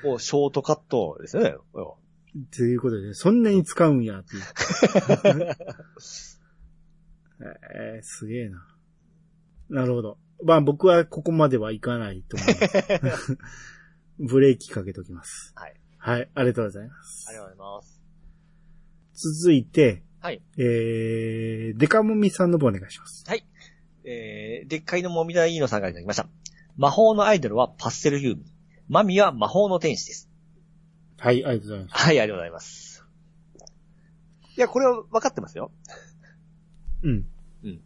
Speaker 2: もうショートカットですよね。要
Speaker 1: ということで、そんなに使うんや、っていう。 えーすげえな。なるほど。まあ僕はここまではいかないと思います。 ブレーキかけときます。
Speaker 2: はい。
Speaker 1: はい、ありがとうございます。
Speaker 2: はありがとうございます。
Speaker 1: 続いて、
Speaker 2: はい。
Speaker 1: えー、デカモミさんの方お願いします。
Speaker 2: えー、でっかいのもみだいいのさんからいただきました。魔法のアイドルはパステルユーミン。マミは魔法の天使です。
Speaker 1: はい、ありがとうございます。
Speaker 2: はい、ありがとうございます。いや、これは分かってますよ。
Speaker 1: うん。
Speaker 2: うん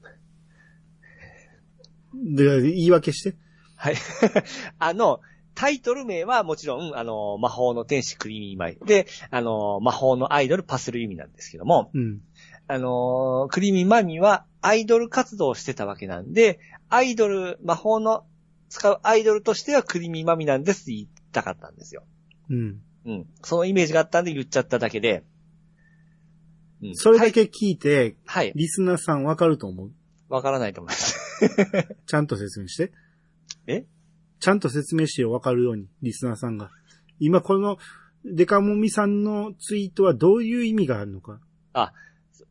Speaker 1: ん。で、言い訳して。
Speaker 2: はい。 あの、タイトル名はもちろん、あの、魔法の天使クリーミーマイ。で、あの、魔法のアイドルパスルユミなんですけども、
Speaker 1: うん。
Speaker 2: あのークリーミーマミーはアイドル活動をしてたわけなんで、アイドル、魔法の使うアイドルとしてはクリーミーマミーなんですって言いたかったんですよ。
Speaker 1: うん。
Speaker 2: うん。そのイメージがあったんで言っちゃっただけで。うん。
Speaker 1: それだけ聞いて、
Speaker 2: はい。
Speaker 1: リスナーさんわかると思う
Speaker 2: わからないと思います。
Speaker 1: ちゃんと説明して。
Speaker 2: え
Speaker 1: ちゃんと説明してよ、わかるように、リスナーさんが。今この、デカモミさんのツイートはどういう意味があるのか。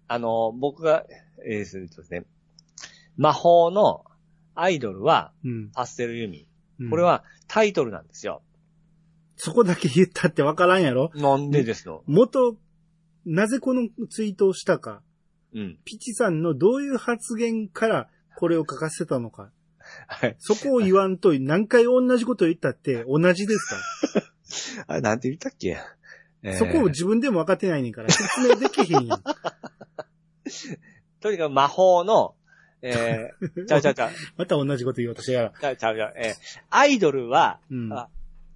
Speaker 2: あのー僕が、えー、そうですね。魔法のアイドルは
Speaker 1: うん。
Speaker 2: パステルユミ。
Speaker 1: うん
Speaker 2: これ、はタイトルなんですよ。
Speaker 1: そこだけ言ったってわからんやろ
Speaker 2: なんでですの
Speaker 1: 元、なぜこのツイートをしたか。
Speaker 2: うん。
Speaker 1: ピチさんのどういう発言からこれを書かせたのか。
Speaker 2: はい。
Speaker 1: そこを言わんと、何回同じこと言ったって同じですか
Speaker 2: あれ、なんて言ったっけ、え
Speaker 1: ら。
Speaker 2: ー
Speaker 1: そこを自分でも分かってないねんから、説明できへんやん。
Speaker 2: とにかく魔法の、えー、 ちゃうちゃうちゃう、
Speaker 1: また同じこと言おうとしてやら。
Speaker 2: ちゃうちゃうちゃう、えー、アイドルは、
Speaker 1: うん。
Speaker 2: あ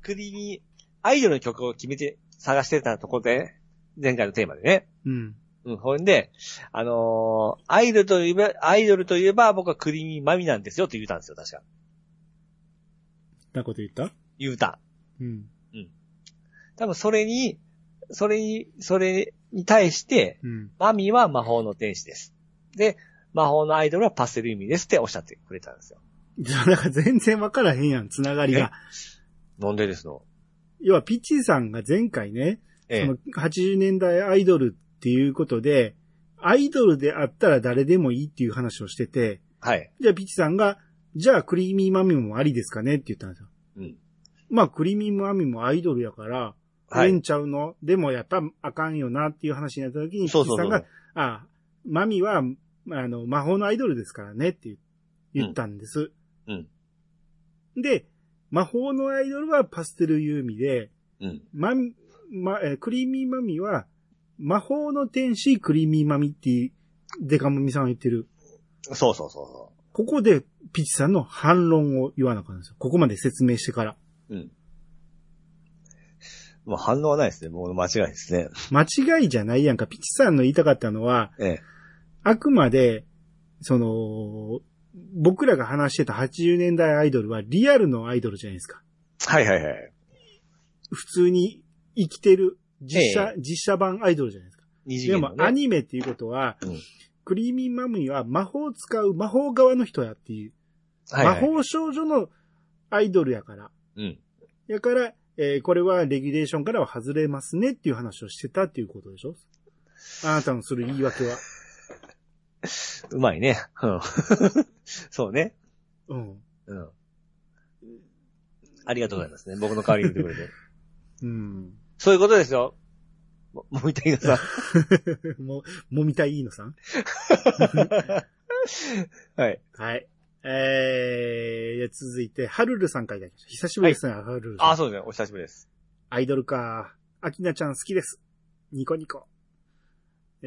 Speaker 2: クリに、アイドルの曲を決めて探してたところで、前回のテーマでね。
Speaker 1: うん。
Speaker 2: うん、ほんで、あのーアイドルといえば、アイドルといえば僕はクリミマミなんですよって言うたんですよ、確か。
Speaker 1: なこと言った
Speaker 2: 言うた。
Speaker 1: うん。
Speaker 2: 多分それに、それに、それに対して、
Speaker 1: うん。
Speaker 2: マミは魔法の天使です。で、魔法のアイドルはパステルユミですっておっしゃってくれたんですよ。
Speaker 1: じゃあ、なんか全然分からへんやん、つながりが。
Speaker 2: なんでですの
Speaker 1: 要は、ピッチーさんが前回ね、
Speaker 2: え
Speaker 1: その80年代アイドルっていうことで、アイドルであったら誰でもいいっていう話をしてて、
Speaker 2: はい。
Speaker 1: じゃあ、ピッチーさんが、じゃあ、クリーミーマミもありですかねって言ったんですよ。
Speaker 2: うん。
Speaker 1: まあ、クリーミーマミもアイドルやから、
Speaker 2: は
Speaker 1: ええん
Speaker 2: い。
Speaker 1: ちゃうのでもやっぱあかんよなっていう話になった時に、
Speaker 2: そうそう
Speaker 1: ピッチーさ
Speaker 2: そ
Speaker 1: ん
Speaker 2: う。
Speaker 1: が、あ、マミは、あの、魔法のアイドルですからねって言言ったんです。
Speaker 2: うん
Speaker 1: で、魔法のアイドルはパステルユーミで、
Speaker 2: うん。
Speaker 1: マミ、ま、えークリーミーマミは、魔法の天使クリーミーマミって、デカモミさんは言ってる。
Speaker 2: そうそうそうそ
Speaker 1: ここで、ピチさんの反論を言わなかったんですよ。ここまで説明してから。
Speaker 2: う。うん。もう反応はないですね。もう間違いですね。
Speaker 1: 間違いじゃないやんか。ピチさんの言いたかったのは、
Speaker 2: ええ。
Speaker 1: あくまで、その、僕らが話してた80年代アイドルはリアルのアイドルじゃないですか。
Speaker 2: はいはいはい。
Speaker 1: 普通に生きてる実写、実写版アイドルじゃないですか。
Speaker 2: 二次
Speaker 1: で
Speaker 2: 元
Speaker 1: も
Speaker 2: の、
Speaker 1: ア
Speaker 2: ね。
Speaker 1: ニメっていうことは、
Speaker 2: うん
Speaker 1: クリーミーマミーは魔法を使う魔法側の人やっていう。
Speaker 2: はいはい、
Speaker 1: 魔法少女のアイドルやから。
Speaker 2: うん。
Speaker 1: やから、えーこれはレギュレーションからは外れますねっていう話をしてたっていうことでしょあなたのする言い訳は。
Speaker 2: うまいね。うん。 そうね。
Speaker 1: うん。
Speaker 2: うん。ありがとうございますね。僕の代わりに言ってくれ て。
Speaker 1: うん。
Speaker 2: そういうことですよ。も、もみたいなさん。
Speaker 1: も、もみたいいいのさん
Speaker 2: はい。
Speaker 1: はい。えー、じゃあ続いて、ハルルさんからいただきました。久しぶりですね、ハルルさん。
Speaker 2: あ、そうですね。お久しぶりです。
Speaker 1: アイドルか。アキナちゃん好きです。ニコニコ。え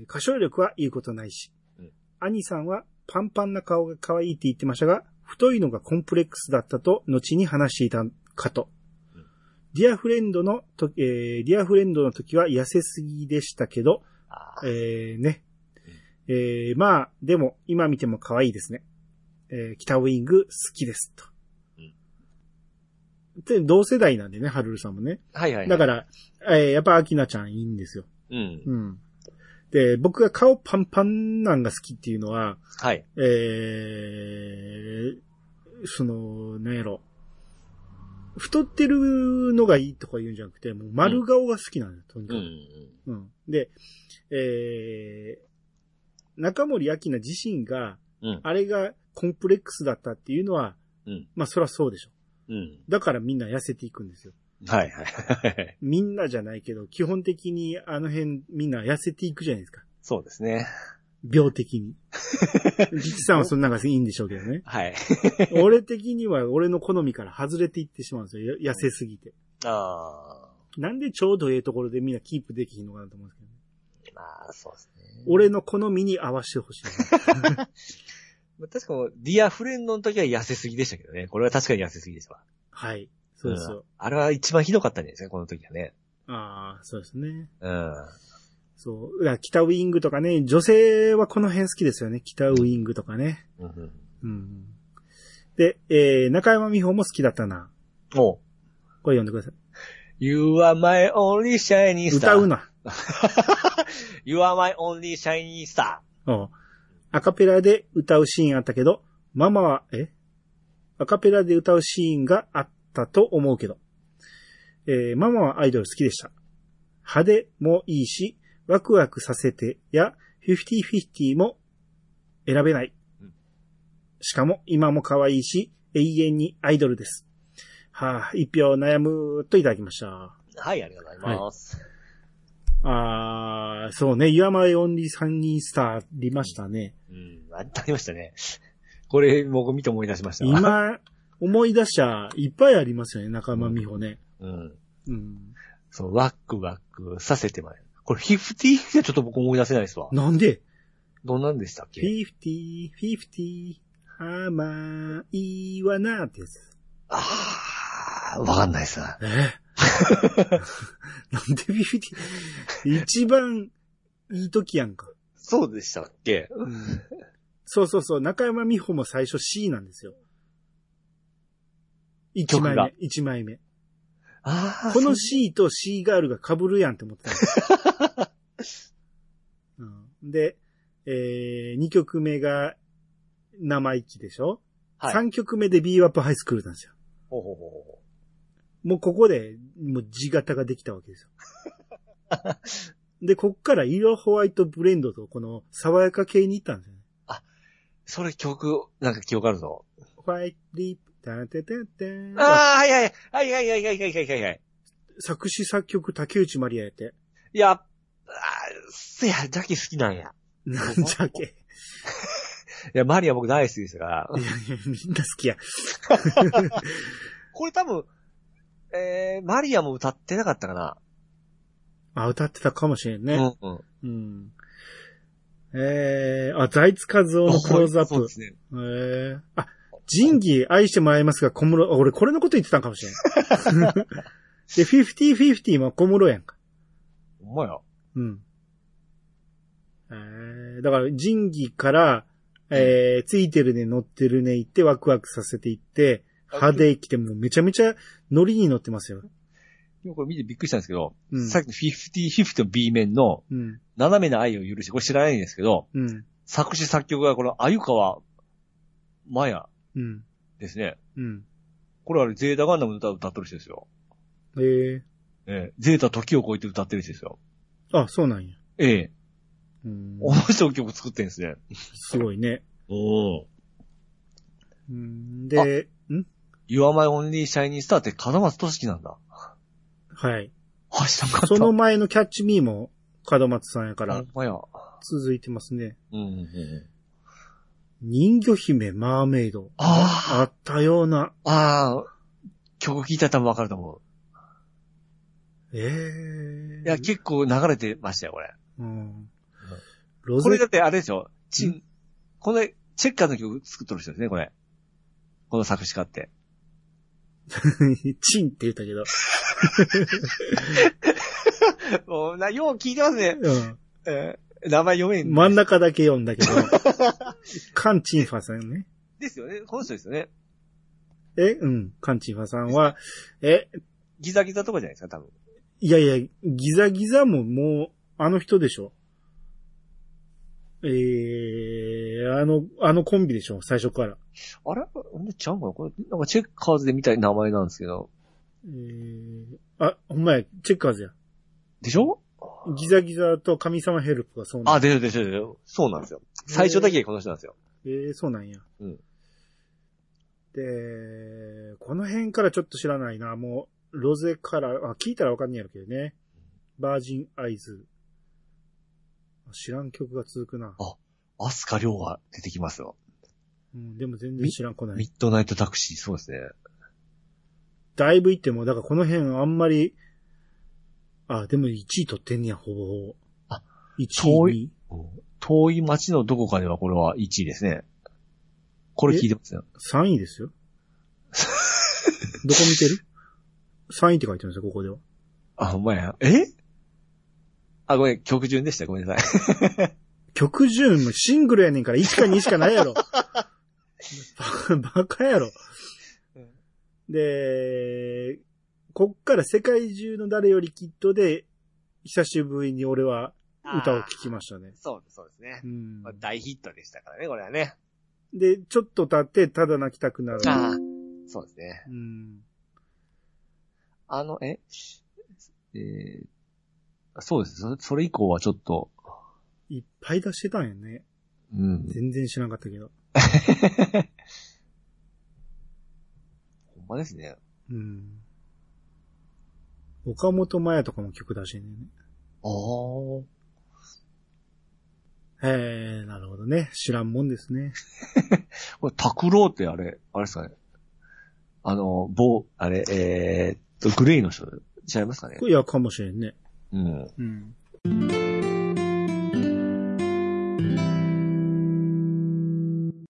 Speaker 1: ー、歌唱力は言うことないし。
Speaker 2: うん
Speaker 1: アニさんはパンパンな顔が可愛いって言ってましたが、太いのがコンプレックスだったと後に話していたかと。
Speaker 2: うん
Speaker 1: ディアフレンドのと、えー、ディアフレンドの時は痩せすぎでしたけど、
Speaker 2: あー
Speaker 1: えー、ね。えー、まあ、でも、今見ても可愛いですね。えー、北ウイング好きです、と
Speaker 2: うん。
Speaker 1: で、同世代なんでね、ハルルさんもね。
Speaker 2: はいはい。、
Speaker 1: だからら、えー、やっぱアキナちゃんいいんですよ。
Speaker 2: うん。
Speaker 1: うん。で、僕が顔パンパンなんが好きっていうのは、
Speaker 2: はい。
Speaker 1: えー、その、なんやろ。太ってるのがいいとか言うんじゃなくて、もう丸顔が好きなんだよ、とに
Speaker 2: う
Speaker 1: かく。
Speaker 2: ん。
Speaker 1: うん。で、えー、中森明菜自身が、
Speaker 2: うん。
Speaker 1: あれがコンプレックスだったっていうのは、
Speaker 2: うん
Speaker 1: まあそらそうでしょ。
Speaker 2: うん。
Speaker 1: だからみんな痩せていくんですよ。
Speaker 2: はいはい。
Speaker 1: みんなじゃないけど、基本的にあの辺みんな痩せていくじゃないですか。
Speaker 2: そうですね。。
Speaker 1: 病的に。リチさんはそんなのがいいんでしょうけどね
Speaker 2: はい。
Speaker 1: 俺的には俺の好みから外れていってしまうんですよ。や痩せすぎて。
Speaker 2: あ
Speaker 1: なんでちょうどええところでみんなキープできひんのかなと思うんですけど、ね、
Speaker 2: ーまあ、そうですね。
Speaker 1: 俺の好みに合わせてほしいな。
Speaker 2: 確かに、ディアフレンドの時は痩せすぎでしたけどね。これは確かに痩せすぎでしたわ。
Speaker 1: はい。そうですよ。
Speaker 2: んあれは一番ひどかったんじゃないですか、この時はね。
Speaker 1: ああ、そうですね。
Speaker 2: うん。
Speaker 1: そう。だから北ウィングとかね、女性はこの辺好きですよね。北ウィングとかね。
Speaker 2: うんうん。
Speaker 1: うん。で、えー、中山美穂も好きだったな。
Speaker 2: おう
Speaker 1: これ読んでください。
Speaker 2: You are my only shiny star.
Speaker 1: 歌うな。
Speaker 2: You are my only shiny star.
Speaker 1: おうアカペラで歌うシーンあったけど、ママは、えアカペラで歌うシーンがあったと思うけど。えーママはアイドル好きでした。派手もいいし、ワクワクさせてや、50-50も選べない
Speaker 2: うん。
Speaker 1: しかも今も可愛いし、永遠にアイドルです。はあ、一票悩むといただきました。
Speaker 2: はい、ありがとうございます。
Speaker 1: あー、そうね、岩前オンリー3人スターありましたね。
Speaker 2: うん、あったりましたね。これ、僕見て思い出しました。
Speaker 1: 今、思い出しちゃいっぱいありますよね、仲間美穂ね。
Speaker 2: うん。
Speaker 1: うん。
Speaker 2: そう、ワックワクさせてまいる。これ、フィフティーちょっと僕思い出せないですわ。
Speaker 1: なんで
Speaker 2: どんなんでしたっけ
Speaker 1: ?50、50、甘いわなってやつ。
Speaker 2: ああ、わかんないっすな。
Speaker 1: え なんで50、一番いい時やんか。
Speaker 2: そうでしたっけ
Speaker 1: そうそうそう、中山美穂も最初 C なんですよ。一枚
Speaker 2: 曲が
Speaker 1: 目、一枚目。
Speaker 2: あ あ、
Speaker 1: こ
Speaker 2: そう
Speaker 1: の C と C ガールが被るやんって思ってたんです、うん、で、えー、2曲目が生意気でしょ、
Speaker 2: はい。
Speaker 1: ?3 曲目で b ワップハイスクールなんですよ。
Speaker 2: ほうほうほうほ
Speaker 1: もうここで、もう字型ができたわけですよ。 で、こっから色ホワイトブレンドとこの爽やか系に行ったんですよね。
Speaker 2: うそれ曲、なんか記憶あるぞ。
Speaker 1: ホワイトリップ、タンタンタンタン
Speaker 2: ああ、はいはいはい。はいはいはいはいはいはいはい。
Speaker 1: 作詞作曲竹内まりややって。
Speaker 2: いや、あーせや、ジャキ好きなんや。
Speaker 1: なんじゃけ。
Speaker 2: いや、マリア僕大好きですから
Speaker 1: いやい。や、みんな好きや。
Speaker 2: これ多分、えー、マリアも歌ってなかったかな。
Speaker 1: あ、歌ってたかもしれんね。
Speaker 2: うんうん。
Speaker 1: うん。えー、あ、財津和夫のクローズアッ
Speaker 2: そ
Speaker 1: プ
Speaker 2: うで。すね。
Speaker 1: えー、あ、仁義愛してもらいますが、小室、あ、俺これのこと言ってたんかもしれ ん。で、50-50も小室やんか。
Speaker 2: ほんまや。
Speaker 1: うん。えー、だから、仁義から、えー、ついてるね、乗ってるね、行って、ワクワクさせていって、派手来て、もうめちゃめちゃノリに乗ってますよ。
Speaker 2: 今これ見てびっくりしたんですけど、
Speaker 1: うん。
Speaker 2: さっきの50、50の B 面の
Speaker 1: うん。
Speaker 2: 斜めな愛を許し、これ知らないんですけど、
Speaker 1: うん。
Speaker 2: 作詞作曲がこの鮎川マヤ
Speaker 1: うん。
Speaker 2: ですね。
Speaker 1: うん。
Speaker 2: これはあれゼータガンダムの歌を歌ってる人ですよ。
Speaker 1: えー、
Speaker 2: ええゼータ時を超えて歌ってる人ですよ。
Speaker 1: あ、そうなんや。
Speaker 2: ええ。
Speaker 1: うん。
Speaker 2: この人の曲作ってるんですね。
Speaker 1: すごいね。
Speaker 2: おお。
Speaker 1: うんで、ん
Speaker 2: You are my only shiny star って金松俊樹なんだ。
Speaker 1: はい。
Speaker 2: あ、知らなかった。
Speaker 1: その前のキャッチミーも門松さんやから
Speaker 2: ほんまや。
Speaker 1: 続いてますね。
Speaker 2: うんうんうん。
Speaker 1: 人魚姫マーメイド。
Speaker 2: あ
Speaker 1: あったような。
Speaker 2: あ、ああ、曲聴いたら多分わかると思
Speaker 1: ええ
Speaker 2: う。いや、結構流れてましたよ、これ。
Speaker 1: うん。ロ
Speaker 2: これだ
Speaker 1: ゼ、
Speaker 2: ってあれでしょチ
Speaker 1: う
Speaker 2: ン、このチェッカーの曲作っとる人ですね、これ。この作詞家って。
Speaker 1: チンって言ったけど。
Speaker 2: もうな、よう聞いてますね。
Speaker 1: うん。
Speaker 2: えー名前読めん。
Speaker 1: 真ん中だけ読んだけど。 カンチンファさんね。
Speaker 2: ですよね。この人ですよね。
Speaker 1: えうん。カンチンファさんは、え、
Speaker 2: ギザギザとかじゃないですか、多分。
Speaker 1: いやいや、ギザギザももう、あの人でしょ。ええあの、あのコンビでしょ、最初から。
Speaker 2: あれほんでちゃうかなこれ、なんかチェッカーズで見たい名前なんですけど。
Speaker 1: えー、あ、ほんまや、チェッカーズや。
Speaker 2: でしょ
Speaker 1: ギザギザと神様ヘルプがそうなん
Speaker 2: あ、
Speaker 1: や。
Speaker 2: でしょでしょでしょ。そうなんですよ。最初だけこの人なんですよ。
Speaker 1: えー、そうなんや。
Speaker 2: うん
Speaker 1: で、この辺からちょっと知らないな。もう、ロゼから、あ、聞いたらわかんねやろけどね。バージンアイズ。知らん曲が続くな。
Speaker 2: アスカ亮が出てきますよ。
Speaker 1: うん、でも全然知らんこない
Speaker 2: ミ。ッドナイトタクシー、そうですね。
Speaker 1: だいぶいっても、だからこの辺あんまり、あ、でも1位取ってんねや、ほぼほぼ。
Speaker 2: あ、
Speaker 1: 1
Speaker 2: 遠
Speaker 1: 位。
Speaker 2: 遠い街のどこかではこれは1位ですね。これ聞いてますよ。
Speaker 1: 3位ですよ。 どこ見てる ?3 位って書いてますよ、ここでは。
Speaker 2: あ、ほんまや。えあ、ごめん、曲順でした。ごめんなさい。
Speaker 1: 曲順もシングルやねんから1か2しかない やろ。ババカやろ。で、こっから世界中の誰よりきっとで、久しぶりに俺は歌を聴きましたね。
Speaker 2: そうです、そうですね
Speaker 1: う。ん
Speaker 2: まあ、大ヒットでしたからね、これはね。
Speaker 1: で、ちょっと経って、ただ泣きたくなる。
Speaker 2: ああ。そうですね。
Speaker 1: うん、
Speaker 2: あの、え、えーそうです。それそれ以降はちょっと、
Speaker 1: いっぱい出してたんやね。
Speaker 2: うん。
Speaker 1: 全然知らなかったけど。
Speaker 2: ほんまですね。
Speaker 1: うん。岡本麻也とかも曲出してんねんね。
Speaker 2: ああ。
Speaker 1: えー、なるほどね。知らんもんですね。
Speaker 2: これ、タクローってあれ、あれですかね。あの、某、あれ、えーっと、グレイの人、違いますかね
Speaker 1: いや、かもしれんね。
Speaker 2: うん。
Speaker 1: うん。